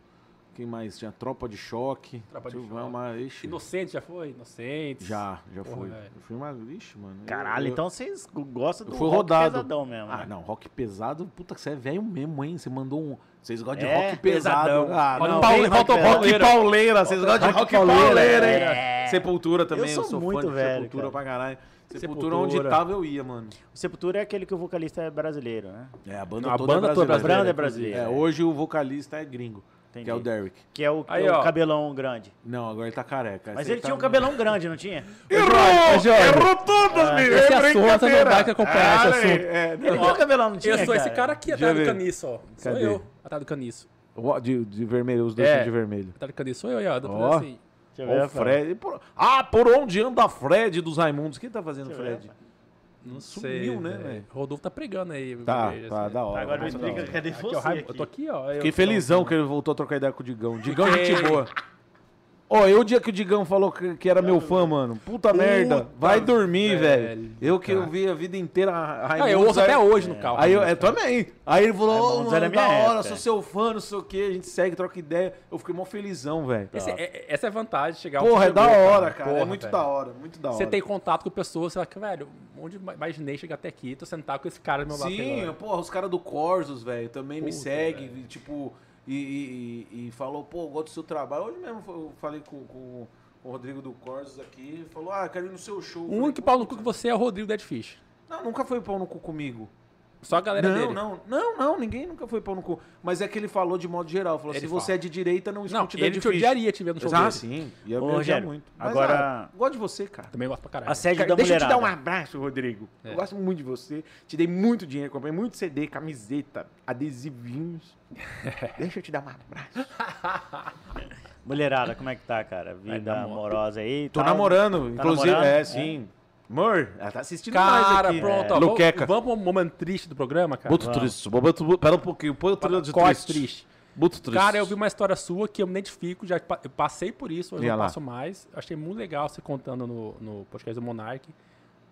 Quem mais? Tinha Tropa de Choque. Tropa de Tinha Choque. Uma, ixi, Inocente já foi? Inocente. já, já Porra, fui. velho. Eu fui uma. Ixi, mano. Caralho, eu, eu, então vocês gostam do Eu fui rock rodado. pesadão mesmo. Ah, né? não, rock pesado. Puta, você é velho mesmo, hein? Você mandou um. Vocês gostam de É, rock pesado. pesadão. Ah, Olha não. o Paule- Vem, falta o rock Pauleira. pauleira. Vocês gostam de rock pauleira, hein? Sepultura também. É. Eu sou fã muito de velho, Sepultura cara. pra caralho. Sepultura, Sepultura. onde tava, eu ia, mano. O Sepultura é aquele que o vocalista é brasileiro, né? É, a banda Não, a toda banda é toda brasileira. brasileira. Banda é brasileira, É, é. hoje o vocalista é gringo, Entendi. que é o Derek. Que é o, Aí, é o ó. cabelão grande. Não, agora ele tá careca. Mas Esse ele tá tinha um no- cabelão grande, não tinha? Errou! Errou todas, Ah, bicho! é Esse assunto não dá que acompanhar esse assunto. É, Ele tinha um cabelão, não tinha? Eu sou esse cara aqui, Deixa eu atrás do ver. caniço, ó. Sou Cadê? eu, atrás do caniço. Ó, De, de vermelho, os dois É. são de vermelho. Atrás do caniço sou eu, aí, ó. Tá fazendo Ó. assim. Deixa eu ver, Ó, o Rafael. Fred. Por- Ah, por onde anda Fred dos Raimundos? Quem tá fazendo Deixa eu ver, Fred? Não Sumiu, né, velho? Rodolfo tá pregando aí. Tá, igreja, tá, assim. da hora. Agora me Nossa, da explica, hora. cadê Aqui, ó, você? Raimundo, eu aqui? tô aqui, ó. Fiquei eu- felizão que ele voltou a trocar ideia com o Digão. Digão, é Fiquei. gente boa. Ó, eu o dia que o Digão falou que, que era meu fã, mano. Puta, merda. Vai dormir, velho. velho, Eu que eu vi a vida inteira. a- a Ah, eu Raimundos, ouço aí- até hoje no carro. Aí eu, é, também. Aí ele falou, ô, Raimundos mano, era da minha hora, época. sou seu fã, não sei o quê. A gente segue, troca ideia. Eu fiquei mó felizão, velho. Esse- é- é- essa é a vantagem, chegar ao Tá. Porra, é seu da gosto, hora, cara. é Porra, muito velho. da hora, muito da hora. Você tem contato com pessoas, você fala, que, velho, onde ma- imaginei chegar até aqui, tô sentado com esse cara do meu lado. Sim, agora. porra, os caras do Corsos, velho, também me Puta, seguem, e, tipo, e, e, e- e falou, pô, eu gosto do seu trabalho. Hoje mesmo eu falei com, com o Rodrigo do Corsos aqui, ele falou, ah, quero ir no seu show. Eu O falei, único pô, pau no cu que você é o Rodrigo Dead Fish. Não, nunca foi pau no cu comigo. Só a galera Não, dele. não, não, não, ninguém nunca foi pau no cu. Mas é que ele falou de modo geral, falou, Ele se você fala. é de direita, não Não, escute ele te odiaria te ver no show Ah, dele. sim, ia Ô, me odiar Rogério, muito. Mas, agora- ah, gosto de você, cara. Também gosto pra caralho. A sede Cara, da deixa eu te É. mulherada. dar um abraço, Rodrigo. Eu gosto muito de você. Te dei muito dinheiro, comprei muito CD, camiseta, adesivinhos. deixa eu te dar um abraço. Mulherada, como é que tá, cara? Vida namora. amorosa aí. e Tô tal. namorando, Tá inclusive. namorando? É, sim. Amor, ela tá assistindo mais Cara, aqui. pronto, é. ó. Luqueca. Vamos, vamos pro momento triste do programa, cara. Muito triste. Momento, pera um pouquinho. Põe o trilho de Corte triste. triste. Muito triste. Cara, eu vi uma história sua que eu me identifico, já pa- eu passei por isso, hoje Ia não lá. passo mais. Achei muito legal você contando no, no podcast do Monark.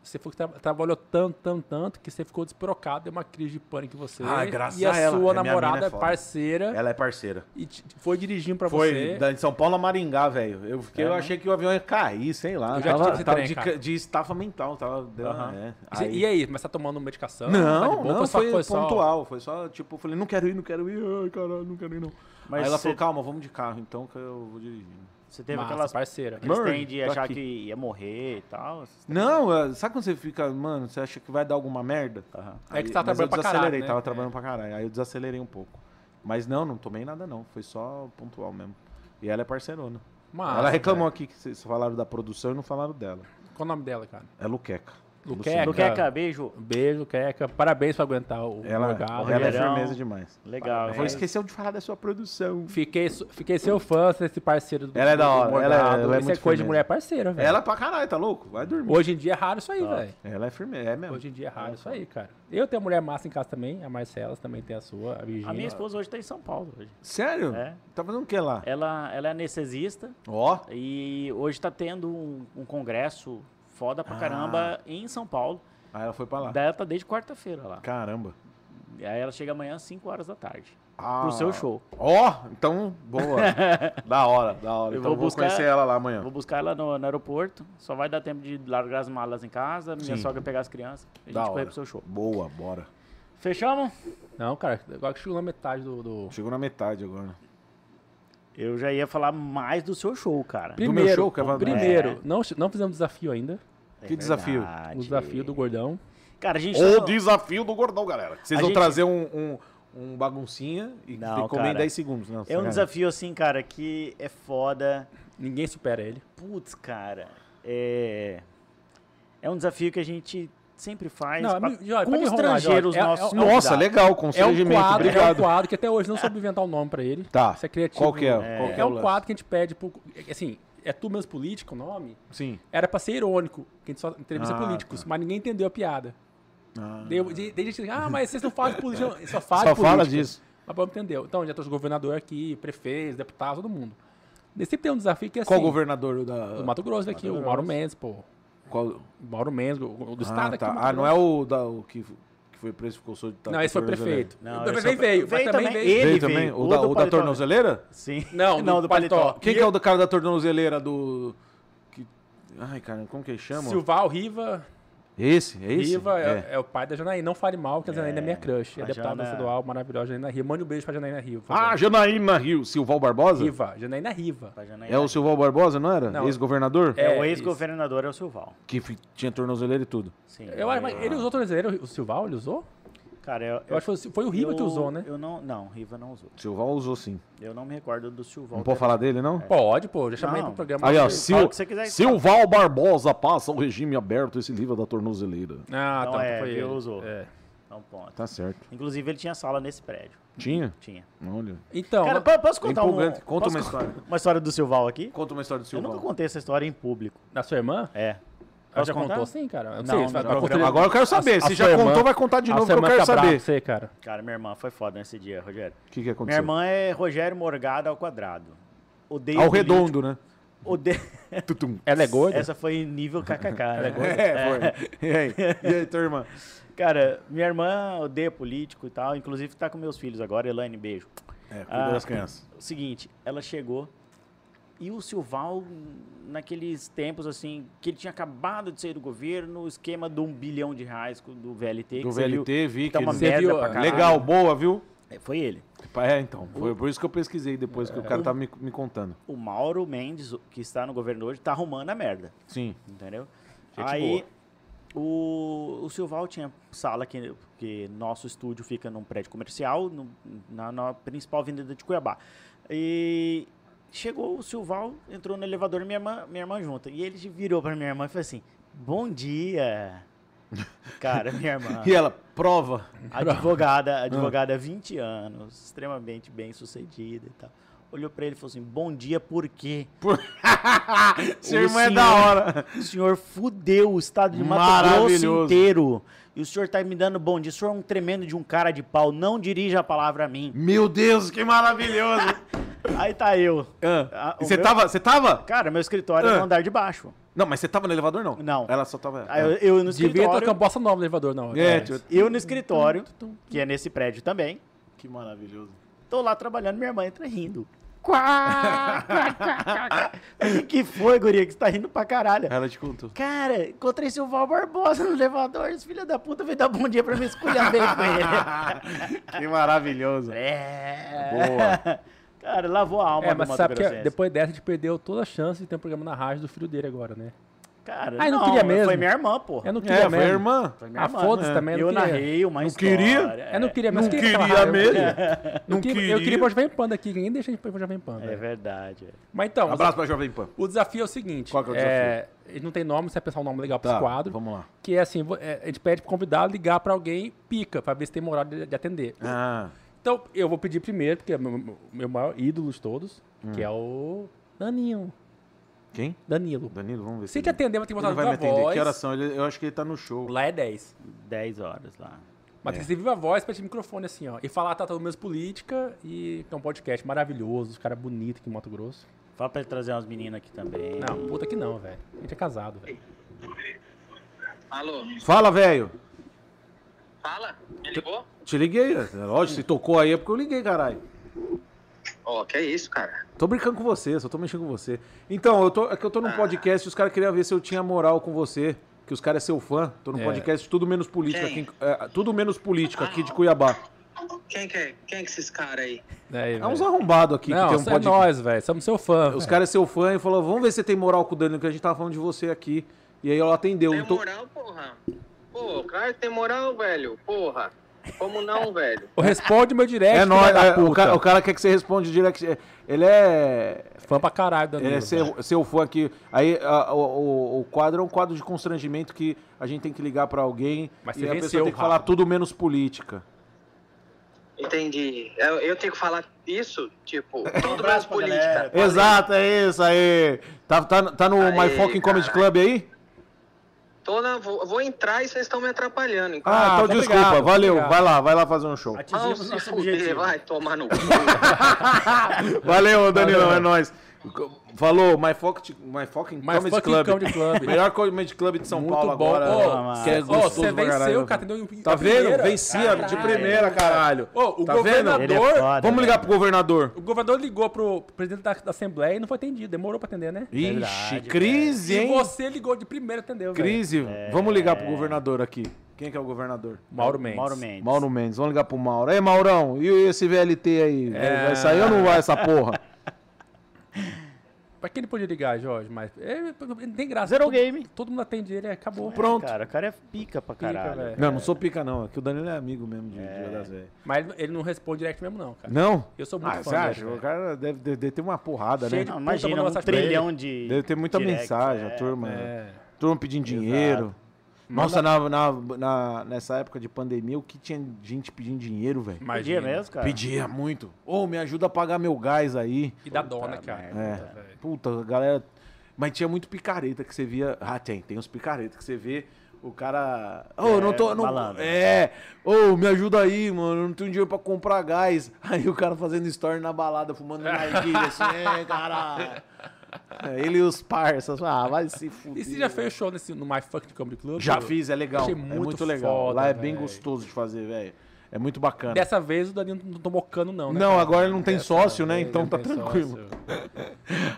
Você falou que tra- trabalhou tanto, tanto, tanto, que você ficou despirocado, deu uma crise de pânico em você. Ah, graças E a, a sua ela. É, minha mina namorada, é foda. parceira, Ela é parceira. e te- foi dirigindo pra Foi você. da, de São Paulo a Maringá, velho. Eu, fiquei, eu achei que o avião ia cair, sei lá. Eu já tava tive esse tava trem, de, cara. ca- de estafa mental. Tava, é. E você- E aí, mas tá tomando medicação? tá de Não, boa, não, só- foi, só- pontual. Foi só, tipo, eu falei, não quero ir, não quero ir. Ai, caralho, não quero ir, não. Mas Aí ela cê- falou, calma, vamos de carro, então, que eu vou dirigindo. Você teve Massa, aquelas parceira. aqueles Murray, trem de tá achar aqui. que ia morrer e tal. Não, é, sabe quando você fica, mano, você acha que vai dar alguma merda? Aham. É que você tá mas trabalhando pra eu caralho, desacelerei, né? tava trabalhando pra caralho. Aí eu desacelerei um pouco. Mas não, não tomei nada não, foi só pontual mesmo. E ela é parcerona. Massa, ela reclamou aqui que vocês falaram da produção e não falaram dela. velho. Qual o nome dela, cara? É Luqueca. Luqueca. Luqueca, beijo. Um beijo, Queca. Parabéns por aguentar o Ela, morgado. ela é Rogerião. firmeza demais. Legal. Ela falou, né? esqueceu de falar da sua produção. Fiquei, su- fiquei seu fã, ser esse parceiro do Ela é da do hora, Morgado. ela é- ela é Isso coisa muito de firmeza. mulher parceira, velho. Ela é pra caralho, tá louco? Vai dormir. Hoje em dia é raro isso aí, velho. Ela é firme, é mesmo. Hoje em dia é raro isso aí, cara. Eu tenho mulher massa em casa também, a Marcela também tem a sua, a Virgínia. A minha esposa hoje tá em São Paulo. Hoje. Sério? É. Tá fazendo o que lá? Ela, ela é anestesista Ó. e hoje tá tendo um, um congresso foda pra Ah. caramba em São Paulo. Aí ela foi pra lá. Daí ela tá desde quarta-feira lá. Caramba. Aí ela chega amanhã às 5 horas da tarde. Ah. Pro seu show. Ó, então, boa. da hora, da hora. Eu então vou buscar- conhecer ela lá amanhã. Vou buscar ela no, no aeroporto. Só vai dar tempo de largar as malas em casa, minha sogra pegar as crianças. A gente Da correr hora. pro seu show. Boa, bora. Fechamos? Não, cara, agora que chegou na metade do. do- Chegou na metade agora. Eu já ia falar mais do seu show, cara. Primeiro, meu show, que é eu vou- primeiro não, não fizemos desafio ainda. que desafio? É verdade. O desafio do gordão. Cara, a gente. O tá- desafio do gordão, galera. Vocês A vão gente- trazer um, um, um baguncinha e Não, tem que comer em cara. 10 segundos. né? Não, É um sacanagem. desafio, assim, cara, que é foda. Ninguém supera ele. Putz, cara. É. É um desafio que a gente sempre faz Não, pra amigo, Jorge, pode enrolar, constranger Jorge. os É- é- nossos. Nossa, convidados. legal, É um constrangimento. quadro, é um Obrigado. quadro que até hoje não soube inventar o nome pra ele. Tá. Isso é criativo. Qual que é? Qual que É, é o um lance? quadro que a gente pede pro. é, Assim, é tu menos político o nome? Sim. Era pra ser irônico, que a gente só entrevista Ah, políticos, mas ninguém entendeu a piada. Daí de, daí a gente, ah, mas vocês não falam de política, não, só falam Só de política. fala disso. Mas vamos entender. Então, já trouxe governador aqui, prefeitos, deputados, todo mundo. Daí sempre tem um desafio que é assim. Qual governador da. O Mato Grosso daqui, o Mauro Mendes, pô. Qual... O Mauro Mendes, o- o do Ah, estado tá. aqui. ah, não é o, da, o que, que foi preso e ficou solto. de né? Não, esse foi tornozeleira. prefeito. Não, o esse prefeito foi- veio, mas veio também também veio. Ele Veio também? veio. O, O da, do o da paletó. tornozeleira? Sim. Não, do paletó. Quem que é o do cara da tornozeleira do. Que... Ai, cara, como que ele chama? Silval Riva, Esse, é esse? Riva é. É. é o pai da Janaína. Não fale mal, que a Janaína é, minha crush. É a deputada Jana- estadual, maravilhosa, Janaína Riva. Mande um beijo pra Janaína Riva. por Ah, favor. Janaína Rio. Silval Barbosa? Riva, Janaína Riva. Pra Janaína. É o Silval Barbosa, não era? Não. Ex-governador? É, É, o isso. ex-governador é o Silval. Que fi- tinha tornozeleira e tudo. Sim. é Eu, acho- mas ele usou tornozeleira, o Silval, ele usou? Cara, eu, Eu acho que foi- foi o Riva que eu- usou, né? Eu não, não, Riva não usou. Silval usou sim. Eu não me recordo do Silval. Não pode falar dele, não? Pode, pô, já chamei Não. pro programa. Aí, ó, Não, Sil... o que você quiser. Silval Barbosa passa ao regime aberto esse livro da tornozeleira. Ah, Não, tá, é, foi ele ele. usou. É. É um ponto. Tá certo. Inclusive, ele tinha sala nesse prédio. Tinha? Tinha. Olha. Então, Cara, mas- po- posso contar um, Empolgante. Conta posso uma con- história. uma história do Silval aqui? Conta uma história do Eu nunca Silvão. contei essa história em público. da sua irmã? É. Ela Posso já contar? contou sim, cara? Eu Não, sei, vai- no vai programa. contar- Agora eu quero A- a saber. Se sua já irmã- contou, vai contar de a novo que sua eu irmã quero tá brava com saber. Você, cara. Cara, minha irmã foi foda nesse dia, Rogério. O que, que Minha aconteceu? irmã é Rogério Morgado ao quadrado. Odeio Ao política- redondo, né? Odeio... Tutum. Ela é gorda? Essa foi em nível KKK, né? É, foi. E aí? E aí, tua irmã? Cara, minha irmã odeia político e tal. Inclusive, tá com meus filhos agora. Elaine, beijo. É, cuida Ah, das crianças. O seguinte, ela chegou e o Silval, naqueles tempos assim, que ele tinha acabado de sair do governo, o esquema do um bilhão de reais co- do VLT. Do que você viu, VLT, vi que... tá uma eles- Você merda viu, pra ah, caralho. Legal, boa, viu? É, Foi ele. É, então. Foi É. por isso que eu pesquisei depois que o cara tava me, me contando. O Mauro Mendes, o- que está no governo hoje, tá arrumando a merda. Sim. Entendeu? Gente Aí o, o Silval tinha sala que, que nosso estúdio fica num prédio comercial, no- na, na principal avenida de Cuiabá. E chegou o Silval, entrou no elevador minha irmã, minha irmã junto. E ele virou pra minha irmã e falou assim: Bom dia! Cara, minha irmã. E Ah. ela, prova. Advogada, advogada há 20 anos, extremamente bem sucedida e tal. Olhou pra ele e falou assim: Bom dia, por quê? Sua O irmã é da senhor- hora. O senhor fudeu o estado de Mato Grosso Maravilhoso. inteiro. E o senhor tá me dando bom dia. O senhor é um tremendo de um cara de pau. Não dirija a palavra a mim. Meu Deus, que maravilhoso. Aí tá eu. Ah, Ah, e o você meu- tava? Você tava? Cara, meu escritório é Ah. no andar de baixo. Não, mas você tava no elevador, não? Não. Ela só tava. Aí eu, eu no Devia tocar escritório. bossa nova no elevador, não. É, cara. tipo- Eu no escritório, que é nesse prédio também. Que maravilhoso. Tô lá trabalhando, minha irmã entra rindo. Quá, quá, quá, quá. Falei, que foi, guria, que você tá rindo pra caralho? Ela é te contou. Cara, encontrei seu Val Barbosa no elevador. Esse filho da puta veio dar bom dia pra me escolher bem com ele. que maravilhoso. É. Boa. Cara, lavou a alma É, do mas Mato sabe que Grossense. depois dessa a gente perdeu toda a chance de ter um programa na rádio do filho dele agora, né? Cara, Ah, eu não, não queria Foi mesmo. minha irmã, porra. Eu não É, queria foi a mesmo. irmã. Foi minha Ah, irmã. né? foda-se também. Eu não queria. narrei uma história. queria? É, Eu não queria, mas Não queria, que tava queria raiva, mesmo? Eu queria, Não eu queria. Eu queria. queria pra Jovem Pan daqui, ninguém deixa a gente pra Jovem Pan. É velho. verdade. é. Mas então, Abraço pra Jovem Pan. o desafio é o seguinte. Qual que é o ele não tem nome, você vai pensar um nome legal pra Tá, esse quadro. vamos lá. Que é assim, vo- é, a gente pede pro convidado ligar pra alguém, pica, pra ver se tem moral de, de atender. Ah, Então, eu vou pedir primeiro, porque é o meu, meu maior ídolo de todos, que é o Daninho. Hum. quem? Danilo. Danilo, vamos ver Se ele- te atender, vai ter que ele botar não vai na me atender. voz. Que horas são? Ele- eu acho que ele tá no show. Lá é 10. 10 horas lá. Mas tem que ser viva voz pra esse microfone assim, ó. E falar, tá, tá menos política e que é um podcast maravilhoso, os caras bonitos aqui em Mato Grosso. Fala pra ele trazer umas meninas aqui também. Não, puta que não, velho. A gente é casado, velho. Alô, Fala, velho. fala? Me ligou? Te liguei. é Lógico, se tocou aí é porque eu liguei, caralho. Ó, que é isso, cara. Tô brincando com você, só tô mexendo com você. Então, eu tô, é que eu tô num podcast e os caras queriam ver se eu tinha moral com você. Que os caras é seu fã. Tô num É. podcast Tudo Menos Política aqui. Quem? em- é, tudo Menos Política aqui de Cuiabá. Quem que é, quem que é esses caras aí? Daí, É velho. uns arrombados aqui Não, que tem um isso é podcast. nós, velho. Somos seu fã. Os velho. caras é seu fã e falou: vamos ver se você tem moral com o Danilo, que a gente tava falando de você aqui. E aí ela atendeu. Tem um então- moral, porra? Pô, claro que tem moral, velho. Porra. Como não, velho? Ô, Responde meu direct, É filha nóis, um da é, o, puta. cara, o cara quer que você responda direct. é, Ele é. Fã pra caralho, Danilo. Ele é velho. seu, seu fã aqui. Aí a- o, o- o quadro é um quadro de constrangimento que a gente tem que ligar pra alguém Mas e você a pessoa venceu, tem que falar Rafa. tudo menos política. Entendi. Eu, eu tenho que falar isso? Tipo, tudo Um abraço mais pra política. galera. Exato, é isso aí. Tá, tá, tá no Aí, My Fucking Comedy Club aí? Tô na, vou, vou entrar e vocês estão me atrapalhando. então. Ah, então tá, desculpa. obrigado, Valeu. obrigado. Vai lá, vai lá fazer um show. Vão Atingimos se nosso fuder, objetivo. Ah, vai tomar no cu. tá Valeu, Danilão, é nóis. Falou, My, Fuck, My Fucking My Comedy fucking Club. Comedy Club. Melhor Comedy Club de São Muito Paulo bom. agora. Ô, que é ô, gostoso você pra caralho. venceu, cara, entendeu? Tá A vendo? primeira. Vencia de Caralho. primeira, caralho. Ô, o Tá vendo? Ele é governador. foda, né? Vamos ligar velho. pro governador. O governador ligou pro presidente da, da Assembleia e não foi atendido. Demorou pra atender, né? Ixi, Verdade, crise, E hein? você ligou de primeira e atendeu, velho. Crise. É. Vamos ligar pro governador aqui. Quem que é o governador? Mauro Mendes. Mauro Mendes. Mauro Mendes. Vamos ligar pro Mauro. Ei, Maurão, e esse VLT aí? É. Vai sair ou não vai essa porra? Pra quem ele podia ligar, Jorge? Mas é, não tem graça. Zero todo, game. Todo mundo atende ele, acabou. Pronto. Cara, o cara é pica pra caralho. velho. Não, não sou pica, não. É que o Danilo é amigo mesmo de, de das velhas. Mas ele- ele não responde direct mesmo, não, cara. Não? Eu sou muito fã ah, você dele, acha? velho. O cara deve, deve- deve ter uma porrada, Cheio né? de- Não, Puta, imagina, mandou um mensagem pra ele. trilhão de. Deve ter muita directs, mensagem, é. a turma. É. Turma pedindo dinheiro. Nossa, na, na, na- nessa época de pandemia, o que tinha gente pedindo dinheiro, velho? Pedia mesmo, cara. Pedia muito. Ô, me ajuda a pagar meu gás aí. E da dona, cara. É. Puta, a galera. Mas tinha muito picareta que você via. Ah, tem, tem uns picareta que você vê. O cara. Ô, não tô. Não... né? malandro. É. Ô, me ajuda aí, mano. eu Não tenho dinheiro pra comprar gás. Aí o cara fazendo story na balada, fumando narguilha, assim, é, cara. É, Ele e os parças. Ah, vai se fuder. E você já fez show nesse, no My Fucking Comedy Club? Já fiz, é legal. Achei é muito muito, legal. foda, Lá é bem véi. gostoso de fazer, velho. É muito bacana. Dessa vez o Danilo não tomou cano, não, né? Não, cara? agora ele não tem Dessa sócio, né? vez Então não tá tem tranquilo. sócio.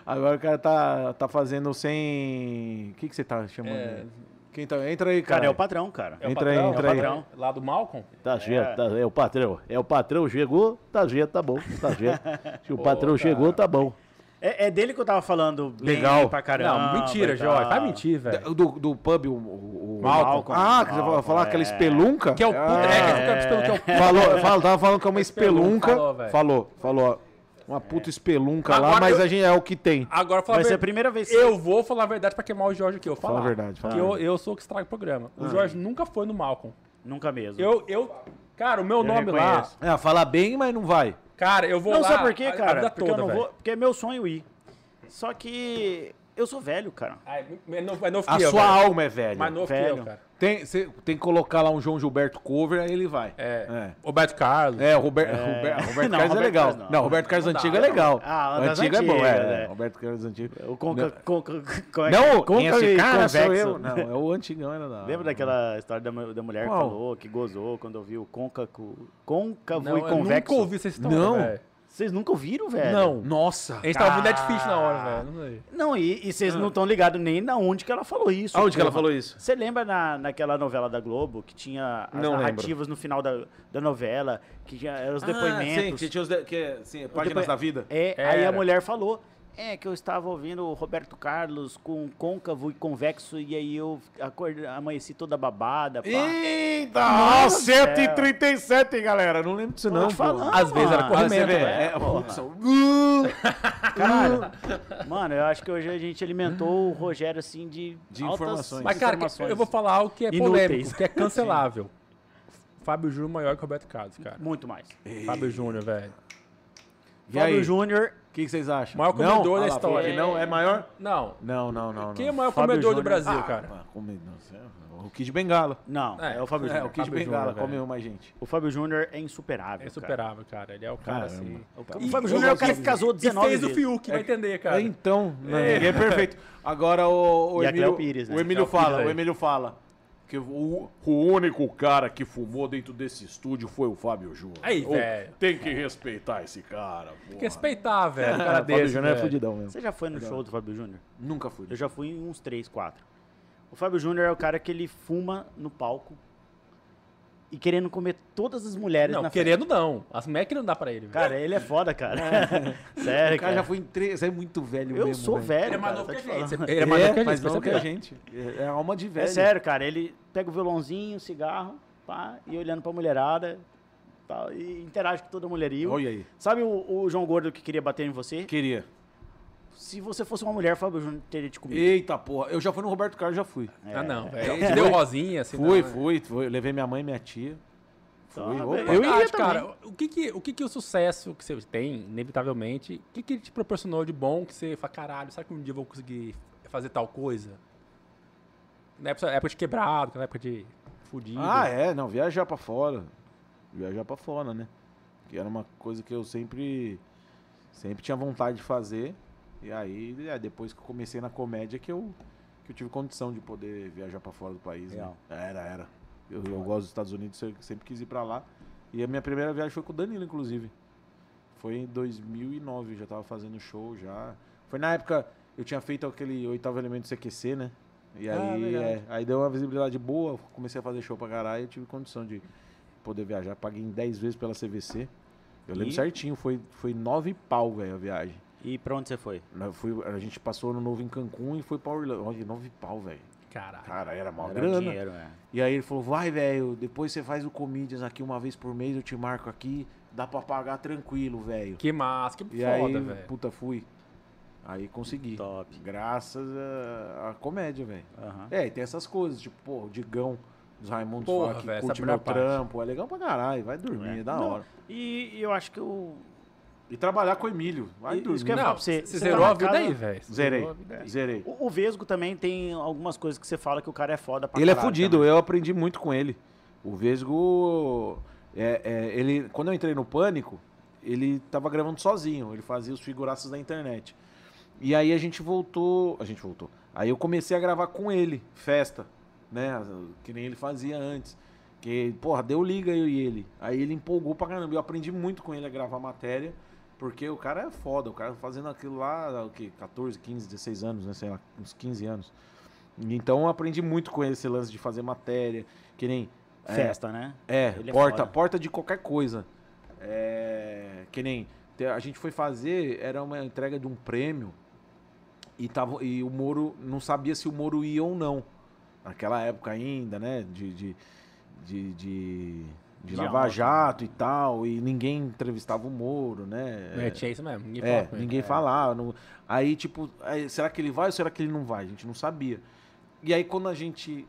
Agora o cara tá, tá fazendo sem. O que, que você tá chamando? É. ele? Quem tá... Entra aí, cara. Cara, é o patrão, cara. É o Entra aí, patrão, entra é o aí. patrão. Lá do Malcolm? Tá certo, tá- é o patrão. É o patrão chegou, tá certo, tá bom, tá certo. Se o patrão chegou, tá bom. É, é dele que eu tava falando bem Legal. pra Não, caramba. mentira, e tal. Jorge. tá Vai mentir, velho. Do, do pub, o. o, o... Malcolm. Ah, que você Malcolm, vai falar aquela é. espelunca? Ah, Que é o puto. É, que eu quero saber o que é o puto. Falou, fala- tava falando que é uma Espelunca, espelunca. falou, velho. É. Falou, falou. Uma puta espelunca lá, Agora mas eu- a gente é o que tem. Agora fala Vai a ser a verdade. primeira vez. Eu vou falar a verdade pra queimar o Jorge aqui. Eu falo. Fala a verdade, fala Que a eu, verdade. Ah. eu sou o que estraga o programa. O Jorge nunca foi no Malcolm. Nunca mesmo. Eu, eu. Cara, o meu nome lá. reconheço. É, fala bem, mas não vai. Cara, eu vou Não, lá. sabe por quê, a- a cara? vida Porque eu toda, não velho. vou. Porque é meu sonho ir. Só que eu sou velho, cara. Ai, muito- é novo, é novo A que eu, sua velho. alma é velha. Mais novo que eu, velho. cara. Tem, cê, tem que colocar lá um João Gilberto cover, aí ele vai. É. Roberto Carlos. É, o Roberto, Roberto, Roberto Não, Carlos é Roberto legal. Carlos não. não. Roberto Carlos dá, antigo é não. legal. Ah, o das antigo é bom, antigas, é. né? Roberto Carlos antigo. O Conca. Conca. como é que é? Não, Conca quem esse e cara sou convexo. eu. Não, é o antigão, era da Lembra daquela história da, mu- da mulher Qual? que falou, que gozou quando ouviu o conca, co- côncavo Não, e eu nunca convexo? ouvi essa história, Não. velho. Vocês nunca ouviram, velho? Não. Nossa. A gente tá ouvindo Netflix na hora, velho. Não sei. Não, e, e vocês não estão ligados nem na onde que ela falou isso. Ah. Aonde que ela porra. falou isso? Você lembra na, naquela novela da Globo que tinha as Não narrativas no final da, da novela, que tinha eram os Ah, sim, depoimentos? que tinha os de- que é, sim, é Páginas depois- da Vida. É, aí Era. a mulher falou. É, que eu estava ouvindo o Roberto Carlos com côncavo e convexo, e aí eu acorde, amanheci toda babada. Pá. Eita! Nossa, 137, hein, galera. Não lembro disso, Tô não. te pô. falando, Às vezes era mano. Ah, você corrimento, vê. velho. É, porra. putz, Caralho. Mano, eu acho que hoje a gente alimentou o Rogério assim de, De altas informações. Mas, cara, que- eu vou falar algo que é Inúteis. polêmico, que é cancelável. Fábio Júnior é maior que Roberto Carlos, cara. Muito mais. Fábio Júnior, velho. E Fábio aí, o Júnior, que que vocês acham? Maior comedor Não? da Ah lá, falou história. que Não, é maior? Não. Não, não, não. Quem é não. o maior Fábio comedor do Júnior. Brasil, Ah, cara? pá, come- não sei, O Kid Bengala. não, é, É, o Fábio É, Júnior. o Kid Fábio Bengala Júnior, velho. comeu mais gente. O Fábio Júnior é insuperável. É insuperável, cara. Ele é o cara, assim. Cara. O Fábio Júnior é o cara que casou E 19 fez o vezes. É Fiuk, vai entender, cara. Então, não, ninguém é perfeito. Agora o, o E a Emílio, Cleo Pires, né? o Emílio Cleo fala, Pires aí. o Emílio fala que o, o único cara que fumou dentro desse estúdio foi o Fábio Júnior. Aí, Ô, velho. Tem que respeitar esse cara, Tem porra. que respeitar, velho. O cara Fábio desse, Júnior é velho. fudidão mesmo. Você já foi no show do Fábio Júnior? Nunca fui. Eu já fui em uns 3, 4. O Fábio Júnior é o cara que ele fuma no palco e querendo comer todas as mulheres Não, na querendo não. As MEC não dá pra ele, frente. velho. Cara, ele é foda, cara. Sério, É. O cara cara. já foi em três, é muito velho Eu mesmo, sou velho. velho, Ele é mais cara, novo tô que a te falando. gente. Ele é mais novo que a gente, É, mas não que a percebeu? gente. É é alma de velho. É sério, cara. Ele pega o violãozinho, o cigarro, pá, e olhando pra mulherada tal, e interage com toda a mulherio. Olha aí. Sabe o, o João Gordo que queria bater em você? Queria. Se você fosse uma mulher, Fábio Júnior teria te comido. Eita porra, eu já fui no Roberto Carlos, já fui. Ah, não, velho. Você deu rosinha, assim. É. Fui, não, né? fui, fui. Eu Levei minha mãe e minha tia. Então, Fui, é opa. verdade. Eu Verdade, ia cara. O que que, o que que o sucesso que você tem, inevitavelmente, o que que ele te proporcionou de bom que você fala, caralho, será que um dia eu vou conseguir fazer tal coisa? Na época, época de quebrado, na época de fudido. Ah, é, não, viajar pra fora. Viajar pra fora, né? Que era uma coisa que eu sempre sempre tinha vontade de fazer. E aí, é, depois que eu comecei na comédia que eu que eu tive condição de poder viajar pra fora do país, né? Real. Era, era. Eu, eu gosto dos Estados Unidos, eu sempre quis ir pra lá. E a minha primeira viagem foi com o Danilo, inclusive. Foi em 2009, eu já tava fazendo show já. Foi na época eu tinha feito aquele oitavo elemento CQC, né? E Ah, aí, é, aí deu uma visibilidade boa, comecei a fazer show pra caralho, eu tive condição de poder viajar. Paguei em 10 vezes pela CVC. Eu lembro E? certinho, foi, foi nove pau, velho, a viagem. E pra onde você foi? Nós fui- a gente passou ano novo em Cancún e foi pra Orlando. Olha, nove pau, velho. Caralho. Cara, era um é. mó Era grana. dinheiro, né? E aí ele falou, vai, velho, depois você faz o Comedians aqui uma vez por mês, eu te marco aqui, dá pra pagar tranquilo, velho. Que massa, que E foda, aí, velho. puta, fui. Aí consegui. Top. Graças à, à comédia, velho. Aham. É, e tem essas coisas, tipo, pô, o Digão, os Raimundos Porra, falam que velho, essa curte é a melhor meu trampo. É legal pra caralho, vai dormir, é da Não, hora. E e eu acho que o. E trabalhar com o Emílio, vai Isso dormir. que eu ia falar pra você. Você tá zerou na a vida casa- aí, velho. Você Zerei, zerou a vida aí. zerei. O, o Vesgo também tem algumas coisas que você fala que o cara é foda pra Ele é caralho fudido, também. eu aprendi muito com ele. O Vesgo, é, é, ele, quando eu entrei no Pânico, ele tava gravando sozinho, ele fazia os figuraços da internet. E aí a gente voltou, a gente voltou. Aí eu comecei a gravar com ele, festa, né, que nem ele fazia antes. Que, porra, deu liga eu e ele. Aí ele empolgou pra caramba. Eu aprendi muito com ele a gravar matéria, porque o cara é foda, o cara fazendo aquilo lá, o quê? 14, 15, 16 anos, né, sei lá, uns 15 anos. Então eu aprendi muito com esse lance de fazer matéria, que nem. é, Festa, né? É, Ele é porta, foda. porta de qualquer coisa. É, que nem. te- A gente foi fazer, era uma entrega de um prêmio e, tava, e o Moro não sabia se o Moro ia ou não. Naquela época ainda, né? De. de, de, de- de De Lava alta. Jato e tal, e ninguém entrevistava o Moro, né? É, tinha isso mesmo. Ninguém É, fala com ele. ninguém falava. não- Aí, tipo, aí, será que ele vai ou será que ele não vai? A gente não sabia. E aí, quando a gente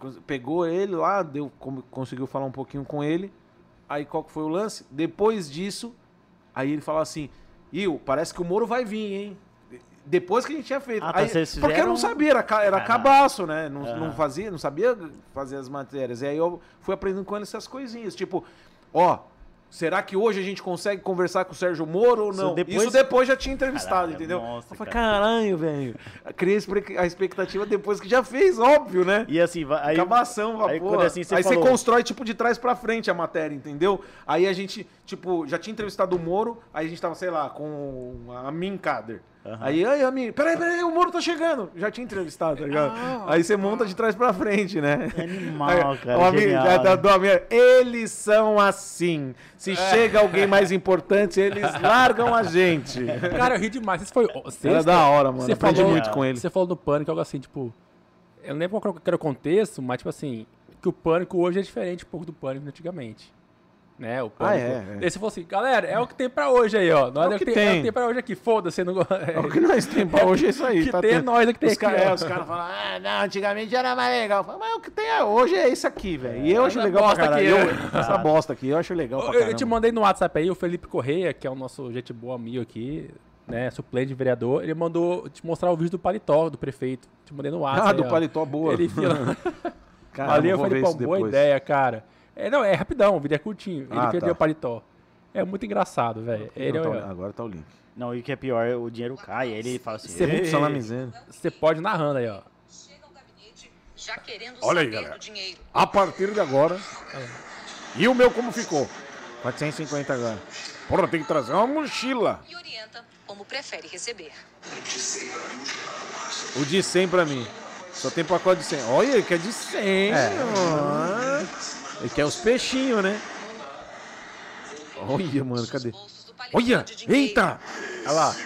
cons- pegou ele lá, deu, com- conseguiu falar um pouquinho com ele. Aí, qual que foi o lance? Depois disso, aí ele falou assim: Iu, parece que o Moro vai vir, hein? De- Depois que a gente tinha feito. Ah, tá, aí, vocês Porque eu não fizeram- sabia, era, ca- era Ah. cabaço, né? Não, Ah. não fazia, não sabia fazer as matérias. E aí eu fui aprendendo com ele essas coisinhas. Tipo, ó, será que hoje a gente consegue conversar com o Sérgio Moro ou Isso não? depois- Isso depois já tinha entrevistado, Caralho, tá é entendeu? nossa, eu falei, cara. caralho, velho. Criei a expre- a expectativa depois que já fez, óbvio, né? E assim, va- aí. Acabação, aí aí, quando assim você aí falou- você constrói, tipo, de trás pra frente a matéria, entendeu? Aí a gente, tipo, já tinha entrevistado o Moro, aí a gente tava, sei lá, com a Amin Kader. Aí, ai, Amin, peraí, peraí, o Moro tá chegando. Já tinha entrevistado, tá ligado? aí você monta de trás pra frente, né? Ah. Animal, Aí, cara, o Amin- genial, já- né? é, do Amin, eles são assim. É. Se chega alguém mais importante, eles largam a gente. Cara, eu ri demais. Isso foi. o- Era sexta? da hora, mano. Você Aprendi falou- muito com ele. Você falou do pânico, algo assim, tipo. Eu não lembro qual que era o contexto, mas, tipo assim, que o pânico hoje é diferente um pouco do pânico de antigamente. Né? O pânico. é, é. Daí você falou assim, galera, é o que tem pra hoje aí, ó. Nós É o que é o tem. que tem pra hoje aqui. Foda-se, não go- É o que nós temos pra hoje é isso aí. que tá tem é tendo. nós, é que tem Os aqui, caras ó. cara falam, ah, não, antigamente era mais legal. Eu falo, Mas o que tem hoje é isso aqui, velho. E eu acho essa legal pra bosta é. caralho. aqui, Eu- essa bosta aqui, eu acho legal pra Eu, tipo, eu te caramba. mandei no WhatsApp aí, o Felipe Correia, que é o nosso gente boa amigo aqui, né, suplente de vereador, ele mandou te mostrar o vídeo do paletó do prefeito. Te mandei no WhatsApp. Ah, aí, do ó. paletó boa. Ele filou. Cara, ali eu eu vou falei, ver pô, isso boa depois. ideia, cara. É, não, é rapidão, o vídeo é curtinho. Ele Ah, perdeu tá. o paletó. É muito engraçado, velho. Ele Não, é- tá o- agora tá o link. Não, e o que é pior, o dinheiro cai. Aí ele fala assim. Você- "Ei, Putz, salamezinho. Você pode ir narrando aí, ó. chega ao gabinete já querendo Olha aí, saber galera. do dinheiro. A partir de agora. E o meu como ficou? 450 agora. Porra, tem que trazer uma mochila. E orienta como prefere receber. O de 100 pra mim. Só tem pacote de 100. Olha, ele quer de 100. ó. Ele quer os peixinhos, né? Olha, mano, cadê? Bolsos do paletó Olha! de dinheiro. Eita! Olha lá.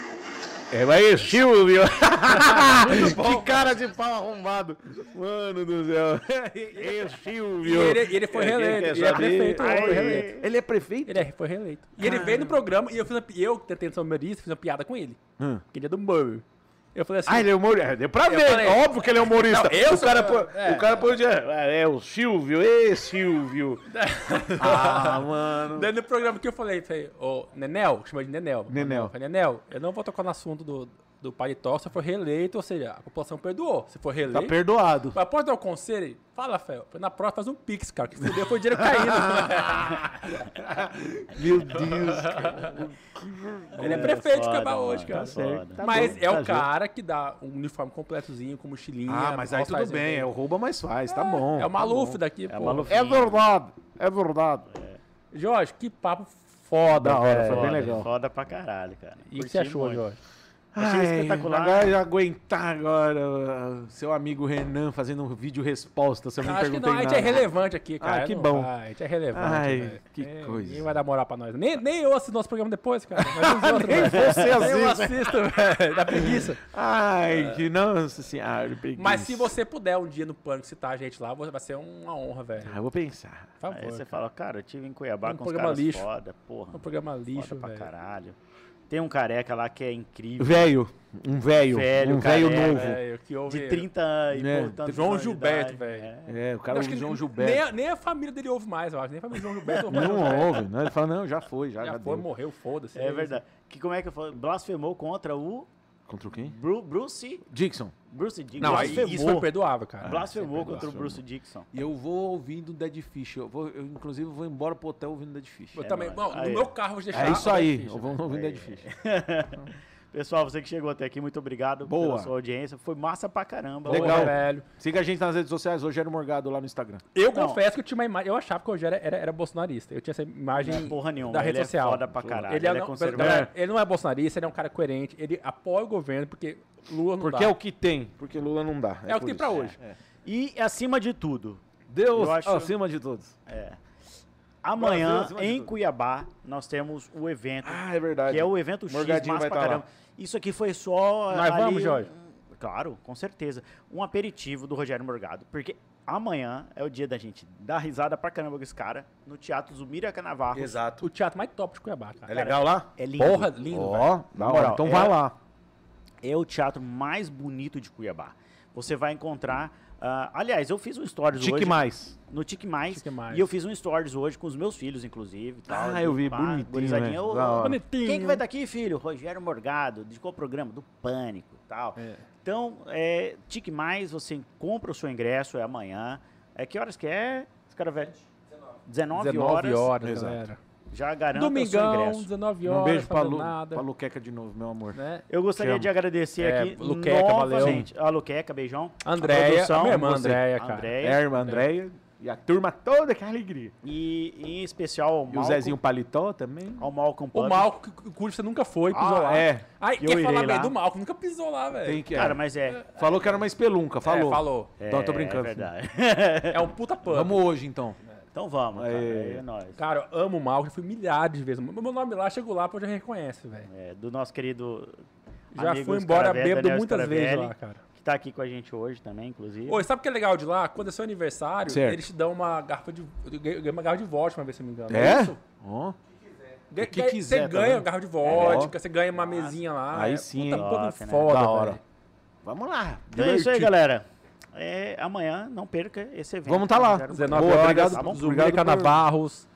É, vai aí, Silvio. que cara de pau arrombado. Mano do céu. É, E Silvio. ele, ele foi reeleito. Ele é prefeito, ele foi reeleito. Ele é prefeito? Ele é- foi reeleito. E ele veio no programa e eu, fiz uma, pi- eu tentei ser humorista, fiz uma piada com ele. Que ele é do Murray. Eu falei assim, Hum. Ah, ele é humorista. Deu pra ver. falei- Óbvio que ele é humorista. Não, eu o, cara sou- pô- o cara pôde. É, é o Silvio. Ê, Silvio. ah, mano. Daí no programa que eu falei, falei, ô, Nenel, chama de Nenel. Nenel. Eu Falei, Nenel, eu não vou tocar no assunto do, do paletó se eu for reeleito, ou seja, a população perdoou. Se for reeleito. Tá perdoado. mas posso dar um conselho? aí? Fala, Fel. Na próxima faz um pix, cara. Que fudeu foi o dinheiro caindo. Meu Deus, cara. Ele é prefeito de foda, Cabal mano, hoje, cara. Tá certo. Tá mas bom, é tá o justo. cara que dá um uniforme completozinho, com mochilinha. Ah, mas aí tudo all-size bem. É o rouba mais faz. Tá bom. É o Maluf daqui, É pô. maluco. É verdade. É verdade. Jorge, que papo foda. Da hora, velho. foi bem Foda, é legal. Foda pra caralho, cara. E o que Curti você achou, muito. Jorge? Achei Ai, espetacular. Agora já aguentar agora uh, seu amigo Renan fazendo um vídeo resposta. Se eu não Acho que perguntei não, a gente nada. é relevante aqui, cara. Ah, que Não bom. vai, A gente é relevante. Ai, velho. que É, coisa. Ninguém vai dar moral pra nós. Nem, nem eu assisto nosso programa depois, cara. Mas os outros, velho. você Eu assiste. assisto, velho. Dá preguiça. Ah. Ai, que nossa senhora. preguiça. Mas se você puder um dia no pânico citar a gente lá, vai ser um, uma honra, velho. Ah, é eu vou pensar. Por favor. Aí você cara. fala, cara, eu tive em Cuiabá Um com os programa caras lixo. foda, porra. É um programa Foda lixo, pra velho. caralho. Tem um careca lá que é Hum. incrível. Velho. Um velho. Velho, um velho careca, novo. é, Velho, que houve. De 30 e Né? pouco. João Gilberto, velho. É, o Eu cara acho é o que João nem- Gilberto. Nem, a- nem a família dele ouve mais, eu acho. Nem a família do João Gilberto ouve mais. Não João Gilberto. ouve, né? Ele fala, não, já foi, já, já, Já foi, deu. morreu, foda-se. né? É verdade. Que como é que eu falo? Blasfemou contra o Contra quem? Bru- Bruce. Dixon. Bruce Dixon. Não, aí blasfemou. isso Ah, foi perdoável, é cara. Blasfemou contra o Bruce Dixon. E eu vou ouvindo Dead Fish. Eu, vou, eu, inclusive, vou embora pro hotel ouvindo Dead Fish. Eu também. mano. Bom, no Aí. meu carro eu vou deixar. É isso aí. né? Ficha, Vamos velho. ouvir É. Dead Fish. Pessoal, você que chegou até aqui, muito obrigado Boa. pela sua audiência. Foi massa pra caramba. Boa, Legal. velho. Siga a gente nas redes sociais, Rogério Morgado, lá no Instagram. Eu Não. confesso que eu tinha uma imagem. Eu achava que o Rogério era, era bolsonarista. Eu tinha essa imagem é Porra nenhuma. da rede ele social. é foda pra caralho. Ele, Ele, é, é não, conservador. ele não é bolsonarista, ele é um cara coerente, ele apoia o governo, porque Lula não Porque dá. é o que tem, porque Lula não dá. É o por que tem isso. pra hoje. E acima de tudo, Deus Eu acho- acima de todos. amanhã Brasil, acima de em tudo. Cuiabá nós temos o evento, Ah, é verdade. que é o evento X, Morgadinho massa vai pra tá lá. caramba. Isso aqui foi só Nós ali, vamos, Jorge? um- Claro, com certeza. Um aperitivo do Rogério Morgado, porque amanhã é o dia da gente dar risada pra caramba com esse cara no Teatro Zumira Canavarro. Exato. O teatro mais top de Cuiabá, cara. É legal lá? É lindo. Porra, lindo, velho. Ó, da hora. Moral, Então é- vai lá. é o teatro mais bonito de Cuiabá. Você vai encontrar. ah, aliás, eu fiz um stories Tique hoje mais. no Tique mais, Tique Mais. E eu fiz um stories hoje com os meus filhos, inclusive. e Tal, Ah, eu vi, bonitinho, gurizadinha. né? Ô, Da hora. Bonitinho. Quem que vai daqui, filho? Rogério Morgado. De qual programa? Do Pânico e tal. Então, é, Tique Mais, você compra o seu ingresso, é amanhã. É que horas que é? Esse cara velho. 19, 19 horas. horas, Exato. galera. Já garanta o seu Domingão, ingresso. 19 horas, Um beijo pra, Lu, nada, pra Luqueca de novo, meu amor. né? Eu gostaria Te amo. de agradecer É, aqui Luqueca, valeu. novamente. A Luqueca, beijão. Andréia, a produção, a minha irmã você, Andréia, cara. Andréia. É a irmã Andréia e a turma toda, que é alegria. E em especial ao E o Malcolm, Zezinho Paletó também. ao Malcolm O Pub. Malco, que o Curso você nunca foi, pisou Ah, lá. é. Ai, Eu quer irei falar lá. bem do Malco, nunca pisou lá, velho. Tem que, Cara, mas é. Falou que era uma espelunca, É, falou. falou. Então, tô é brincando. verdade. É um puta pano. Vamos hoje, então. então vamos, cara. Aê. É nóis. Cara, eu amo o Malco, já fui milhares de vezes. Meu nome lá, chego lá, pô, já reconhece, velho. É, do nosso querido. Já amigo fui embora Scaravelli, bêbado Daniel muitas vezes Scaravelli, lá, cara. Que tá aqui com a gente hoje também, inclusive. Oi, sabe o que é legal de lá? Quando é seu aniversário, Certo. eles te dão uma garrafa de. Eu ganhei eu ganhei uma garrafa de vodka uma vez, se eu não me engano. É? Isso? Ó, Ganha- que ganha- quiser Você também. ganha uma garrafa É. de vodka, você ganha uma mesinha lá. Aí é sim, puta hein? pano Nossa, né? foda, Da hora. velho. vamos lá. então é isso aí, Divertido. galera. É, amanhã, não perca esse evento. um Vamos tá lá. Rogério Morgado. 19 Boa, horas, obrigado, tá bom? Tá obrigado Zumbi por- Canabarros.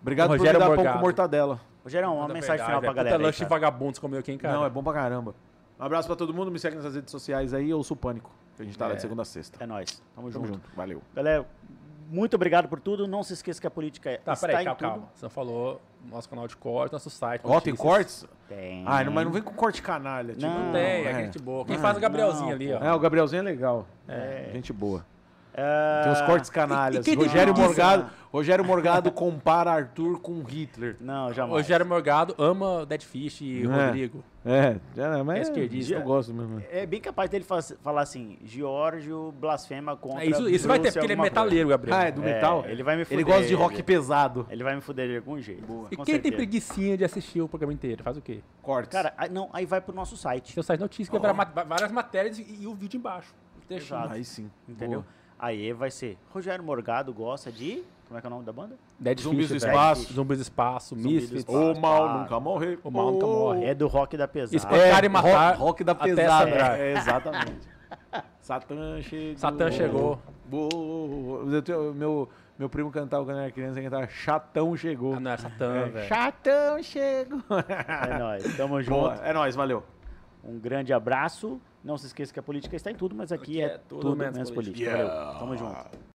Obrigado por me Rogério dar pão com Morgado. mortadela. Gerão, uma Puta um mensagem verdade, final pra velho. galera. Puta aí, tá? lanche cara. vagabundo comeu aqui, hein, cara? Não, é bom pra caramba. Um abraço pra todo mundo. Me segue nas redes sociais aí. Eu sou o Pânico. que A gente tá lá de segunda a sexta. É nóis. Tamo Tamo junto. junto. Valeu. Galera, muito obrigado por tudo. Não se esqueça que a política Tá, está peraí, em calma, tudo. calma. Você não falou nosso canal de corte, nosso site. Ó, tem notícias. cortes? Tem. Ah, não, mas não vem com corte canalha. Tipo, Não. Não tem, é, é. gente boa. Quem faz é o Gabrielzinho não, ali, ó. É, o Gabrielzinho é legal. Gente boa. Ah, Tem os cortes e canalhas. quem tem Rogério, notícia? Morgado, Rogério Morgado compara Arthur com Hitler. Não, O jamais. Rogério Morgado ama Dead Fish e Não é? Rodrigo. É, já, mas É esquerdista. Eu gosto mesmo. É bem capaz dele fa- falar assim, Giorgio blasfema contra... É, isso isso vai ter, Bruce porque ele é alguma metaleiro, Gabriel. Ah, é do É, metal? ele vai me Ele fuder, gosta de rock ele. pesado. coisa. Ele vai me fuder de algum jeito. E com quem tem certeza. preguicinha de assistir o programa inteiro? Faz o quê? Cortes. Cara, aí- não, aí vai pro nosso site, Tem o site notícias, que vai mat- va- várias matérias e, e o vídeo embaixo. Deixa. Exato. aí sim. entendeu? Aí vai ser, Rogério Morgado gosta de... Como é que é o nome da banda? Dead Zumbis Fish, do velho. Espaço. Zumbis do Espaço, Zumbi do Misfits. Espaço. O mal Claro. nunca morre. O mal nunca morre. É do rock da pesada. Espanha. Matar e matar É, Rock, rock da até pesada. sangrar. É, exatamente. Satã chegou. Satã chegou. Boa. Eu tenho- meu, meu primo cantava quando era criança, ele cantava Chatão chegou. Ah, não, é Satã, velho. Chatão chegou. É nóis, tamo Boa. junto. É nóis, valeu. Um grande abraço. Não se esqueça que a política está em tudo, mas aqui é, tudo, menos política. Valeu, tamo junto.